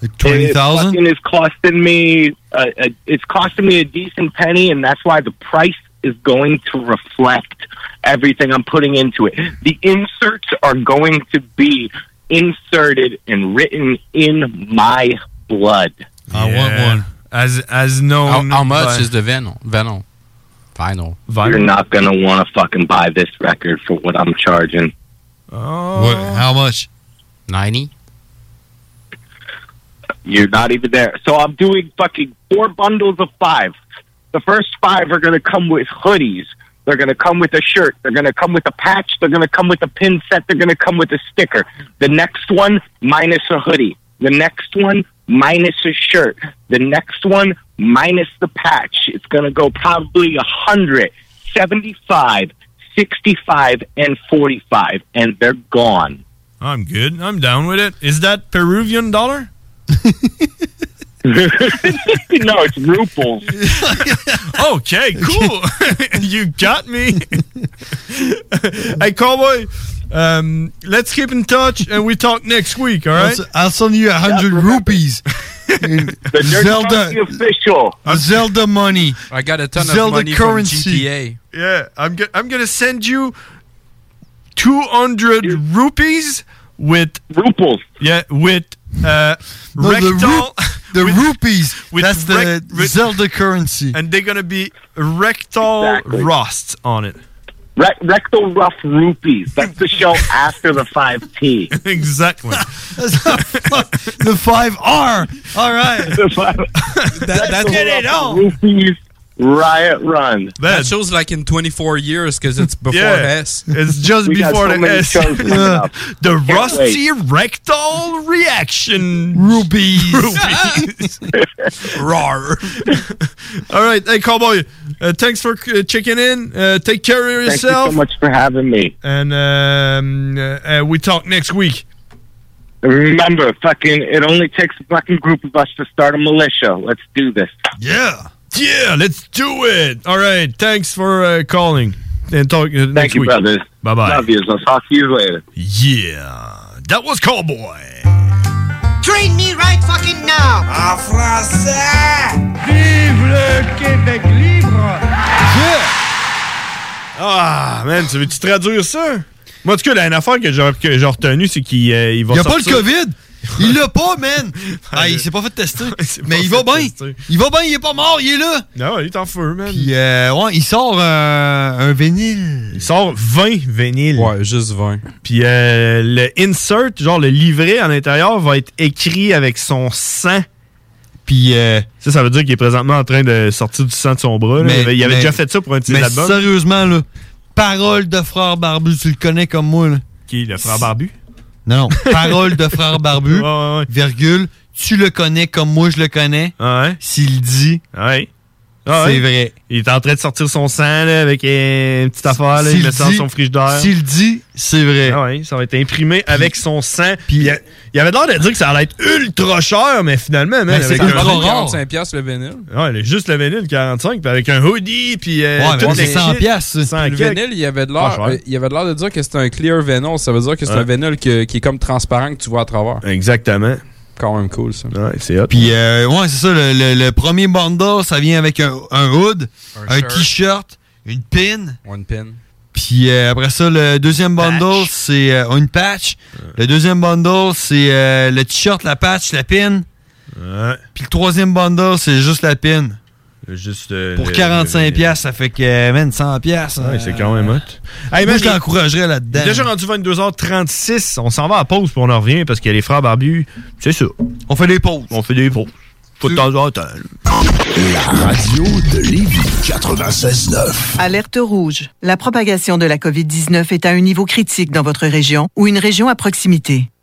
Speaker 8: Like
Speaker 2: And it fucking is costing me. Uh, a, it's costing me a decent penny, and that's why the price is going to reflect everything I'm putting into it. The inserts are going to be inserted and written in my blood.
Speaker 8: I want one. As as known.
Speaker 2: How- how much is
Speaker 11: the vinyl? Vinyl. Vinyl.
Speaker 2: You're not gonna want to fucking buy this record for what I'm charging.
Speaker 8: Oh.
Speaker 11: How much? 90.
Speaker 2: You're not even there. So I'm doing fucking four bundles of five. The first five are going to come with hoodies. They're going to come with a shirt. They're going to come with a patch. They're going to come with a pin set. They're going to come with a sticker. The next one, minus a hoodie. The next one, minus a shirt. The next one, minus the patch. It's going to go probably a hundred, seventy-five, sixty-five, and 45. And they're gone.
Speaker 8: I'm good. I'm down with it. Is that Peruvian dollar?
Speaker 2: no, it's ruples.
Speaker 8: okay, cool. you got me. hey, cowboy. Um, let's keep in touch, and we talk next week. All right.
Speaker 1: I'll, s- I'll send you a hundred rupees.
Speaker 8: The Dirt
Speaker 1: Zelda
Speaker 8: Donkey official.
Speaker 1: Zelda money.
Speaker 11: I got a ton
Speaker 1: Zelda
Speaker 11: of money from
Speaker 1: currency.
Speaker 11: GTA.
Speaker 8: Yeah, I'm go- I'm gonna send you two hundred rupees with
Speaker 2: ruples.
Speaker 8: Yeah, with uh,
Speaker 1: No, the
Speaker 8: rectal.
Speaker 1: rup- the rupees.
Speaker 8: with
Speaker 1: That's the
Speaker 8: rec- with-
Speaker 1: Zelda currency.
Speaker 8: and they're gonna be rectal
Speaker 2: Exactly.
Speaker 8: rosts on it.
Speaker 2: Re- rectal rough rupees. That's the show after the 5T.
Speaker 8: exactly.
Speaker 1: the five R. All right.
Speaker 11: that's- Get it on.
Speaker 2: Rupees riot run.
Speaker 11: That shows like in 24 years because it's before
Speaker 2: Yeah.
Speaker 11: S.
Speaker 8: It's just before the S. Yeah. the rusty rectal reaction. Rubies. Rubies. Rar. All right. Hey, Cowboy. Uh, thanks for uh, checking in. Uh, take care of
Speaker 2: Thank you so
Speaker 8: yourself.
Speaker 2: much for having me.
Speaker 8: And um, uh, uh, we talk next week.
Speaker 2: Remember, fucking, it only takes a fucking group of us to start a militia. Let's do this.
Speaker 8: Yeah. Yeah, let's do it. All right. Thanks for uh, calling and talk uh, next
Speaker 2: Thank you,
Speaker 8: week.
Speaker 2: brothers.
Speaker 8: Bye bye.
Speaker 2: Love yous. I'll talk to you later.
Speaker 8: Yeah. That was Cowboy.
Speaker 6: Train me right fucking now. En français. Vive le Québec libre.
Speaker 8: Ah, man, tu veux-tu traduire ça? Moi, en tout cas, la une affaire que j'ai, que j'ai retenue, c'est qu'il euh, il va
Speaker 1: Il n'y a pas le
Speaker 8: sortir-
Speaker 1: COVID. Il l'a pas, man. Ah, il s'est pas fait tester. Mais il va bien. Il va bien, il est pas mort, il est là.
Speaker 8: Non, il est en feu, man.
Speaker 1: Puis, euh, ouais, il sort euh, un vinyle.
Speaker 8: Il sort 20 vinyles.
Speaker 11: Ouais, juste 20.
Speaker 8: Puis euh, le insert, genre le livret à l'intérieur, va être écrit avec son sang. Puis euh, ça, ça veut dire qu'il est présentement en train de sortir du sang de son bras. là. il avait, il avait
Speaker 1: mais-
Speaker 8: déjà fait ça pour un petit
Speaker 1: mais
Speaker 8: album.
Speaker 1: Sérieusement, là, parole de frère barbu, tu le connais comme moi. Là.
Speaker 8: Qui, le frère barbu?
Speaker 1: Non, non, parole de frère barbu, virgule, tu le connais comme moi je le connais. S'il dit, c'est vrai.
Speaker 8: Il est en train de sortir son sang là, avec euh, une petite affaire. Là, il
Speaker 1: S'il
Speaker 8: met ça dans
Speaker 1: dit-
Speaker 8: son frigidaire.
Speaker 1: s'il dit, c'est vrai.
Speaker 8: oui, ça va être imprimé avec son sang. Puis il y a- il avait l'air de dire que ça allait être ultra cher, mais finalement, man, avec un-
Speaker 11: 45 piastres le vinyle.
Speaker 8: Ouais, le- juste le vinyle 45, puis avec un hoodie, puis euh,
Speaker 11: Ouais, mais
Speaker 8: toutes
Speaker 11: c'est
Speaker 8: les
Speaker 11: 100
Speaker 8: shit.
Speaker 11: piastres,
Speaker 8: 100
Speaker 11: Le
Speaker 8: quelques.
Speaker 11: vinyle, il avait de
Speaker 8: Pas
Speaker 11: l'air,
Speaker 8: cher.
Speaker 11: euh, il avait de l'air de dire que c'était un clear vinyl. Ça veut dire que c'est
Speaker 8: Ouais.
Speaker 11: un vinyle que- qui est comme transparent que tu vois à travers.
Speaker 8: Exactement.
Speaker 11: Quand même cool, ça.
Speaker 8: Ouais, c'est hot.
Speaker 1: Puis, euh, ouais, c'est ça, le, le- le premier bundle, ça vient avec un, un hood,
Speaker 11: Un
Speaker 1: un
Speaker 11: shirt.
Speaker 1: t-shirt, une pin.
Speaker 11: One pin.
Speaker 1: Puis euh, après ça, le deuxième bundle, c'est euh, une patch. Le deuxième bundle, c'est euh, le t-shirt, la patch, la pin. Puis le troisième bundle, c'est juste la pin.
Speaker 8: Juste, euh,
Speaker 1: Pour 45$, piastres, ça fait que, euh, man, 100$. piastres,
Speaker 8: Ouais,
Speaker 1: euh,
Speaker 8: c'est quand même hot.
Speaker 1: Moi, je l'encouragerais là-dedans.
Speaker 8: Déjà rendu 22h36, on s'en va à pause puis on en revient parce que les frères barbus, c'est ça.
Speaker 1: On fait des pauses.
Speaker 8: On fait des pauses. Faut de temps en temps.
Speaker 27: La radio de Lévis 96.9.
Speaker 22: Alerte rouge. La propagation de la COVID-19 est à un niveau critique dans votre région ou une région à proximité.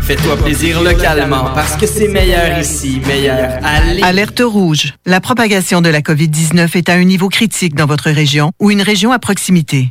Speaker 17: Fais-toi plaisir localement parce que c'est meilleur ici, meilleur à Lévis.
Speaker 22: Alerte rouge. La propagation de la COVID-19 est à un niveau critique dans votre région ou une région à proximité.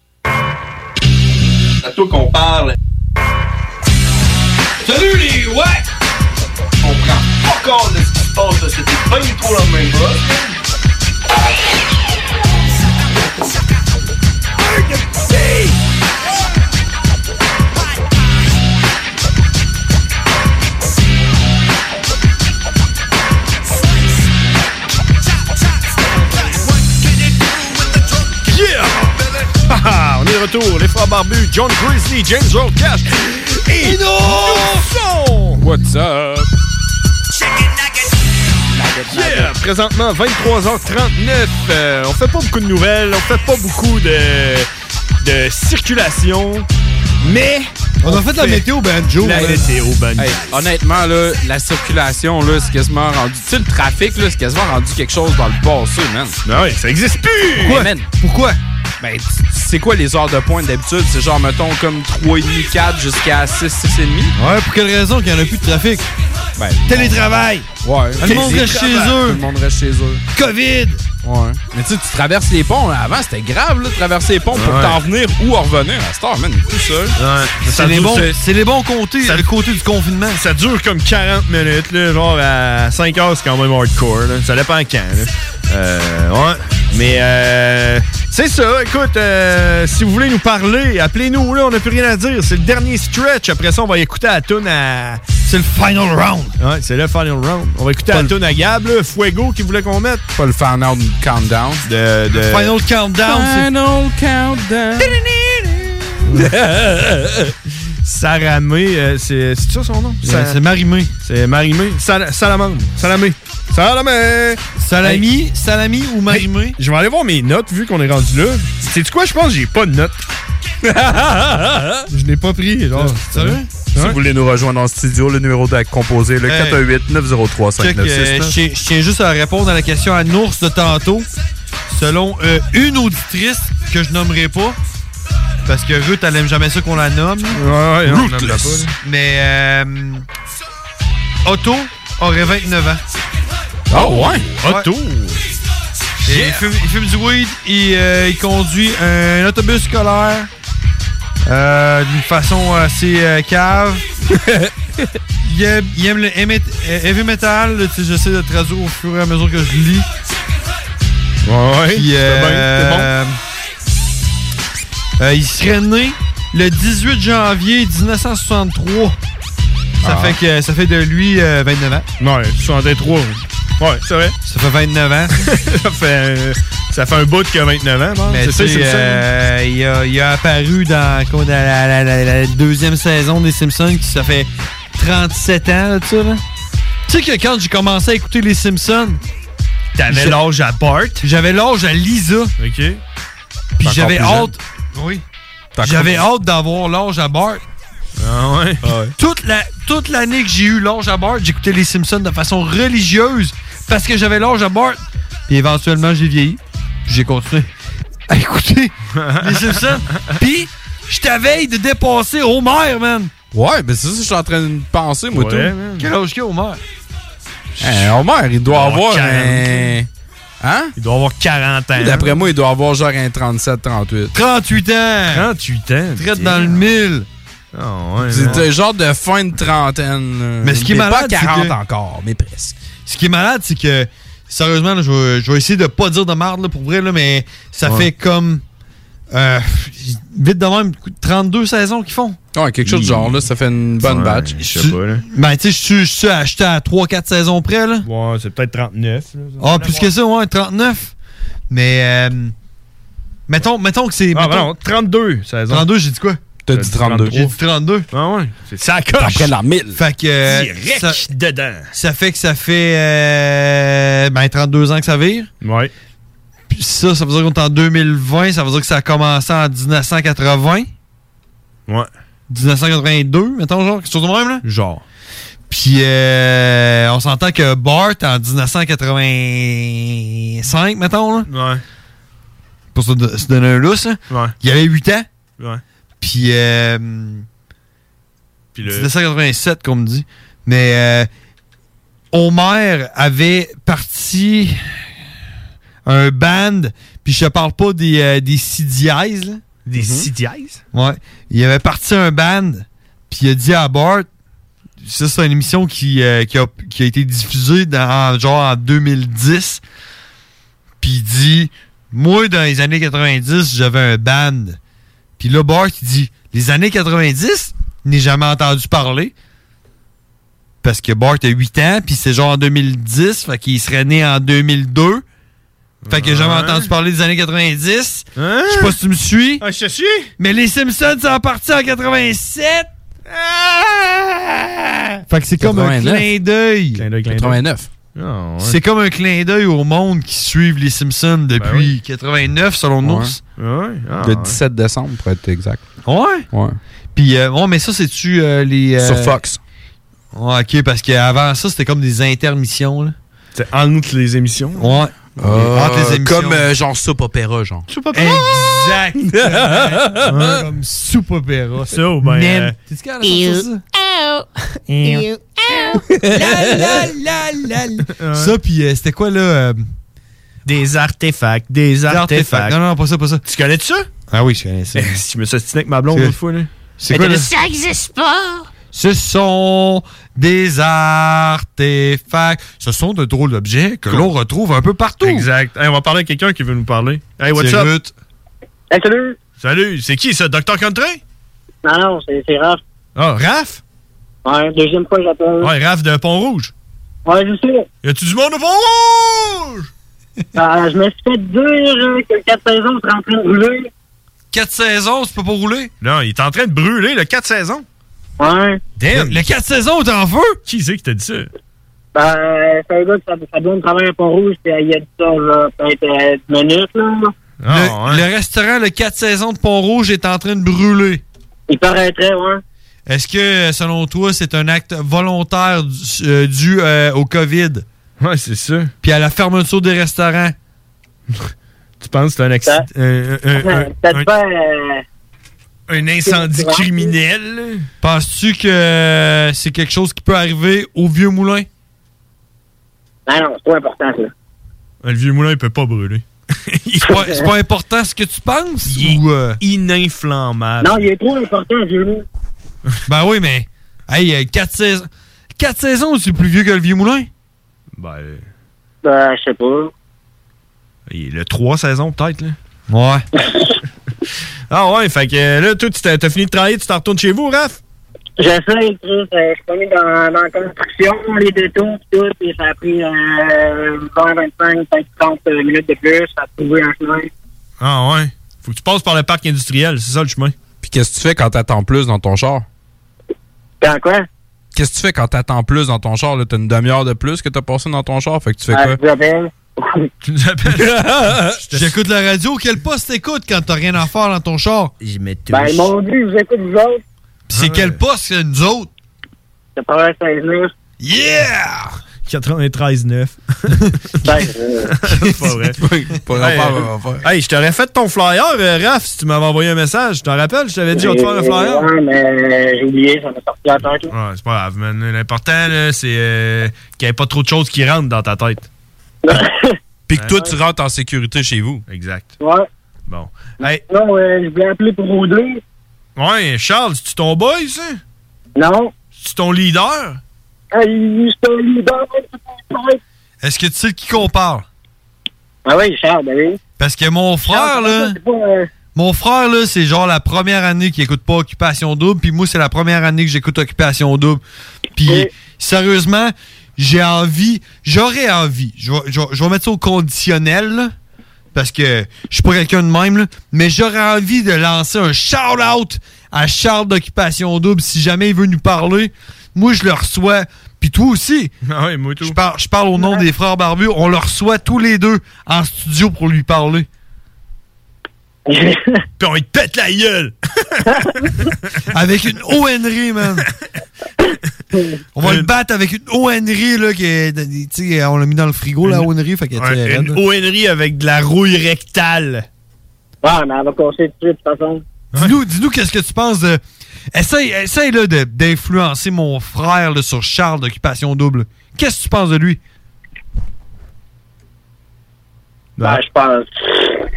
Speaker 10: C'est à toi qu'on parle. Salut les ouais! On prend pas compte de ce qui se passe, là. c'était bien trop la même
Speaker 6: Yeah! Ah, on est de retour, les frères barbus, John Grizzly, James Earl Cash et nous sommes- What's up? Yeah! Présentement, 23h39. euh, on fait pas beaucoup de nouvelles, on fait pas beaucoup de, de circulation, mais...
Speaker 8: On a fait de la météo banjo,
Speaker 6: La
Speaker 8: hein.
Speaker 6: météo banjo.
Speaker 11: Hey, honnêtement, là, la circulation, là, c'est quasiment rendu. Tu sais, le trafic, là, c'est quasiment rendu quelque chose dans le passé, man.
Speaker 6: Ben oui, ça existe plus!
Speaker 11: Pourquoi? Pourquoi? Ben, tu- tu sais quoi les heures de pointe d'habitude? C'est genre, mettons, comme 3,5, 4 jusqu'à 6, 6,5.
Speaker 8: Ouais, pour quelle raison qu'il n'y en a plus de trafic?
Speaker 11: Ben,
Speaker 8: Télétravail!
Speaker 11: Ouais.
Speaker 8: Tout le monde reste chez eux.
Speaker 11: Tout le monde reste chez eux.
Speaker 8: COVID!
Speaker 11: Ouais. Mais tu sais, tu traverses les ponts. là. Avant, c'était grave, là, de traverser les ponts pour
Speaker 8: Ouais.
Speaker 11: t'en venir ou en revenir. À Star, man, tout seul.
Speaker 8: C'est les, bons- c'est les bons côtés, le côté du confinement.
Speaker 6: Ça dure comme 40 minutes, là, genre à 5 heures, c'est quand même hardcore. là. Ça dépend quand. là. Euh, ouais. Mais euh, c'est ça. Écoute, euh, si vous voulez nous parler, appelez-nous. là, On n'a plus rien à dire. C'est le dernier stretch. Après ça, on va écouter la tune à. C'est le final round. Ouais, c'est le final round. On va écouter la tune à Gab, là, Fuego, qui voulait qu'on mette.
Speaker 11: Pas le final countdown.
Speaker 6: De, de...
Speaker 8: Final countdown, c'est-
Speaker 6: Final countdown. Saramé, euh, c'est c'est ça son nom?
Speaker 8: Euh, c'est
Speaker 6: Marimé. C'est Marimé. Sal- Salamandre. Salamé. Salamé.
Speaker 8: Salami,
Speaker 6: Salami ou Marimé? je vais aller voir mes notes vu qu'on est rendu là. C'est tu quoi? Je pense que j'ai pas de notes. je n'ai pas pris. Genre,
Speaker 8: Sérieux?
Speaker 11: Si vous voulez nous rejoindre en studio, le numéro de composé, le
Speaker 8: Hey.
Speaker 11: 418-903-5969.
Speaker 8: Check, euh, je tiens- je tiens juste à répondre à la question à Nours de tantôt. Selon euh, une auditrice que je nommerai pas, parce que Ruth, elle aime jamais ça qu'on la nomme.
Speaker 6: Ouais, ouais, on nomme la pas, là.
Speaker 8: Mais euh, Otto aurait 29 ans.
Speaker 6: Ah
Speaker 8: Oh,
Speaker 6: ouais? Otto!
Speaker 8: Et il, fume, il fume du weed, il, euh, il conduit un autobus scolaire euh, d'une façon assez euh, cave. il, aime, il aime le heavy euh, heavy metal, tu sais, j'essaie de traduire au fur et à mesure que je lis.
Speaker 6: Ouais,
Speaker 8: Puis,
Speaker 6: c'est bon,
Speaker 8: euh, euh, il serait né le 18 janvier 1963. Ça,
Speaker 6: Ah.
Speaker 8: fait, que, ça fait de lui euh, 29 ans.
Speaker 6: Ouais, 63. Ouais, c'est vrai.
Speaker 8: Ça fait 29 ans.
Speaker 6: ça fait euh,
Speaker 14: Ça fait un bout qu'il a 29 ans, bon.
Speaker 8: Mais
Speaker 14: C'est ça,
Speaker 8: tu sais,
Speaker 14: c'est le seul.
Speaker 8: euh, il, a, il a apparu dans, quoi, dans la, la- la- la deuxième saison des Simpsons, qui ça fait 37 ans, là, tu sais, là. Tu sais que quand j'ai commencé à écouter les Simpsons,
Speaker 14: T'avais
Speaker 8: je-
Speaker 14: l'âge à Bart.
Speaker 8: J'avais l'âge à Lisa.
Speaker 14: OK.
Speaker 8: Puis
Speaker 14: encore
Speaker 8: j'avais
Speaker 14: plus
Speaker 8: hâte. Oui.
Speaker 14: T'as encore
Speaker 8: J'avais
Speaker 14: plus-
Speaker 8: hâte d'avoir l'âge à Bart.
Speaker 14: Ah ouais?
Speaker 8: Toute la- toute l'année que j'ai eu l'âge à Bart, j'écoutais les Simpsons de façon religieuse parce que j'avais l'âge à Bart. Puis éventuellement, j'ai vieilli. Puis j'ai continué à écouter les Simpsons. Puis j'étais à veille de dépasser Homer, man.
Speaker 11: Ouais, ben c'est ça que je suis en train de penser, moi,
Speaker 8: Ouais,
Speaker 11: tout.
Speaker 8: man. Quel âge qu'il a, Homer?
Speaker 11: Eh, Homer, il doit avoir un... Hein?
Speaker 14: Il doit avoir 40 ans.
Speaker 11: D'après moi, il doit avoir genre un 37-38.
Speaker 8: 38 hein. ans!
Speaker 14: 38 ans.
Speaker 8: Traite dans le mille.
Speaker 11: C'est
Speaker 8: ouais.
Speaker 11: un genre de fin de trentaine. là.
Speaker 8: Mais ce qui est malade,
Speaker 11: Mm. pas
Speaker 8: c'est
Speaker 11: 40
Speaker 8: que-
Speaker 11: encore, mais presque.
Speaker 8: Ce qui est malade, c'est que, sérieusement, là, je vais- je vais essayer de pas dire de merde là, pour vrai, là, mais ça
Speaker 11: Ouais.
Speaker 8: fait comme. euh, vite de même, 32 saisons qu'ils font.
Speaker 11: Ouais, quelque chose de genre, là, ça fait une bonne
Speaker 8: Ouais,
Speaker 11: batch.
Speaker 8: je sais pas, là. Ben, tu sais, je suis- je suis acheté à 3-4 saisons près, là.
Speaker 14: Ouais, c'est peut-être 39. là.
Speaker 8: Ah, plus que ça, ouais, 39. Mais, euh, mettons, mettons que c'est.
Speaker 14: Ah,
Speaker 8: mettons-
Speaker 14: non, 32 saison.
Speaker 8: 32, j'ai dit quoi?
Speaker 14: T'as dit 32.
Speaker 8: J'ai dit 32.
Speaker 14: Ah ouais. Ça coche.
Speaker 8: Après la
Speaker 11: 1000.
Speaker 8: Fait que. euh,
Speaker 14: Direct
Speaker 8: ça-
Speaker 14: dedans.
Speaker 8: Ça fait que ça fait euh, ben 32 ans que ça vire.
Speaker 14: Ouais.
Speaker 8: Puis ça, ça veut dire qu'on est en 2020, ça veut dire que ça a commencé en 1980.
Speaker 14: Ouais.
Speaker 8: 1982, mettons, genre, quelque chose de même, là?
Speaker 14: Genre.
Speaker 8: Puis, euh, on s'entend que Bart, en 1985, mettons, là,
Speaker 14: Ouais.
Speaker 8: pour se, don- se donner un lousse, là,
Speaker 14: Ouais.
Speaker 8: il y avait 8 ans.
Speaker 14: Ouais.
Speaker 8: Puis, euh,
Speaker 14: Puis le-
Speaker 8: 1987, qu'on me dit. Mais euh, Homer avait parti un band, puis je te parle pas des, euh, des CDIs. là. Mhm.
Speaker 14: Des CDIs?
Speaker 8: Ouais. Il avait parti un band, puis il a dit à Bart, ça c'est une émission qui, euh, qui, a, qui a été diffusée dans, en- genre en 2010, puis il dit, moi dans les années 90, j'avais un band. Puis là, Bart, il dit, les années 90, il n'est jamais entendu parler. Parce que Bart a 8 ans, puis c'est genre en 2010, fait qu'il serait né en 2002. Fait que j'ai jamais
Speaker 14: Ouais. Hein?
Speaker 8: entendu parler des années 90. Je sais pas si tu me suis.
Speaker 14: Ah, je te suis.
Speaker 8: Mais les Simpsons sont partis en 87. Fait que c'est comme un
Speaker 14: 89.
Speaker 8: clin d'œil.
Speaker 14: Ah! Clin d'œil, clin d'œil. 89. Ah, ouais. Ben
Speaker 8: C'est comme un clin d'œil au monde qui suivent les Simpsons depuis
Speaker 14: oui. ah,
Speaker 8: 89, selon nous.
Speaker 11: Ouais.
Speaker 8: Ah,
Speaker 11: le 17 décembre, pour être exact.
Speaker 8: Ouais.
Speaker 11: Ouais.
Speaker 8: Puis, euh, ouais, mais ça, c'est-tu euh, les. euh,
Speaker 11: Sur Fox.
Speaker 8: Ouais, ok, parce qu'avant ça, c'était comme des intermissions. là.
Speaker 14: C'est entre les émissions.
Speaker 8: Ouais. Entre les émissions.
Speaker 11: Euh, comme genre soupe opéra, genre.
Speaker 8: Exact.
Speaker 14: Ouais.
Speaker 8: comme soupe opéra.
Speaker 14: Ça, ou ben,
Speaker 8: Nem-
Speaker 14: euh,
Speaker 8: T'es-tu capable de faire ça, ça? Ew. Ça, puis euh, c'était quoi, là?
Speaker 14: Des artefacts, des artefacts.
Speaker 8: artefacts. Non, non, pas ça, pas ça.
Speaker 14: Tu connais ça?
Speaker 8: Ah oui, je connais ça.
Speaker 14: Si je me suis astiné avec ma blonde
Speaker 8: C'est-
Speaker 14: l'autre fois, là.
Speaker 8: C'est quoi, là?
Speaker 3: existe pas!
Speaker 8: Ce sont des artefacts. Ce sont de drôles d'objets que l'on retrouve un peu partout.
Speaker 14: Exact. Hey, on va parler à quelqu'un qui veut nous parler. Hey, what's
Speaker 8: C'est
Speaker 14: up?
Speaker 8: Ruth.
Speaker 14: salut. Salut. C'est qui, ça? Docteur Country?
Speaker 20: Non, non, c'est c'est Raph.
Speaker 14: Ah, Raph?
Speaker 20: Ouais, deuxième fois que j'appelle.
Speaker 14: Ouais, Raph de Pont-Rouge.
Speaker 20: Ouais, je sais.
Speaker 14: Y a-tu du monde au Pont-Rouge?
Speaker 20: Euh, je me suis fait dire euh, que 4 saisons seraient en train de rouler.
Speaker 8: 4 saisons, tu peux pas rouler?
Speaker 14: Non, il est en train de brûler le 4 saisons.
Speaker 20: Ouais.
Speaker 14: Damn.
Speaker 8: Le 4 saisons, t'es en feu?
Speaker 14: Qui c'est qui t'a dit ça?
Speaker 20: Ben, euh, c'est un gars qui sa, sa blonde travaille à Pont-Rouge, puis il y a dit ça, là, peut-être euh, 10 minutes, là.
Speaker 14: Ah,
Speaker 8: le, le restaurant Le 4 saisons de Pont-Rouge est en train de brûler.
Speaker 20: Il paraîtrait, ouais.
Speaker 8: Est-ce que, selon toi, c'est un acte volontaire du- euh, dû euh, au COVID?
Speaker 14: Ouais, c'est ça.
Speaker 8: Puis à la fermeture des restaurants?
Speaker 14: Tu penses que c'est un accident? un- un-
Speaker 8: euh,
Speaker 14: un-
Speaker 20: Peut-être pas... euh,
Speaker 14: un incendie criminel?
Speaker 8: Penses-tu que c'est quelque chose qui peut arriver au vieux moulin?
Speaker 20: Ben non, c'est pas important, ça.
Speaker 14: Le vieux moulin, il peut pas brûler.
Speaker 8: C'est pas, c'est pas important ce que tu penses? ou, euh, Uh,
Speaker 14: Ininflammable.
Speaker 20: Non, il est trop important, vieux moulin.
Speaker 8: Ben oui, mais. Hey, euh, 4 saisons. 4 saisons, c'est plus vieux que le vieux moulin?
Speaker 14: Ben,
Speaker 20: Ben, je sais pas.
Speaker 14: il a trois saisons, peut-être, là.
Speaker 8: Ouais.
Speaker 14: ah ouais, fait que euh, là, toi, tu t'as t'as fini de travailler, tu t'en retournes chez vous, Raph?
Speaker 20: J'essaie, Chris. euh, Je suis tombé dans, dans la construction, les détours, pis tout, et ça a pris euh, 20, 25, 5, 30 minutes de plus à trouver un chemin.
Speaker 14: Ah ouais. Faut que tu passes par le parc industriel, c'est ça le chemin.
Speaker 11: Puis qu'est-ce que tu fais quand t'attends plus dans ton char?
Speaker 20: T'as quoi?
Speaker 11: Qu'est-ce que tu fais quand t'attends plus dans ton char? là? T'as une demi-heure de plus que t'as passé dans ton char, fait que tu fais
Speaker 20: Ah,
Speaker 11: quoi?
Speaker 20: je vous appelle.
Speaker 11: Tu nous appelles?
Speaker 8: J'écoute la radio. Quel poste t'écoutes quand t'as rien à faire dans ton char? Je mets
Speaker 20: Ben, ils m'ont dit, je vous écoute vous autres.
Speaker 8: C'est quel poste,
Speaker 14: Ah
Speaker 8: euh, nous autres?
Speaker 20: C'est pas vrai, 16 minutes.
Speaker 8: Yeah!
Speaker 14: 93.9.
Speaker 20: Ben,
Speaker 14: pas vrai.
Speaker 11: pas
Speaker 14: hey,
Speaker 11: grand-père,
Speaker 14: euh,
Speaker 11: grand-père.
Speaker 14: hey, je t'aurais fait ton flyer, euh, Raph, si tu m'avais envoyé un message. Je t'en rappelle, je t'avais dit, on va te faire le flyer.
Speaker 20: Ouais, mais j'ai oublié, ça m'a sorti la tête. là.
Speaker 14: Ouais, c'est pas grave, man. L'important, là, c'est euh, qu'il n'y ait pas trop de choses qui rentrent dans ta tête.
Speaker 11: Puis que toi, tu rentres en sécurité chez vous.
Speaker 14: Exact.
Speaker 20: Ouais.
Speaker 14: Bon.
Speaker 20: Non, euh, je voulais appeler pour rouler.
Speaker 14: Ouais, Charles, c'est-tu ton boy, ça?
Speaker 20: Non.
Speaker 14: C'est ton leader?
Speaker 20: Hey, c'est un leader, c'est pas vrai.
Speaker 8: Est-ce que tu sais de qui qu'on parle?
Speaker 20: Ah oui, Charles, ben oui.
Speaker 8: Parce que mon frère, là. Mon frère, là, c'est genre la première année qu'il écoute pas Occupation Double, puis moi, c'est la première année que j'écoute Occupation Double. Puis, sérieusement, j'ai envie, j'aurais envie, je vais- je vais je vais mettre ça au conditionnel, là, parce que je suis pas quelqu'un de même, là, mais j'aurais envie de lancer un shout-out à Charles d'Occupation Double si jamais il veut nous parler. Moi, je le reçois, puis toi aussi. Je parle, je parle au nom des frères Barbus, on le reçoit tous les deux en studio pour lui parler.
Speaker 14: Puis on lui pète la gueule!
Speaker 8: avec une ONRI, man. On va le battre avec une ONRI, là, qui est, tu sais, on l'a mis dans le frigo, la ONRI, fait qu'elle était
Speaker 14: Ouais, une
Speaker 8: raide.
Speaker 14: ONRI avec de la rouille rectale.
Speaker 20: Ah, mais elle va casser tout de suite, de toute façon.
Speaker 8: Dis-nous, dis-nous qu'est-ce que tu penses de... Essaye, essaye, là, de- d'influencer mon frère, là, sur Charles d'Occupation Double. Qu'est-ce que tu penses de lui?
Speaker 20: Ben, je pense.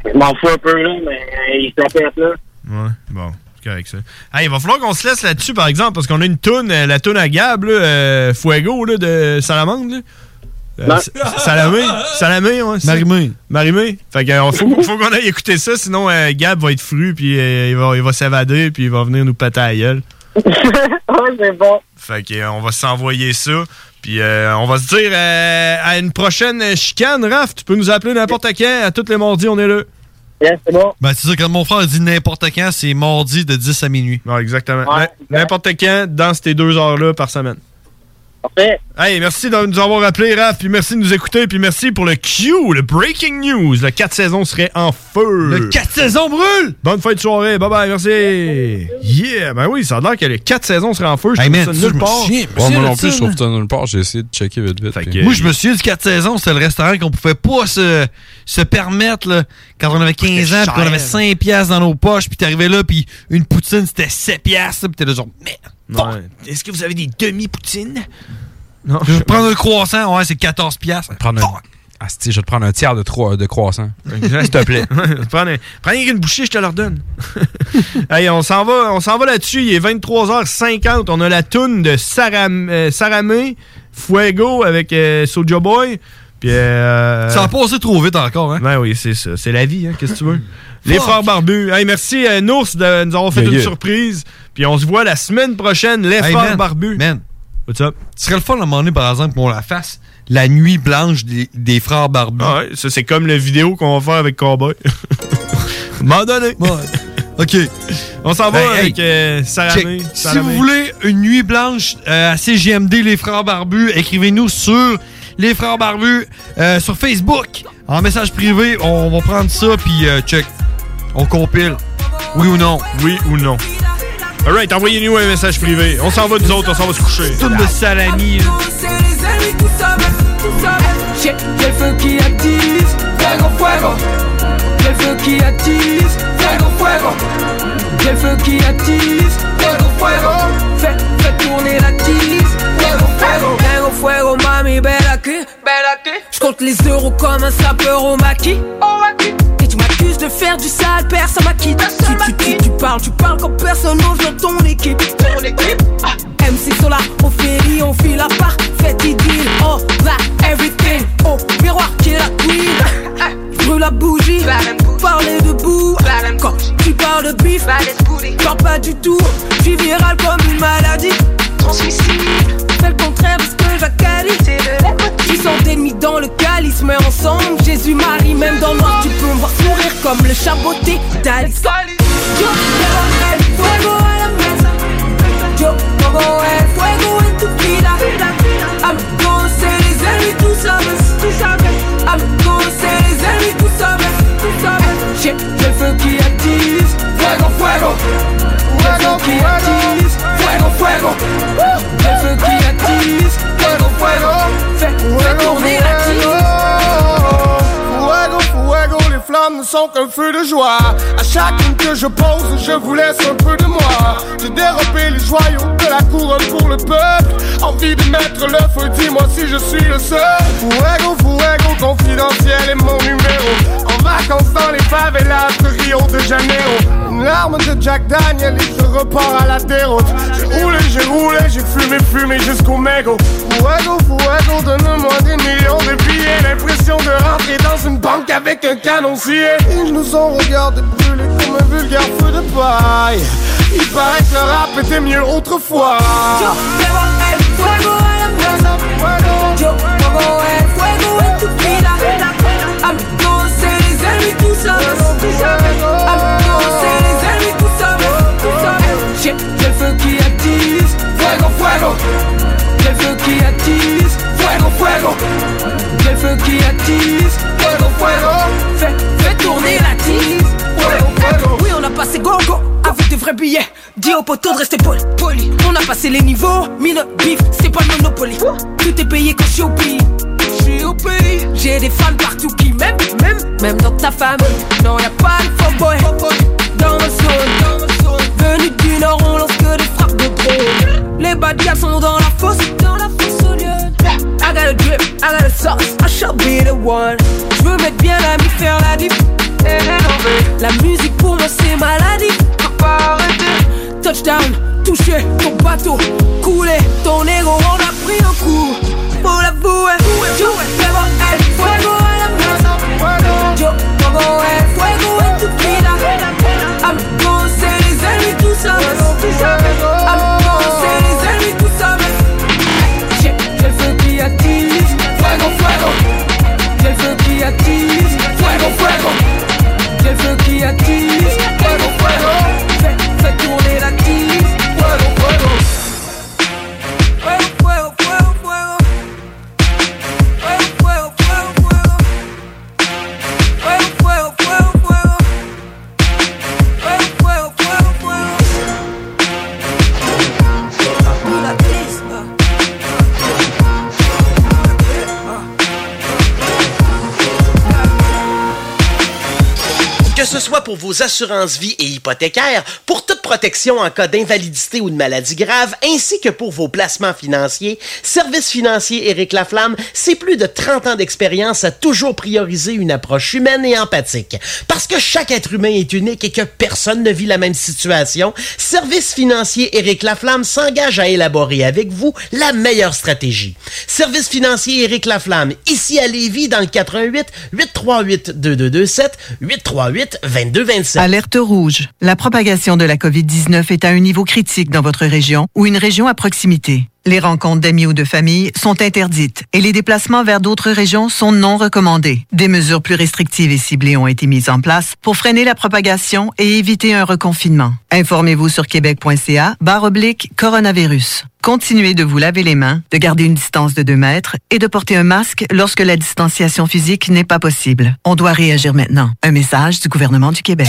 Speaker 20: Je m'en fous un peu, là, mais il se la pète, là.
Speaker 14: Ouais, bon, c'est correct ça. Hey, il va falloir qu'on se laisse là-dessus, par exemple, parce qu'on a une toune, euh, la toune à Gab, là, euh, Fuego, là, de Salamande, là. Euh,
Speaker 20: Non.
Speaker 14: S- Salamé, Salamé, ouais. c'est-
Speaker 8: Marimé.
Speaker 14: Marimé. Fait que, euh, faut, faut qu'on aille écouter ça, sinon euh, Gab va être fru, puis euh, il va, il va s'évader, puis il va venir nous péter à la gueule.
Speaker 20: ouais, c'est bon.
Speaker 14: Fait que, euh, on va s'envoyer ça, puis euh, on va se dire euh, à une prochaine chicane, Raph. Tu peux nous appeler n'importe quand, à tous les mardis, on est là.
Speaker 20: Yes, c'est bon.
Speaker 8: Ben, c'est ça, quand mon frère dit n'importe quand, c'est mardi de 10 à minuit.
Speaker 14: Ouais, exactement. N- N'importe quand, dans ces deux heures-là par semaine.
Speaker 20: Parfait.
Speaker 14: Hey, merci de nous avoir appelés, Raph, puis merci de nous écouter, puis merci pour le Q, le Breaking News. Le 4 saisons serait en feu.
Speaker 8: Le quatre saisons brûle!
Speaker 14: Bonne fin de soirée, bye bye, merci. Yeah, ben oui, ça a l'air que le 4 saisons serait en feu. Je
Speaker 8: Hey,
Speaker 14: trouve
Speaker 8: man,
Speaker 14: ça
Speaker 8: ça, je
Speaker 14: nulle
Speaker 8: me
Speaker 14: part.
Speaker 8: souviens,
Speaker 11: Ouais, moi non plus, je trouve ça nulle part. J'ai essayé de checker vite vite. puis-
Speaker 8: Moi, je me souviens du 4 saisons, c'était le restaurant qu'on pouvait pas se, se permettre là, quand on avait 15 ans, puis qu'on avait 5 piastres dans nos poches, puis t'arrivais là, puis une poutine, c'était 7 piastres, là, puis t'es là genre, merde, fuck.
Speaker 1: Est-ce que vous avez des demi-poutines?
Speaker 8: je vais prendre un croissant, ouais, c'est 14 piastres.
Speaker 11: Prendre un- Asti, Ah, je vais te prendre un tiers de, trois, de croissant. S'il te plaît.
Speaker 14: prends, un- prends rien qu'une bouchée, je te la redonne. hey, on s'en va, on s'en va là-dessus. Il est 23h50. On a la toune de Saram, euh, Saramé, Fuego avec euh, Soulja Boy. Puis, euh,
Speaker 8: Ça a passé trop vite encore, hein?
Speaker 14: Ben oui, c'est ça. C'est la vie, hein, qu'est-ce que tu veux? Les frères barbus. Hey, merci à Nours de nous avoir fait
Speaker 8: Yeah,
Speaker 14: une
Speaker 8: yeah.
Speaker 14: surprise. Puis on se voit la semaine prochaine, les frères
Speaker 8: man,
Speaker 14: barbus.
Speaker 8: Man.
Speaker 14: What's up?
Speaker 8: Ce serait le fun à un moment donné, par exemple, qu'on la fasse la nuit blanche des, des frères barbus.
Speaker 14: Ah ouais, ça, c'est comme la vidéo qu'on va faire avec Cowboy. M'en donner.
Speaker 8: OK.
Speaker 14: On s'en va
Speaker 8: Ben, hey,
Speaker 14: avec euh, Saramé.
Speaker 8: Check. Si
Speaker 14: Saramé.
Speaker 8: vous voulez une nuit blanche euh, à CGMD, les frères barbus, écrivez-nous sur les frères barbus euh, sur Facebook. En message privé, on va prendre ça, puis euh, check. On compile. Oui ou non?
Speaker 14: Oui ou non? Alright, envoyez-nous un message privé. On s'en va, nous autres, on s'en va se coucher.
Speaker 8: Tourne de salami.
Speaker 28: C'est les amis, tout ça, mais tout ça, mais J'ai le feu qui attise, fuego, fuego. J'ai le feu qui attise, fuego, fuego. J'ai le feu qui attise, fuego, fuego. Fais, fais tourner la tise, fuego, fuego. Fuego, fuego, mami, belle aquí, belle aquí. J'compte les euros comme un sapeur au maquis. Au maquis. Et tu m'accuses de faire du sale, personne m'acquitte. Tu, tu, tu, tu parles, tu parles comme personne n'ose dans ton équipe. Ah, Ton équipe. MC Sola, on féerie, on file à part, faites idylle. Oh, that everything. Au miroir qui est la Ah, queen. Brûle la bougie, parler debout. Quand tu parles de pif, dors pas du tout, je suis viral comme une maladie. Transmissible, fais le contraire parce que j'accalise. Tu sens d'ennemis dans le calice, mais ensemble, Jésus, Marie, même dans le noir, tu peux me voir sourire comme le chat beauté d'Alice. Yo, yo, el fuego a la mesa. Yo, pongo el fuego en tu vida. I'm gonna say les ennemis, tout ça, tout ça. I'm gonna say les ennemis, tout ça, tout ça. J'ai le feu qui attise. Fuego, fuego. Le feu qui attise. Fuego, fuego. Le feu qui attise. Fuego, fuego. Fais, fais tourner la tise.
Speaker 3: Fuego, fuego, les flammes ne sont qu'un feu de joie. À chaque ligne que je pose, je vous laisse un peu de moi. J'ai dérobé les joyaux de la couronne pour le peuple. Envie de mettre le feu, dis-moi si je suis le seul. Fuego, fuego, confidentiel est mon numéro. En vacances dans les favelas de Rio de Janeiro. Une larme de Jack Daniel et je repars à la déroute. J'ai roulé, j'ai roulé, j'ai fumé, fumé jusqu'au mégot. Fuego, fuego, donne-moi des millions de billets. L'impression de rentrer dans une banque avec un canoncier. Ils nous ont regardé brûler comme un vulgaire feu de paille. Il paraît que le rap était mieux autrefois.
Speaker 28: Fuego a la plaza. Yo pongo el fuego en tu vida. I'm gonna say les ennemis, tout ça. I'm gonna say les ennemis, tout ça. Tout ça. J'ai le feu qui attise. Fuego, fuego. J'ai le feu qui attise. Fuego, fuego. J'ai le feu qui attise. Fuego, fuego. Fais, fais tourner la tise. Oui, on a passé gogo avec de vrais billets. Dis aux poteaux de rester poli. poli. On a passé les niveaux, mine bif, c'est pas le Monopoly. Tout est payé quand je suis au pays. Je suis au pays. J'ai des fans partout qui m'aiment, même, même dans ta famille. Non, y'a pas de faux boy. Dans ma zone, Venu du nord, on lance que des frappes de drone. Les bad guys sont dans la fosse, dans la fosse au I got a drip, I got a sauce, I shall be the one. Je veux mettre bien la mi, faire la diff. Eh, La musique pour moi c'est maladie. Faut pas arrêter. Touchdown, touché ton bateau, coulé ton héros, on a pris un coup. Pour la bouée, yo llevo el fuego a la plaza. Yo pongo el fuego en tu vida. I'm gonna say les ennemis tout ça. I'm gonna say les ennemis tout ça. J'ai le feu qui attise, fuego, fuego. J'ai le feu qui attise, fuego, fuego. J'ai le feu qui attise, fuego, fuego. Fais, fais tourner la tise, fuego, fuego. Fuego, fuego, fuego, fuego. Fuego, fuego, fuego, fuego. Fuego, fuego, fuego, fuego. Fuego, fuego, fuego, fuego. Pour la tise, ah.
Speaker 18: Que ce soit pour vos assurances vie et hypothécaires, pour toute protection en cas d'invalidité ou de maladie grave, ainsi que pour vos placements financiers, Service financier Éric Laflamme, c'est plus de 30 ans d'expérience à toujours prioriser une approche humaine et empathique. Parce que chaque être humain est unique et que personne ne vit la même situation, Service financier Éric Laflamme s'engage à élaborer avec vous la meilleure stratégie. Service financier Éric Laflamme, ici à Lévis dans le 88 838 2227 838 2227.
Speaker 22: Alerte rouge. La propagation de la COVID-19 est à un niveau critique dans votre région ou une région à proximité. Les rencontres d'amis ou de famille sont interdites et les déplacements vers d'autres régions sont non recommandés. Des mesures plus restrictives et ciblées ont été mises en place pour freiner la propagation et éviter un reconfinement. Informez-vous sur québec.ca barre oblique coronavirus. Continuez de vous laver les mains, de garder une distance de 2 mètres et de porter un masque lorsque la distanciation physique n'est pas possible. On doit réagir maintenant. Un message du gouvernement du Québec.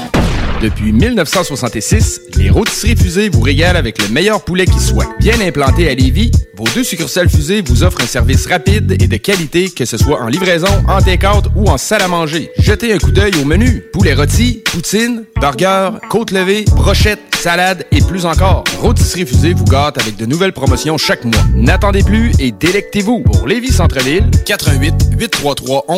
Speaker 11: Depuis 1966, les rôtisseries fusées vous régalent avec le meilleur poulet qui soit. Bien implanté à Lévis, vos deux succursales fusées vous offrent un service rapide et de qualité, que ce soit en livraison, en take-out ou en salle à manger. Jetez un coup d'œil au menu. Poulet rôti, poutine, burger, côte levée, brochette, salade et plus encore. Rôtisserie fusée vous gâte avec de nouvelles promotions chaque mois. N'attendez plus et délectez-vous. Pour Lévis Centre-Ville, 88 833 11